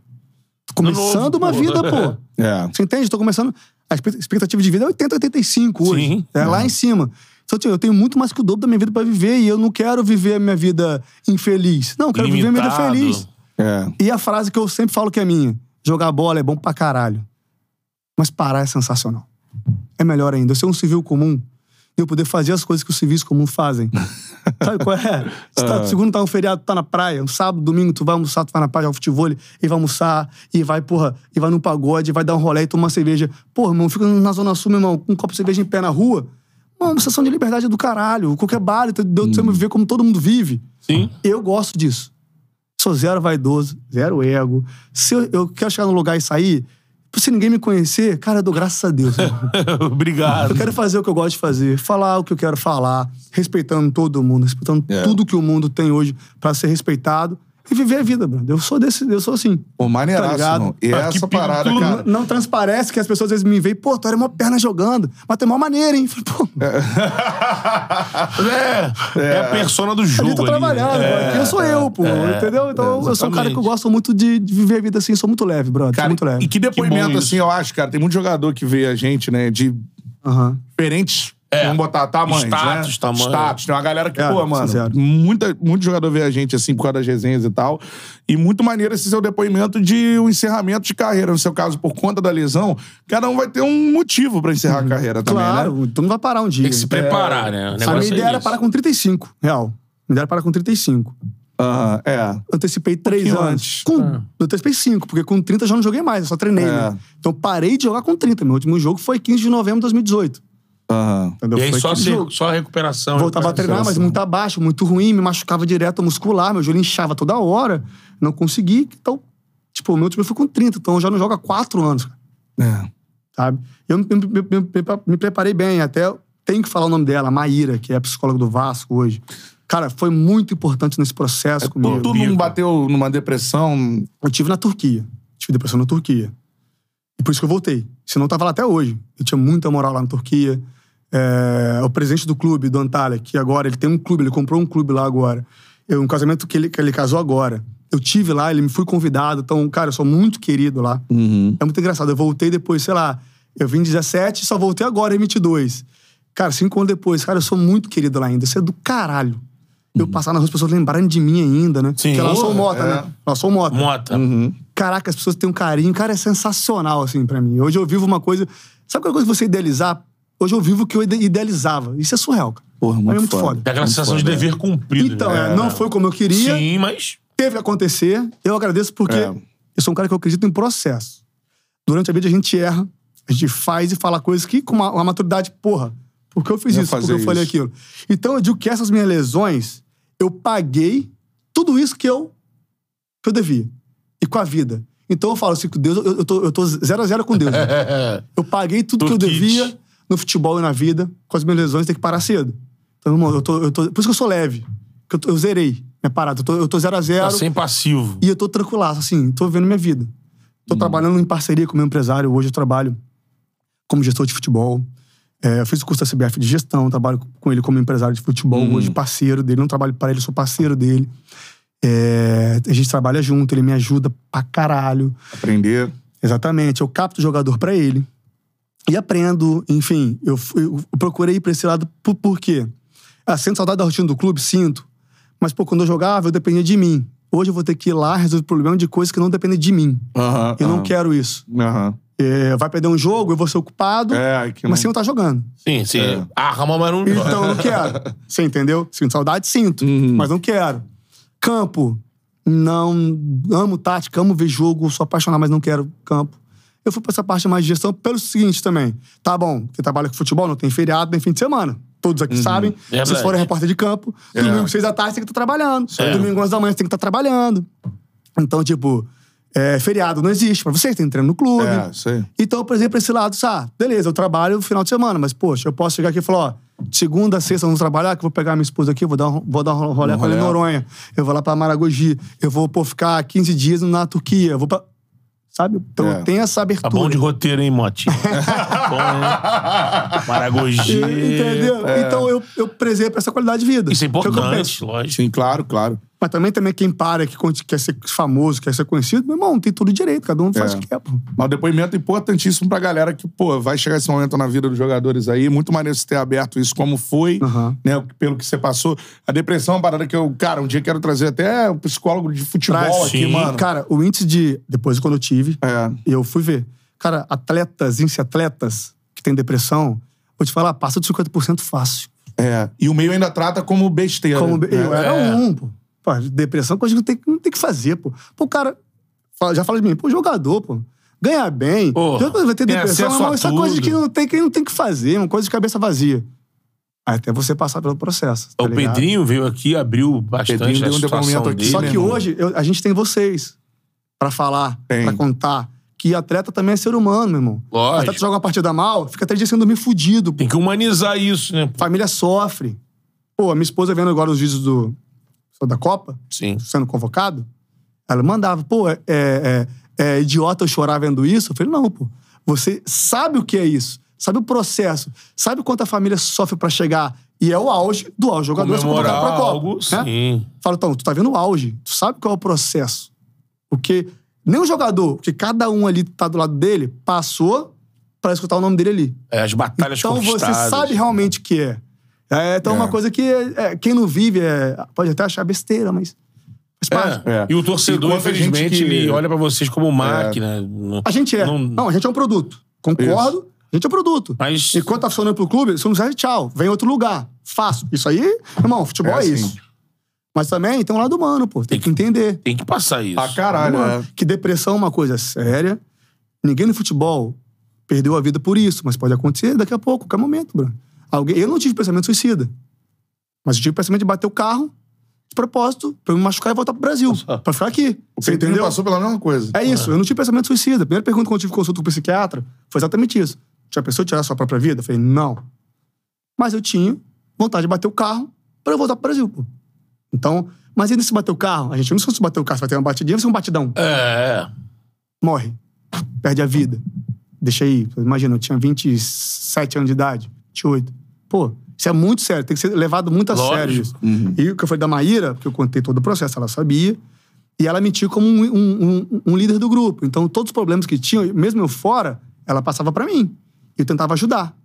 S3: Tô começando
S4: novo,
S3: uma
S4: pô.
S3: vida,
S4: *laughs*
S3: pô.
S1: É.
S3: Você entende? Tô começando. A expect- expectativa de vida é 80, 85 hoje.
S4: Sim.
S3: É lá em cima. Então, tio, eu tenho muito mais que o dobro da minha vida pra viver e eu não quero viver a minha vida infeliz. Não, eu quero viver a minha vida
S4: Ilimitado.
S3: feliz.
S1: É.
S3: E a frase que eu sempre falo que é minha: jogar bola é bom pra caralho. Mas parar é sensacional. É melhor ainda. Eu ser um civil comum e eu poder fazer as coisas que os civis comuns fazem. Sabe qual é? Se tá, Segundo tá um feriado, tu tá na praia. Um sábado, domingo, tu vai almoçar, tu vai na praia, joga futebol, e vai almoçar, e vai, porra, e vai num pagode, e vai dar um rolê e toma uma cerveja. Porra, irmão, fica na Zona Sul, meu irmão, com um copo de cerveja em pé na rua. Mano, sensação de liberdade é do caralho. Qualquer bar, deu pra você viver como todo mundo vive.
S4: Sim.
S2: *laughs*
S3: Eu gosto disso. Sou zero vaidoso, zero ego. Se eu, eu quero chegar num lugar e sair, se ninguém me conhecer, cara, eu dou graças a Deus. irmão.
S4: Obrigado.
S3: eu quero fazer o que eu gosto de fazer, falar o que eu quero falar, respeitando todo mundo, respeitando
S1: É.
S3: tudo que o mundo tem hoje pra ser respeitado e viver a vida, brother. Eu sou desse, eu sou assim.
S1: Pô, maneiraço,
S3: Tá ligado?
S1: mano. E
S2: Ah, que
S1: essa parada,
S2: pintura,
S1: cara.
S3: Não, não transparece que as pessoas às vezes me veem, pô, tu era uma perna jogando, mas tem mó maneira, hein? Falei, pô,
S2: É, é a persona do jogo.
S3: ali tô
S2: ali, né?
S3: tá trabalhando,
S2: É.
S3: brother. aqui eu sou eu, pô,
S1: É.
S3: entendeu? Então eu sou um cara que eu
S2: exatamente.
S3: gosto muito de de viver a vida assim, sou muito leve, brother, sou
S1: Cara,
S3: muito leve.
S1: e que
S2: Que
S1: depoimento,
S2: bom isso.
S1: assim, eu acho, cara. Tem muito jogador que vê a gente, né, de
S3: Aham.
S1: diferentes. Vamos botar
S3: assim,
S1: tamanhos,
S4: Status,
S1: né?
S4: tamanho.
S1: Status. Tem uma galera que,
S3: Ah, É,
S1: pô, mano,
S3: sincero.
S1: muita, muito jogador vê a gente, assim, por causa das resenhas e tal. E muito maneiro esse seu depoimento de um encerramento de carreira. No seu caso, por conta da lesão, cada um vai ter um motivo pra encerrar a carreira também,
S3: Uhum. claro,
S1: né?
S3: todo mundo vai parar um dia.
S4: Tem que se preparar, né? O
S3: a
S4: negócio
S3: minha ideia
S4: é
S3: era
S4: isso.
S3: parar com 35, real. Minha ideia era parar com 35.
S1: Aham, é.
S3: Eu antecipei três
S1: pouquinho antes. Ah.
S3: anos. Com, Eu antecipei cinco, porque com 30 eu já não joguei mais, eu só treinei,
S1: É.
S3: né? Então parei de jogar com 30. Meu último jogo foi 15 de novembro de 2018.
S1: Aham.
S3: Entendeu?
S2: E aí
S3: foi
S2: só,
S3: 15 de
S2: se-
S3: jogo.
S2: só a recuperação.
S3: Voltava a
S2: recuperação.
S3: treinar, mas muito abaixo, muito ruim, me machucava direto muscular, meu joelho inchava toda hora, não consegui. Então, tipo, meu último eu fui com 30, então eu já não jogo há quatro anos,
S1: É.
S3: sabe? Eu me, me- me- me- me preparei bem, até tenho que falar o nome dela, Maíra, que é a psicóloga do Vasco hoje. Cara, foi muito importante nesse processo comigo.
S1: Tu, tu não bateu numa depressão
S3: Eu tive na Turquia. Tive depressão na Turquia. E por isso que eu voltei. Senão eu tava lá até hoje. Eu tinha muita moral lá na Turquia. É, o presidente do clube, do Antalya, que agora ele tem um clube, ele comprou um clube lá agora. Eu, um casamento que ele, que ele casou agora. Eu tive lá, ele me fui convidado. Então, cara, eu sou muito querido lá. É muito engraçado. Eu voltei depois, sei lá, eu vim em 17 e só voltei agora em 22. Cara, cinco anos depois, cara, eu sou muito querido lá ainda. Isso é do caralho. Eu passar na rua, as pessoas lembrarem de mim ainda, né?
S4: Sim.
S3: Porque lá eu sou
S4: Porra,
S3: mota,
S1: é.
S3: né? Lá eu sou mota
S4: Mota.
S1: Uhum.
S3: caraca, as pessoas têm um carinho. Cara, é sensacional, assim, pra mim. Hoje eu vivo uma coisa. Sabe aquela coisa que você idealizar? Hoje eu vivo o que eu ide- idealizava. Isso é surreal, cara.
S1: Porra, muito
S3: Pra mim é muito
S1: foda.
S3: foda.
S2: Dá aquela sensação de dever cumprido.
S3: Então,
S2: né?
S3: é, não foi como eu queria,
S2: Sim, mas.
S3: teve que acontecer. Eu agradeço porque
S1: É.
S3: eu sou um cara que eu acredito em processo. Durante a vida a gente erra, a gente faz e fala coisas que com uma, uma maturidade, porra, por que eu fiz
S1: Ia
S3: isso? Por que
S1: fazer
S3: eu falei
S1: isso.
S3: aquilo? Então eu digo que essas minhas lesões, eu paguei tudo isso que eu, que eu devia. E com a vida. Então eu falo assim, com Deus, eu, eu, tô, eu tô zero a zero com Deus. né?
S1: *laughs*
S4: É.
S3: Eu paguei tudo
S2: Do
S3: que eu
S2: kit.
S3: devia no futebol e na vida, com as minhas lesões, tem que parar cedo. Então, irmão, eu tô, eu tô. Por isso que eu sou leve. Que eu, tô- eu zerei minha parada. Eu tô, eu tô zero a zero
S4: Tá sem passivo.
S3: e eu tô tranquilaço, assim, tô vivendo minha vida. Tô trabalhando em parceria com o meu empresário. Hoje eu trabalho como gestor de futebol. É, eu fiz o curso da CBF de gestão, trabalho com ele como empresário de futebol, hoje parceiro dele. Não trabalho para ele, sou parceiro dele. É, a gente trabalha junto, ele me ajuda pra caralho.
S1: Aprender.
S3: Exatamente. Eu capto o jogador pra ele e aprendo. Enfim, eu, fui- eu procurei ir pra esse lado por, por quê? Ah, sinto saudade da rotina do clube? Sinto. Mas, pô, quando eu jogava, eu dependia de mim. Hoje eu vou ter que ir lá resolver problema de coisas que não dependem de mim.
S1: Aham.
S3: Eu não
S1: aham,
S3: quero isso.
S1: Aham.
S3: É, vai perder um jogo, eu vou ser ocupado,
S1: É, que
S3: mas sem
S1: não...
S3: eu estar jogando.
S4: Sim, sim.
S1: É.
S4: Arrama, mas não. Uhum.
S3: Então eu não
S4: *laughs*
S3: quero. Você entendeu? Sinto saudade, sinto, mas não quero. Campo, não. Amo tática, amo ver jogo, sou apaixonado, mas não quero campo. Eu fui pra essa parte mais de gestão pelo seguinte também. Tá bom, você trabalha com futebol, não tem feriado, nem fim de semana. Todos aqui sabem.
S4: Uhum. É Verdade. É.
S3: Vocês foram repórter de campo. Domingo, seis da tarde, você tem que estar trabalhando. Domingo, onze da manhã, você tem que estar trabalhando. Então, tipo, é, feriado não existe. Pra vocês, tem treino no clube.
S1: É, isso aí.
S3: Então, por exemplo, esse lado, ah, beleza, eu trabalho no final de semana, mas, poxa, eu posso chegar aqui e falar, ó, segunda, sexta, vamos trabalhar, que eu vou pegar minha esposa aqui, eu vou dar um, vou dar um rolê com ela
S1: rolê.
S3: em Noronha, eu vou lá pra Maragogi, eu vou, pô, ficar 15 dias na Turquia, eu vou pra... Sabe? Então
S1: É.
S3: tem essa
S4: Tá
S3: abertura.
S4: bom de roteiro, hein, Mote?
S3: *laughs*
S4: Bom, hein? Maragogi.
S3: Entendeu? Então eu, eu prezei pra essa qualidade de vida.
S4: Isso é
S3: Que o que eu penso.
S4: importante, lógico.
S1: Sim, claro, claro.
S3: Mas também, também quem para, que conte- quer ser famoso, quer ser conhecido, meu irmão, tem todo o direito, cada um faz
S1: É.
S3: o que quer, pô.
S1: Mas o depoimento é importantíssimo pra galera que, pô, vai chegar esse momento na vida dos jogadores aí. Muito maneiro você ter aberto isso, como foi,
S3: Aham.
S1: né? Pelo que você passou. A depressão é uma parada que eu, cara, um dia quero trazer até um psicólogo de futebol
S3: Traz,
S1: aqui,
S4: sim.
S1: mano.
S3: Cara, o índice de. Depois, quando eu tive,
S1: É.
S3: E eu fui ver. Cara, atletas, índice atletas que tem depressão, vou te falar, passa de 50% fácil.
S1: É. E o meio ainda trata como besteira.
S3: Como
S1: né?
S3: eu era
S4: É.
S3: um, pô. Pô, depressão é coisa que não tem, não tem que fazer, pô. Pô, cara, fala- já fala de mim, pô, jogador, pô. Ganhar bem,
S4: Pô,
S3: jogador vai ter
S4: tem
S3: depressão,
S4: acesso
S3: mas,
S4: a
S3: isso é coisa
S4: tudo.
S3: que não tem, que não tem que fazer, uma coisa de cabeça vazia. Até você passar pelo processo. tá
S4: É o
S3: ligado?
S4: Pedrinho veio aqui, abriu bastante
S1: Pedrinho
S4: a
S1: deu um
S4: situação
S1: depoimento aqui.
S4: dele. né?
S3: Só que
S1: irmão.
S3: hoje eu- a gente tem vocês pra falar,
S1: Tem.
S3: pra contar. Que atleta também é ser humano, meu irmão.
S4: Lógico.
S3: Atleta joga uma partida mal, fica três dias sem dormir fudido, pô.
S4: Tem que humanizar isso, né?
S3: família sofre. Pô, a minha esposa vendo agora os vídeos do da Copa,
S4: Sim.
S3: sendo convocado, ela mandava, pô, é, é- é idiota eu chorar vendo isso? Eu falei, não, pô. Você sabe o que é isso, sabe o processo, sabe quanto a família sofre pra chegar. E é o auge do auge. O jogador se
S4: Comemorar
S3: convocar pra Copa.
S4: algo,
S3: né?
S4: sim.
S3: Fala, então, tu tá vendo o auge, tu sabe qual é o processo. Porque nem o jogador, porque cada um ali que tá do lado dele, passou pra escutar o nome dele ali.
S4: É, as batalhas
S3: Então você
S4: conquistadas.
S3: sabe realmente o que é. é então é uma coisa que é, quem não vive é, pode até achar besteira, mas faz parte.
S1: É.
S4: E o torcedor,
S1: Enquanto a gente
S4: infelizmente,
S1: que- É.
S4: ele olha pra vocês como máquina. né? Não-
S3: A gente é.
S4: Não-
S3: Não, a gente é um produto. Concordo. A gente é um produto.
S4: Mas
S3: Enquanto tá funcionando pro clube, isso não serve, tchau. Vem em outro lugar. Faço. Isso aí, irmão, futebol
S1: É
S3: é,
S1: assim.
S3: isso. Mas também tem um lado humano, pô. Tem que entender.
S4: Tem que passar isso.
S1: Pra caralho,
S3: Mano,
S1: é.
S3: Que depressão é uma coisa séria. Ninguém no futebol perdeu a vida por isso, mas pode acontecer daqui a pouco, qualquer momento, bro. Alguém, eu não tive pensamento suicida. Mas eu tive pensamento de bater o carro de propósito pra eu me machucar e voltar pro Brasil. Pra ficar aqui.
S1: O
S3: Você
S1: Pedrinho
S3: entendeu?
S1: passou pela mesma coisa.
S3: É isso, eu não tive pensamento suicida. A primeira pergunta quando eu tive consulta com o psiquiatra foi exatamente isso. Já pensou em tirar sua própria vida? Eu falei, não. Mas eu tinha vontade de bater o carro pra eu voltar pro Brasil, pô. Então, mas ainda se bater o carro, a gente não sabe se bater o carro, se vai ter uma batidinha, vai ser um batidão
S4: É.
S3: morre, perde a vida. Deixa aí, imagina, eu tinha 27 anos de idade, 28. Pô, isso é muito sério, tem que ser levado muito a
S4: Lógico.
S3: sério isso.
S1: Uhum.
S3: E o que eu falei da Maíra, porque eu contei todo o processo, ela sabia, e ela mentiu como um, um- um- um líder do grupo. Então, todos os problemas que tinham, mesmo eu fora, ela passava pra mim. E eu tentava ajudar.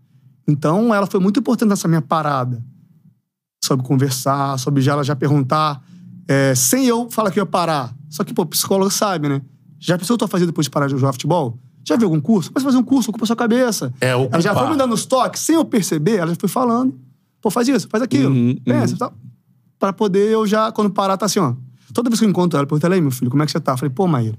S3: Então, ela foi muito importante nessa minha parada. Sobre conversar, sobre já ela já perguntar, é, sem eu falar que eu ia parar. Só que, pô, psicólogo sabe, né? Já pensou o que eu tô fazendo depois de parar de jogar futebol? Já viu algum curso? Começa a fazer um curso, ocupa sua cabeça.
S4: É, ocupar.
S3: Ela já foi me dando os toques, sem eu perceber, ela já foi falando. Pô, faz isso, faz aquilo. Pensa, tal. Pra poder eu já, quando parar, tá assim, ó. Toda vez que eu encontro ela, eu pergunto, ela aí, meu filho, como é que você tá? Eu falei, pô, Maíra,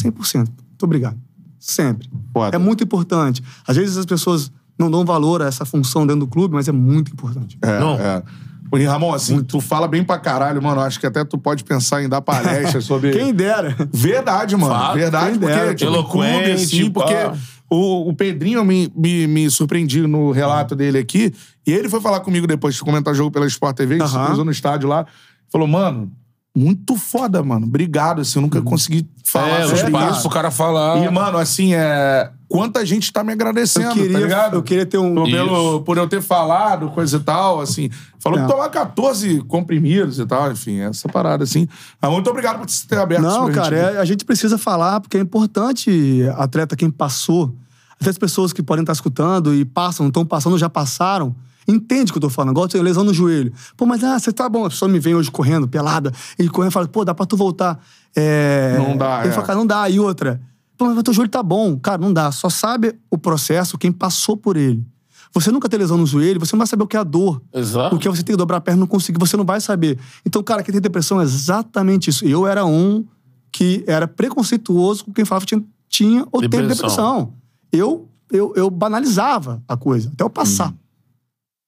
S3: 100%. Muito obrigado. Sempre.
S1: Foda.
S3: É muito importante. Às vezes as pessoas não dão valor a essa função dentro do clube, mas é muito importante.
S1: É,
S4: Não.
S1: é. Pô, e, Ramon, assim, tu fala bem pra caralho, mano. Acho que até tu pode pensar em dar
S3: *laughs*
S1: palestra sobre.
S3: Quem dera.
S1: Verdade, mano.
S4: Fato,
S1: Verdade,
S3: quem
S1: porque
S3: dera.
S1: tipo, em clube,
S4: Eloquente,
S1: assim,
S4: pá.
S1: porque o, o Pedrinho me, me, me surpreendi no relato dele aqui. E ele foi falar comigo depois de comentar jogo pela Sport TV, que
S3: Aham.
S1: se cruzou no estádio lá. Falou, mano, muito foda, mano. Obrigado, assim, eu
S3: Uhum.
S1: nunca consegui falar
S4: É, o
S1: sobre
S4: espaço
S1: isso.
S4: pro cara falar.
S1: E, mano, assim, é. Quanta gente tá me agradecendo,
S3: Eu
S1: tá
S3: queria,
S1: ligado?
S3: eu queria ter um.
S1: Pô, pelo, por eu ter falado, coisa e tal, assim. Falou
S3: É.
S1: que tomar 14 comprimidos e tal, enfim, essa parada, assim. Ah, muito obrigado por você ter aberto isso
S3: Não,
S1: pra gente né?
S3: cara,
S1: aqui.
S3: é- a gente precisa falar, porque é importante, atleta, quem passou, até as pessoas que podem estar escutando e passam, estão passando, já passaram, entende o que eu tô falando. Igual eu tenho lesão no joelho. Pô, mas ah, você tá bom, a pessoa me vem hoje correndo, pelada, e correndo e fala, pô, dá pra tu voltar. É,
S1: Não dá,
S3: Eu
S1: é.
S3: falo, cara, não dá. E outra, pô, mas teu joelho tá bom. Cara, não dá. Só sabe o processo quem passou por ele. Você nunca tem lesão no joelho, você não vai saber o que é a dor.
S4: Exato.
S3: Porque você tem que dobrar a perna e não conseguir, você não vai saber. Então, cara, quem tem depressão é exatamente isso. Eu era um que era preconceituoso com quem falava que tinha, tinha ou teve
S4: Depressão.
S3: depressão. Eu, eu, eu banalizava a coisa, até eu passar.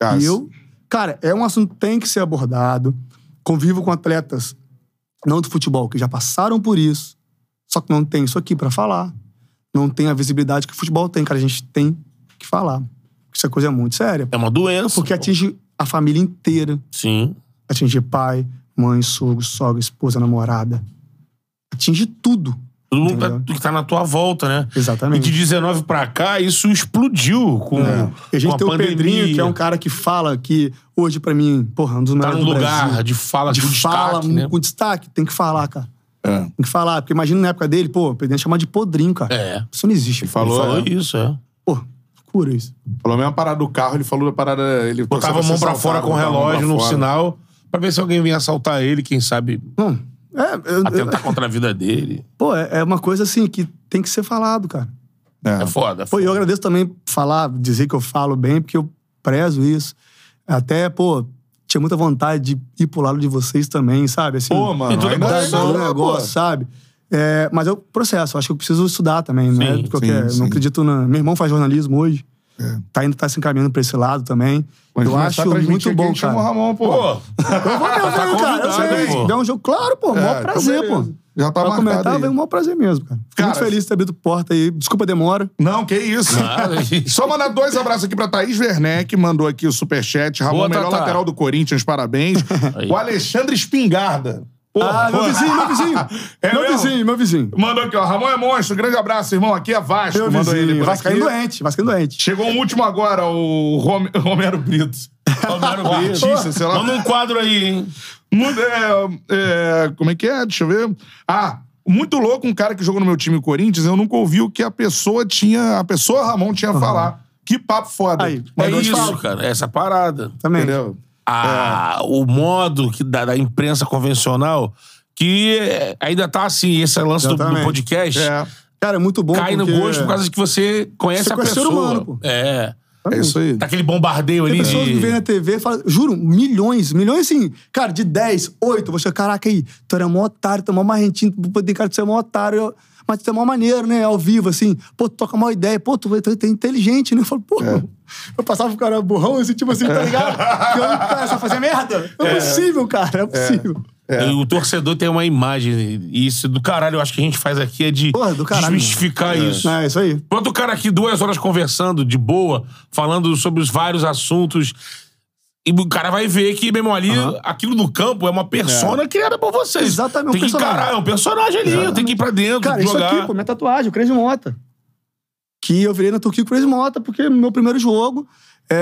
S1: Cara,
S3: E eu, cara, é um assunto que tem que ser abordado. Convivo com atletas, não do futebol, que já passaram por isso, só que não tem isso aqui pra falar. Não tem a visibilidade que o futebol tem, cara. A gente tem que falar. Isso é coisa muito séria.
S4: É uma doença.
S3: Porque atinge a família inteira
S4: Sim.
S3: atingir pai, mãe, sogro, sogra, esposa, namorada. Atinge tudo.
S4: Todo mundo
S3: Entendeu?
S4: tá- tudo que tá na tua volta, né? E
S3: Exatamente. É.
S4: de 19 pra cá, isso explodiu com,
S3: E a gente
S4: com a
S3: tem o
S4: pandemia.
S3: Pedrinho, que é um cara que fala que hoje, pra mim, porra, um dos
S4: Tá
S3: melhores
S4: num
S3: do
S4: lugar
S3: Brasil.
S4: de fala,
S3: de
S4: de com
S3: fala,
S4: destaque, né?
S3: com destaque. Tem que falar, cara.
S1: É.
S3: Tem que falar. Porque imagina na época dele, pô, o Pedrinho chamar de podrinho, cara.
S4: É.
S3: Isso não existe.
S1: Ele falou,
S4: Falou
S1: é,
S4: isso, é.
S3: Pô, cura isso.
S1: falou a mesma parada do carro, ele falou da parada. Ele
S2: Botava a mão pra fora com o relógio no sinal pra ver se alguém vem assaltar ele, quem sabe
S3: Não, é, eu- eu-
S4: Atentar contra a vida dele.
S3: pô, é, é uma coisa assim que tem que ser falado, cara.
S4: É foda. é
S3: Pô, e eu
S4: foda.
S3: agradeço também falar, dizer que eu falo bem, porque eu prezo isso. Até, pô, tinha muita vontade de ir pro lado de vocês também, sabe? Assim,
S1: Pô, mano,
S4: E tudo
S1: ainda
S4: bem,
S3: dar
S1: ainda
S3: valor
S1: dá,
S3: ao um negócio,
S1: pô.
S3: sabe? É, mas eu processo, acho que eu preciso estudar também, não é?
S4: Sim, É.
S3: de Qualquer,
S1: sim, sim.
S3: Não acredito na. Meu irmão faz jornalismo hoje. Tá ainda tá se encaminhando pra esse lado também.
S1: Quando
S3: eu
S1: começar a
S3: acho
S1: transmitir aqui,
S3: muito
S1: a
S3: bom,
S1: gente é chama o
S3: cara.
S1: Ramon, pô.
S4: Pô,
S3: Eu
S1: *laughs*
S3: vou mesmo,
S4: Tá
S3: cara. Eu
S4: convidado,
S3: sei.
S4: pô.
S3: Se tiver um jogo, claro, pô.
S1: É,
S3: maior
S1: então
S3: prazer,
S1: beleza.
S3: pô.
S1: Já tá
S3: Pra
S1: marcado
S3: comentar,
S1: aí.
S3: vem o maior prazer mesmo, cara. Fico
S1: Cara,
S3: muito feliz de ter abrido porta aí. Desculpa a demora.
S1: *laughs* Não, que isso.
S4: Nada,
S3: *laughs*
S4: gente.
S1: Só mandar dois abraços aqui pra Thaís Werneck, mandou aqui o superchat. Ramon,
S4: Boa,
S1: melhor
S4: Tatá.
S1: lateral do Corinthians, parabéns.
S4: Aí.
S1: O Alexandre Espingarda. Porra.
S3: Ah, meu vizinho, meu vizinho.
S1: É
S3: meu
S1: mesmo?
S3: vizinho, meu vizinho.
S1: *laughs* Mandou aqui, ó. Ramon é monstro. Grande abraço, irmão. Aqui é Vasco.
S3: Meu
S1: Mandou ele é
S3: vizinho.
S1: por
S3: Vascaíno
S1: aqui.
S3: doente, Vascaíno doente.
S1: Chegou um último agora, o Rome- *laughs* Romero Brito.
S4: Romero
S1: O
S4: Brito.
S1: artista, sei lá.
S4: Manda um quadro aí, hein?
S1: Muito, é, é, como é que é? Deixa eu ver. Ah, muito louco um cara que jogou no meu time Corinthians, eu nunca ouvi o que a pessoa tinha, a pessoa Ramon tinha a falar. Que papo foda.
S3: Aí,
S4: É
S1: Mandou te
S4: isso,
S1: falar,
S4: cara. Essa parada.
S3: Também.
S1: Entendeu?
S4: a,
S3: É.
S4: o modo que da, da imprensa convencional que é, ainda tá assim, esse lance do, do
S3: Exatamente.
S4: podcast
S1: É.
S3: Cara, é muito bom.
S4: cai no
S3: porque-
S4: gosto por causa de que você conhece
S3: Você
S4: a
S3: conhece o
S4: pessoa.
S3: ser humano, pô.
S4: É. É isso aí.
S2: Tá aquele bombardeio
S3: Tem
S2: ali.
S3: pessoas
S2: de-
S3: que vêm na TV e falam, juro, milhões, milhões assim, cara, de 10, 8. Você, caraca, aí, tu era mó otário, tu é mó marrentinho, tu pô, tem cara de ser mó otário, eu- mas tu é mó maneiro, né? Ao vivo, assim, pô, tu toca mó ideia, pô, tu, tu, tu é inteligente, né? Eu falo, pô,
S1: É.
S3: eu passava o cara burrão, assim, tipo assim,
S1: *laughs*
S3: tá ligado? E eu, cara, só fazia merda. Não é, possível, cara, é possível.
S2: E O torcedor tem uma imagem. E isso do caralho, eu acho que a gente faz aqui é de
S3: Porra, do caralho.
S2: desmistificar isso.
S3: É, isso aí.
S2: Quanto o cara aqui duas horas conversando de boa, falando sobre os vários assuntos. E o cara vai ver que, mesmo ali, aquilo do campo é uma persona criada por vocês.
S3: Exatamente, um
S2: Tem que
S3: personagem.
S2: encarar, é um personagem ali, tem que ir pra dentro,
S3: Cara,
S2: jogar.
S3: isso aqui, pô, minha tatuagem, o Crazy Mota. Que eu virei na Turquia com o Crazy Mota, porque no meu primeiro jogo,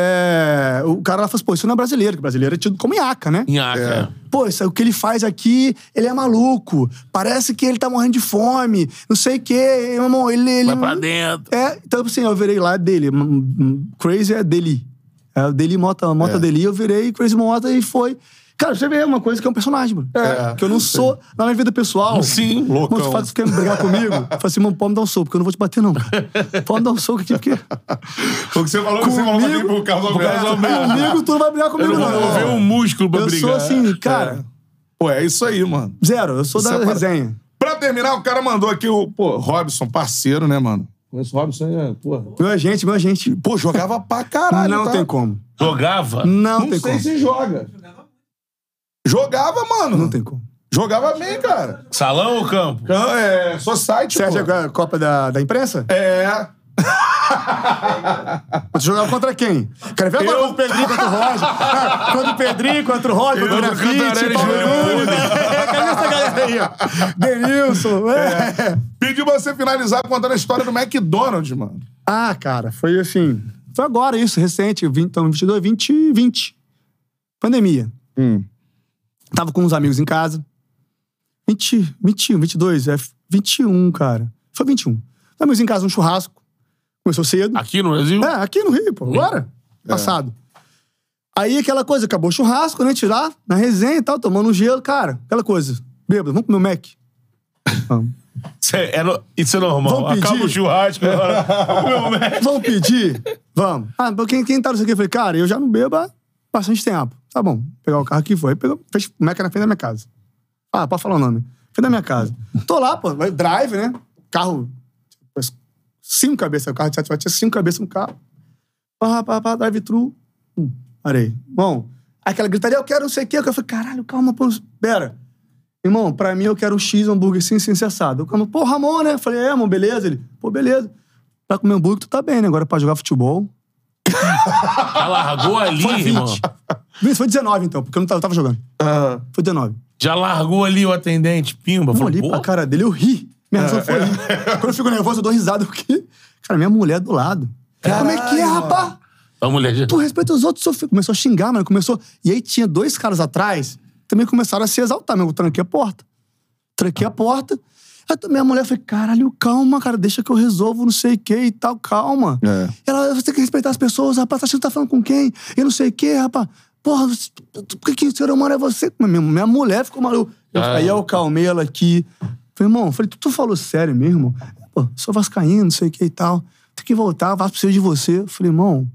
S3: é, o cara lá falou assim, pô, isso não é brasileiro, que brasileiro é tido como iaca, né?
S2: Nhaca.
S3: Pô, isso, o que ele faz aqui, ele é maluco. Parece que ele tá morrendo de fome, não sei o quê. Meu irmão, ele... ele
S2: Vai pra dentro.
S3: é, então assim, eu virei lá dele. M- m- Crazy é dele. É o Deli Mota, Mota Deli, eu virei Crazy Mota e foi. Cara, você vê uma coisa que é um personagem, mano.
S4: É.
S3: Que eu não sou na minha vida pessoal.
S2: Sim.
S4: Loucão.
S3: Mas o fato de quer brigar comigo, eu falo assim, mano, pode me dar um soco, porque eu não vou te bater, não, cara. Pode me dar um soco aqui, porque.
S4: Foi o que você falou que você falou pra mim pro Carlos
S1: um
S3: *laughs*
S4: Alberto.
S1: *laughs*
S3: comigo, tu não vai brigar comigo,
S2: Eu
S3: É, não.
S2: vou mover um músculo pra
S3: Eu
S2: brigar.
S3: sou assim, cara,
S4: Pô, é isso aí, mano.
S3: zero. Eu sou da
S4: Isso é para-
S3: resenha.
S4: Pra terminar, o cara mandou aqui o, pô, Robson, parceiro, né, mano? Conheço o Robson, é, pô.
S3: Meu agente, meu agente.
S4: Pô, jogava pra caralho,
S3: não
S4: tá?
S3: tem como.
S2: Jogava.
S3: Não,
S4: Não,
S3: tem
S4: sei
S3: como.
S4: se joga. Jogava, mano.
S3: Não tem como.
S4: Jogava bem, cara.
S2: Salão ou campo?
S4: Can- É, society,
S3: Você acha
S4: pô.
S3: que é a Copa da, da Imprensa?
S4: É.
S3: Você jogava contra quem? Quero ver agora
S4: Eu-
S3: quando o Pedrinho contra o Roger. Ah, quando o Pedrinho contra o Roger, contra o
S2: contra o
S3: Grafite,
S2: Cantarelli,
S3: Paulo
S2: Júnior.
S3: Nunes. É, Quero ver essa galera aí, ó. Denilson. é.
S4: Pedi pra você finalizar contando a história do McDonald's, mano.
S3: Ah, cara, foi assim. Foi agora isso, recente. 20, então, 22, 20, 20. Pandemia.
S2: Hum.
S3: Tava com uns amigos em casa. 20, 21, 22, é 21, cara. Foi 21. Amigos em casa, um churrasco. Começou cedo.
S2: Aqui no Brasil?
S3: É, aqui no Rio, pô. Agora. Passado. Aí aquela coisa, acabou o churrasco, né? Tirar na resenha e tal, tomando um gelo, cara. Aquela coisa. Bêbado, vamos comer o Mac.
S2: Isso é, é no- isso é normal.
S3: Vamos pedir.
S2: Acaba o churrasco agora. Meu
S3: *laughs*
S2: Mac.
S3: Vamos pedir? Vamos. Ah, pra quem, quem tá nisso aqui? Eu falei, cara, eu já não bebo há bastante tempo. Tá bom, pegar o carro que foi. Aí Pegou, fez o Meca na frente da minha casa. Ah, pode falar o nome. Frente da minha casa. Tô lá, pô, vai- drive, né? Carro. tipo, Cinco cabeças, o carro de sete tinha cinco cabeças no carro. Pá, pá, pá, drive-thru. Hum, parei. Bom, aquela gritaria, eu quero não sei o quê. Eu falei, caralho, calma, pô, pera. Irmão, pra mim eu quero um X hambúrguer sim, sim, cessado. Eu falo, pô, Ramon, né? Eu falei, é, irmão, beleza? Ele, pô, beleza. Pra comer hambúrguer, tu tá bem, né? Agora pra jogar futebol.
S2: Ela largou ali,
S3: Foi 20.
S2: irmão.
S3: Isso foi 19, então, porque eu não tava, eu tava jogando. Foi 19.
S2: Já largou ali o atendente, pimba.
S3: Eu
S2: Falou,
S3: olhei
S2: pô,
S3: pra cara dele, eu ri. Minha razão foi rir. Quando eu fico nervoso, eu dou risada, porque. Cara, minha mulher é do lado. Como é que é, rapaz?
S2: a mulher já...
S3: Tu respeita os outros, seu filho. Começou a xingar, mano. Começou. E aí tinha dois caras atrás, também começaram a se exaltar, meu. Eu tranquei a porta. Tranquei a porta. Aí também a mulher foi, caralho, calma, cara, deixa que eu resolvo, não sei o que e tal, calma.
S4: É.
S3: Ela, você tem que respeitar as pessoas, rapaz, tá achando que tá falando com quem? E não sei o que, rapaz. Porra, você- tu- por que, que o ser humano é você? Mas Minha, minha mulher ficou maluca. Eu-
S2: Ah.
S3: Aí eu calmei ela aqui. Falei, irmão, falei, tu, tu falou sério mesmo? Pô, sou vascaíno, não sei o que e tal. Tem que voltar, Vasco precisa de você. Eu Falei, irmão,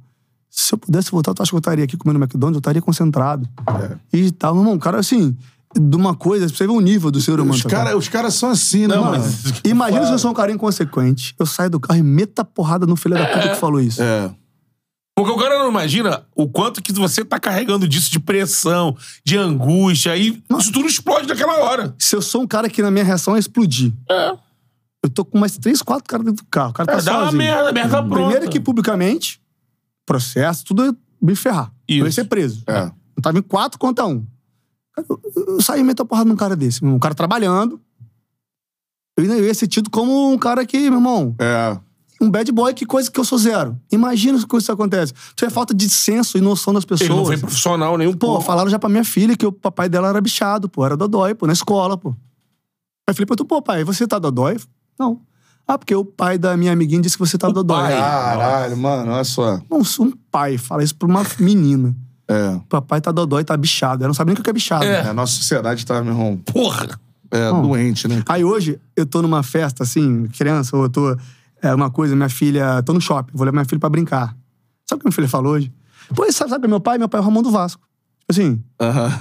S3: se eu pudesse voltar, tu acha que eu estaria aqui comendo McDonald's? Eu estaria concentrado.
S4: É.
S3: E tal, irmão, cara, assim, de uma coisa, pra você ver o nível do ser humano.
S4: Os
S3: tá ligado?
S4: caras cara é são assim, né, mano?
S3: Imagina se eu sou um cara inconsequente. Eu saio do carro e meto a porrada no filho da puta que falou isso.
S4: É.
S2: Porque o cara não imagina o quanto que você tá carregando disso de pressão, de angústia, e isso tudo explode naquela hora.
S3: Se eu sou um cara que na minha reação é explodir.
S2: É.
S3: Eu tô com mais três, quatro caras dentro do carro. O cara tá
S2: dá uma
S3: sozinho.
S2: merda, merda pronta.
S3: Primeiro que publicamente, processo, tudo eu me ferrar. Eu ia
S2: Isso.
S3: ser preso.
S4: É.
S3: Eu tava em quatro contra um. Cara, eu, eu, eu saí e meto a porrada num cara desse. meu irmão. Um cara trabalhando. Eu ainda ia ser tido como um cara que, meu irmão,
S4: É.
S3: um bad boy, que coisa que eu sou zero. Imagina que isso acontece. Isso é falta de senso e noção das pessoas.
S2: Ele não foi profissional nenhum,
S3: Pô,
S2: pô.
S3: falaram já pra minha filha que o papai dela era bichado, pô, era dodói, pô, na escola, pô. Aí eu falei pra tu, pô, pai, você tá dodói? Não. Ah, porque o pai da minha amiguinha disse que você tá dodói.
S2: pai.
S3: Ah,
S4: Caralho, mano, olha só.
S3: Não, sou um pai, fala isso pra uma menina.
S4: É.
S3: Papai tá dodói, tá bichado. Ela não sabe nem o que é bichado.
S2: É.
S4: É, A nossa sociedade tá, meu irmão,
S2: Porra.
S4: é,
S1: Hum.
S4: doente, né?
S3: Aí hoje, eu tô numa festa, assim, criança, ou eu tô. É uma coisa, minha filha. Tô no shopping, vou levar minha filha pra brincar. Sabe o que meu filho falou hoje? Pô, sabe, sabe meu pai? Meu pai é o Ramon do Vasco. Assim,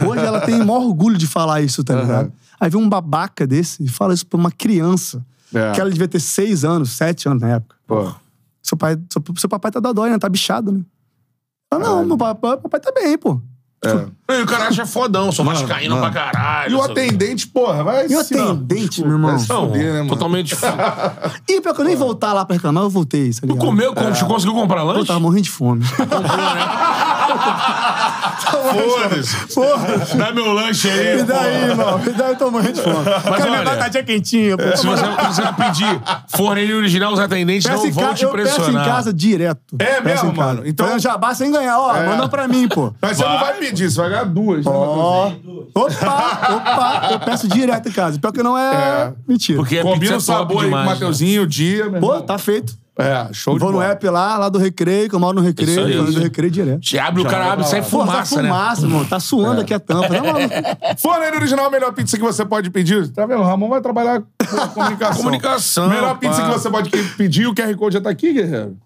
S3: hoje ela tem o maior orgulho de falar isso, tá ligado? Aí vem um babaca desse e fala isso pra uma criança.
S1: É.
S3: Que ela devia ter seis anos, sete anos na época.
S1: Pô.
S3: Seu pai, seu, seu papai tá da dói, né? Tá bichado, né? Ah, não, meu papai, papai tá bem, pô.
S2: E o cara acha fodão, só vascaíno pra caralho.
S1: E o
S2: sabe?
S1: atendente, porra, vai
S3: E o
S1: se- não,
S3: atendente,
S1: desculpa,
S3: meu irmão?
S1: vai se
S2: Não,
S1: fuder, né, mano?
S2: totalmente. Tu
S3: E pior que eu nem voltar lá pra reclamar, eu voltei, tá ligado?
S2: comeu, como? Tu conseguiu comprar
S3: Eu
S2: lanche? né?
S3: tava morrendo
S1: *laughs*
S3: de fome. *laughs*
S2: Foda-se.
S3: Porra!
S2: Dá meu lanche aí.
S3: Me
S2: pô.
S3: dá aí, irmão. Me dá, eu tô morrendo de fome. Cara, minha
S2: olha-
S3: batatinha quentinha, pô.
S2: Se você, se você vai pedir fornelho original, os atendentes
S3: Peço
S2: não
S3: em
S2: vão
S3: ca-
S2: te
S3: eu peço em
S2: pressionar.
S3: casa direto.
S1: É
S3: Peço
S1: mesmo,
S3: em casa.
S1: mano? Então-
S3: Fazendo jabá sem ganhar. Ó,
S2: É.
S3: manda pra mim, pô.
S1: Mas você não vai pedir, você vai ganhar duas. né,
S3: Ó.
S1: Matheusinho?
S3: Opa, opa. Eu peço direto em casa. Pior que não é,
S1: É.
S3: mentira.
S2: Porque é
S1: Combina
S2: pizza
S1: o sabor
S2: top
S1: aí com o
S2: demais. né?
S1: Mateuzinho, o dia. meu
S3: Pô,
S1: irmão.
S3: tá feito.
S1: É, show
S3: Vou
S1: de
S3: no
S1: bola.
S3: app lá, lá do recreio, que eu moro no
S2: Isso
S3: recreio,
S2: aí.
S3: falando do recreio direto.
S2: Te abre, o cara abre e sai
S3: Pô, tá
S2: fumaça, né? É.
S3: fumaça, irmão. Tá suando aqui a tampa. Tá maluco?
S1: Forneiro original, a melhor pizza que você pode pedir. Tá vendo? O Ramon vai trabalhar
S2: *laughs*
S1: com comunicação.
S2: Comunicação,
S1: Melhor pizza
S2: pá.
S1: que você pode que- pedir. O QR Code já tá aqui, guerreiro?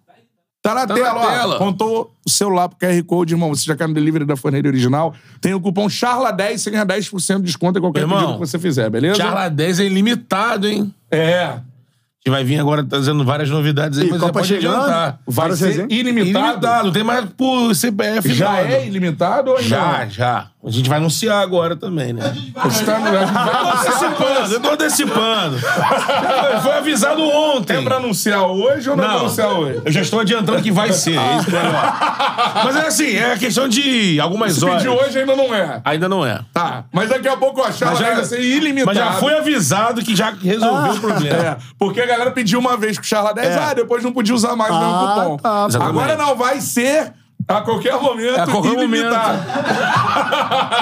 S1: Tá na tela, ó.
S2: tela.
S1: Apontou o celular pro QR Code, irmão. Você já cai no delivery da Forneira Original. Tem o cupom CHARLA10, você ganha 10% de desconto em qualquer
S2: Irmão,
S1: pedido que você fizer, beleza?
S2: Charla 10 é ilimitado, hein?
S1: É.
S2: Que vai vir agora trazendo várias novidades aí,
S3: E
S2: mas
S3: Copa
S2: já pode
S3: chegando,
S2: adiantar.
S1: Vai
S3: Várias
S1: ser
S3: resenhas.
S1: ilimitado.
S2: Ilimitado, tem mais por CPF.
S1: Já
S2: nada.
S1: é ilimitado ou ainda
S2: Já,
S1: não?
S2: já. A gente vai anunciar agora também, né?
S1: Você tá no-
S2: *laughs* Eu tô antecipando, eu tô antecipando. *laughs* Foi avisado ontem.
S1: É pra anunciar hoje ou não, é pra
S2: Não.
S1: anunciar hoje?
S2: Eu já estou adiantando que vai ser. é isso que é melhor. Mas é assim, é questão de algumas
S1: Se
S2: horas.
S1: pedir hoje ainda não é.
S2: Ainda não é.
S1: Tá. Mas daqui a pouco a charla
S2: Mas já-
S1: vai ser ilimitada.
S2: Mas já foi avisado que já resolveu o problema.
S1: É, porque a galera pediu uma vez com o Charla 10,
S2: É.
S1: ah, depois não podia usar mais
S3: Ah,
S1: o mesmo cupom.
S3: tá.
S2: Exatamente. É,
S1: Agora não, vai ser a qualquer momento
S2: A qualquer
S1: ilimitado.
S2: *laughs*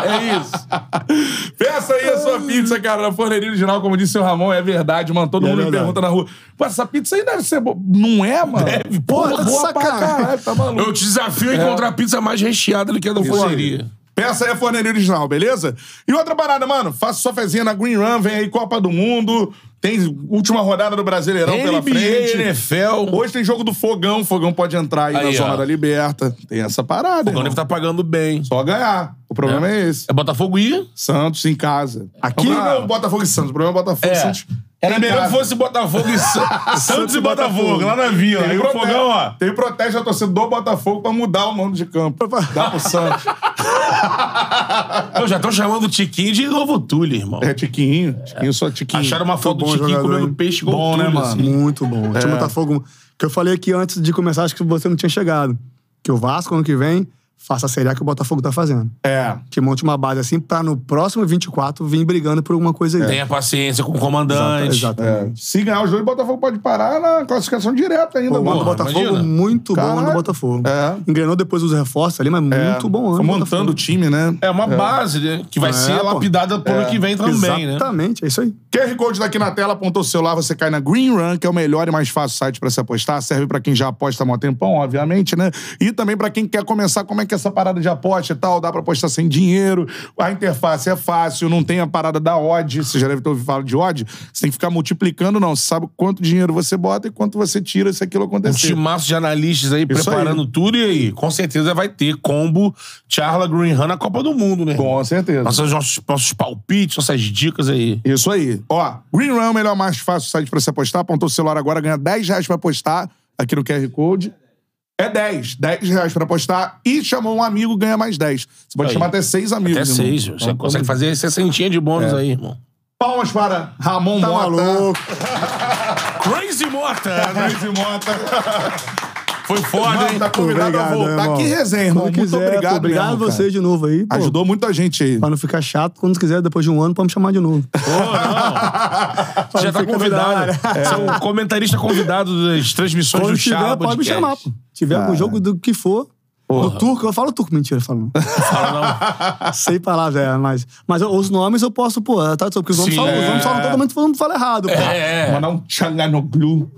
S2: É isso.
S1: Peça aí a sua pizza, cara, na forneria original, como disse o Ramon, é verdade, mano. Todo
S3: É
S1: mundo me
S3: verdade.
S1: pergunta na rua, pô, essa pizza aí deve ser boa. Não é, mano? Deve,
S3: porra,
S1: boa pra
S3: sacanagem.
S1: caralho, tá maluco.
S2: tá Eu te desafio a encontrar a pizza mais recheada do que a da forneria.
S1: Peça aí a forneria original, beleza? E outra parada, mano, faça sua fezinha na Green Run, vem aí Copa do Mundo, tem última rodada do Brasileirão pela frente.
S2: NFL.
S1: Hoje tem jogo do Fogão, o Fogão pode entrar aí, na
S2: Aí, ó.
S1: Zona da Liberta. Tem essa parada,
S2: O
S1: irmão.
S2: deve tá pagando bem.
S1: Só ganhar. O problema é, esse.
S2: É Botafogo e...
S1: Santos em casa.
S3: Aqui?
S1: O problema é o Botafogo e Santos. O problema é o Botafogo e Santos.
S2: Era
S1: em
S2: melhor
S1: casa.
S2: que fosse Botafogo e
S1: *laughs*
S2: Sa- Santos e Botafogo, lá na vila.
S1: Teve
S2: Aí o
S1: protesto-
S2: fogão, ó.
S1: Teve protesto da torcida do Botafogo pra mudar o nome de campo. Dá pro Santos.
S2: Eu já tô chamando o Tiquinho de novo Túlio, irmão.
S1: É Tiquinho. Tiquinho só Tiquinho.
S2: Acharam uma foto do
S3: bom
S2: Tiquinho
S3: jogador,
S2: comendo
S3: hein?
S2: peixe com
S1: Bom,
S2: o
S1: né, É.
S2: Túlio,
S1: mano?
S2: assim.
S3: Muito bom. Tinha Botafogo. Que eu falei aqui antes de começar, acho que você não tinha chegado. Que o Vasco, ano que vem, faça a série A que o Botafogo tá fazendo.
S1: É.
S3: Que monte uma base assim pra no próximo 24 vir brigando por alguma coisa
S1: É.
S3: aí.
S2: Tenha paciência com o
S3: Exata-
S2: comandante.
S3: Exatamente.
S1: Se ganhar os dois, o Botafogo pode parar na classificação direta ainda,
S3: Pô, O ano
S1: mano.
S3: do Botafogo,
S2: imagina.
S3: muito bom ano
S1: Caralho.
S3: do Botafogo.
S1: É.
S3: Engrenou depois os reforços ali, mas muito bom ano.
S1: Tá
S3: do
S1: montando o time, né?
S2: É uma base, né? Que vai ser
S3: pô.
S2: lapidada pro ano que vem também,
S3: Botafogo.
S2: né?
S3: Exatamente, é isso aí.
S1: QR Code daqui na tela, apontou o celular, você cai na Green Run, que é o melhor e mais fácil site pra se apostar. Serve pra quem já aposta há um tempão, obviamente, né? E também pra quem quer começar, como é que é essa parada de aposta e tal, dá pra apostar sem dinheiro, a interface é fácil, não tem a parada da odd, você já deve ter ouvido falar de odd, você tem que ficar multiplicando, não. Você sabe quanto dinheiro você bota e quanto você tira se aquilo
S2: Um
S1: acontecer.
S2: timaço de analistas aí
S1: Isso
S2: preparando tudo e aí, com certeza vai ter combo Charla Greenham na Copa do Mundo, né?
S1: Com certeza.
S2: Nossos, nossos, nossos palpites, nossas dicas aí.
S1: Isso aí. Ó, Green Run é o melhor, mais fácil site pra se apostar. Apontou o celular agora, ganha 10 reais pra apostar aqui no QR Code. É 10. 10 reais pra apostar. E chamou um amigo, ganha mais 10. Você pode
S2: Aí.
S1: chamar até seis amigos.
S2: Até
S1: irmão.
S2: seis, você
S1: Então,
S2: consegue fazer 60 de bônus aí, irmão.
S1: Palmas para Ramon
S3: Tá
S1: Mota.
S3: maluco.
S2: Crazy Morta! né?
S1: Crazy Mota.
S2: Foi foda, hein?
S4: tá
S1: Mota, convidado
S3: Tá Obrigado,
S1: a voltar.
S3: irmão.
S1: Que resenha, irmão.
S3: Quando
S1: Muito
S3: quiser, pô,
S1: obrigado.
S3: Obrigado
S1: mesmo,
S3: a você
S1: cara.
S3: de novo aí. pô.
S1: Ajudou muita gente aí.
S3: Pra não ficar chato, quando quiser, depois de um ano, pode me chamar de novo.
S2: Pô, não.
S3: *laughs*
S2: Você já tá
S3: Fica
S2: convidado.
S3: da
S2: Você é um comentarista convidado das transmissões
S3: né? Quando
S2: do
S3: tiver,
S2: Charla.
S3: pode me
S2: Podcast.
S3: chamar. Pô. Tiver algum jogo do que for. Do turco, eu falo turco, mentira, eu falo não.
S2: Fala,
S3: Sei palavras, é, mas. Mas eu- os nomes eu posso, pô, tá, porque os nomes
S2: Sim,
S3: falam, os
S2: é.
S3: nomes falam totalmente todo mundo fala errado, pô.
S2: não. É.
S1: Mandar um Tchalanoglu.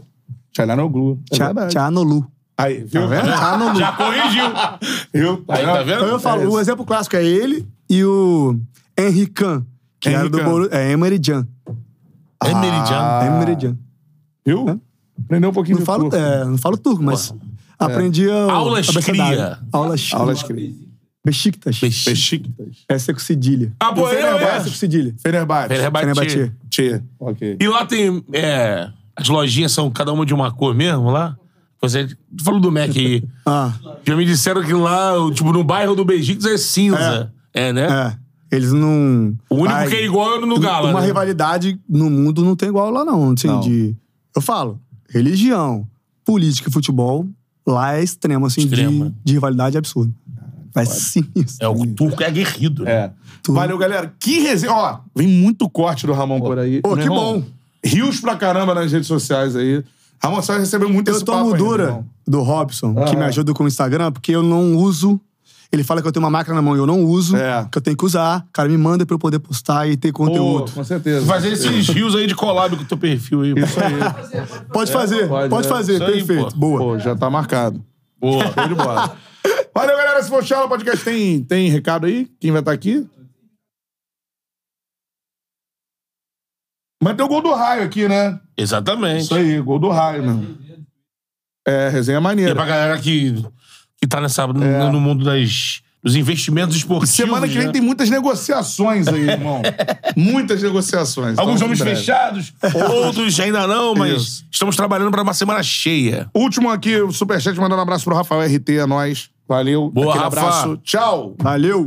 S1: Tchalanoglu. É
S3: Tcha-
S1: verdade.
S3: Tchanolu.
S1: Aí, viu?
S3: tá Tchanolu.
S2: Já corrigiu.
S1: Eu,
S2: Aí, tá vendo?
S3: Então Ah, eu falo,
S1: É isso.
S3: o exemplo clássico é ele e o Henri Can, que era
S1: Henry
S3: do
S1: Can.
S3: Boru, é Emery Can.
S2: É meridiano.
S3: Ah, Emery Can.
S1: Viu? Aprendeu um pouquinho
S3: Não
S1: de
S3: falo,
S1: turco.
S3: é, não falo turco, mas Aprendi a.
S2: Aulas
S3: abecedário.
S2: cria.
S3: Aulas
S1: Aulas
S3: cria.
S1: cria.
S3: Besiktas.
S1: Besiktas.
S3: Essa é com cedilha.
S2: Ah, pô, eu, eu,
S3: Essa é com cedilha. é
S1: Fenerbahçe.
S2: Fenerbahçe.
S3: Fenerbahçe.
S1: Tchê. Ok.
S2: E lá tem. é, as lojinhas são cada uma de uma cor mesmo lá? Você tu falou do Mac aí.
S3: Ah,
S2: Já me disseram que lá, tipo, no bairro do Beijing é cinza. É, né?
S3: é. Eles não.
S2: O único
S3: Ai,
S2: que é igual é no Gala.
S3: Uma
S2: né?
S3: rivalidade no mundo não tem igual lá, não. Assim,
S1: Não.
S3: De, eu falo, religião, política e futebol, lá é extremo, assim, de-
S2: Extrema.
S3: De, rivalidade absurda. Vai sinistro.
S2: É, o turco é aguerrido. né?
S1: É.
S3: Hum.
S1: Valeu, galera. Que resenha. Ó, vem muito corte do Ramon por aí.
S3: Pô,
S1: Meu
S3: que
S1: irmão,
S3: bom.
S1: Rios pra caramba nas redes sociais aí. Ramon, você recebeu muito
S3: Eu
S1: esse
S3: tomo
S1: papo aí, meu
S3: dura
S1: irmão. Ah.
S3: do Robson, que
S1: Aham.
S3: me ajuda com o Instagram, porque eu não uso. Ele fala que eu tenho uma máquina na mão e eu não uso,
S1: É.
S3: que eu tenho que usar. O cara me manda pra eu poder postar e ter
S1: Pô,
S3: conteúdo.
S1: com certeza.
S2: Fazer esses rios aí de collab com o teu perfil aí.
S1: Isso aí.
S3: Pode fazer,
S1: pode,
S3: pode,
S1: é.
S3: fazer,
S2: Isso aí,
S3: perfeito.
S2: pô.
S3: Boa.
S1: Pô, já tá marcado.
S2: Boa.
S1: Show de bola. Valeu, galera. Se for Chala o podcast, tem, tem recado aí? Quem vai estar aqui? Mas tem o gol do raio aqui, né?
S2: Exatamente.
S1: Isso aí, gol do raio, meu. É, resenha
S2: E é
S1: maneira.
S2: pra galera que, que tá nessa, no, no mundo das, dos investimentos esportivos.
S1: É. Semana que vem
S2: né?
S1: tem muitas negociações aí,
S2: *laughs*
S1: irmão. muitas negociações.
S2: Alguns
S1: Então,
S2: homens
S1: em breve. *laughs*
S2: fechados, outros ainda não, mas
S1: Isso.
S2: estamos trabalhando pra uma semana cheia.
S1: Último aqui, o Superchat mandando um abraço pro Rafael RT, a nós. é Valeu.
S2: Boa,
S1: Aquele
S2: Rafa.
S1: abraço. Tchau.
S3: Valeu!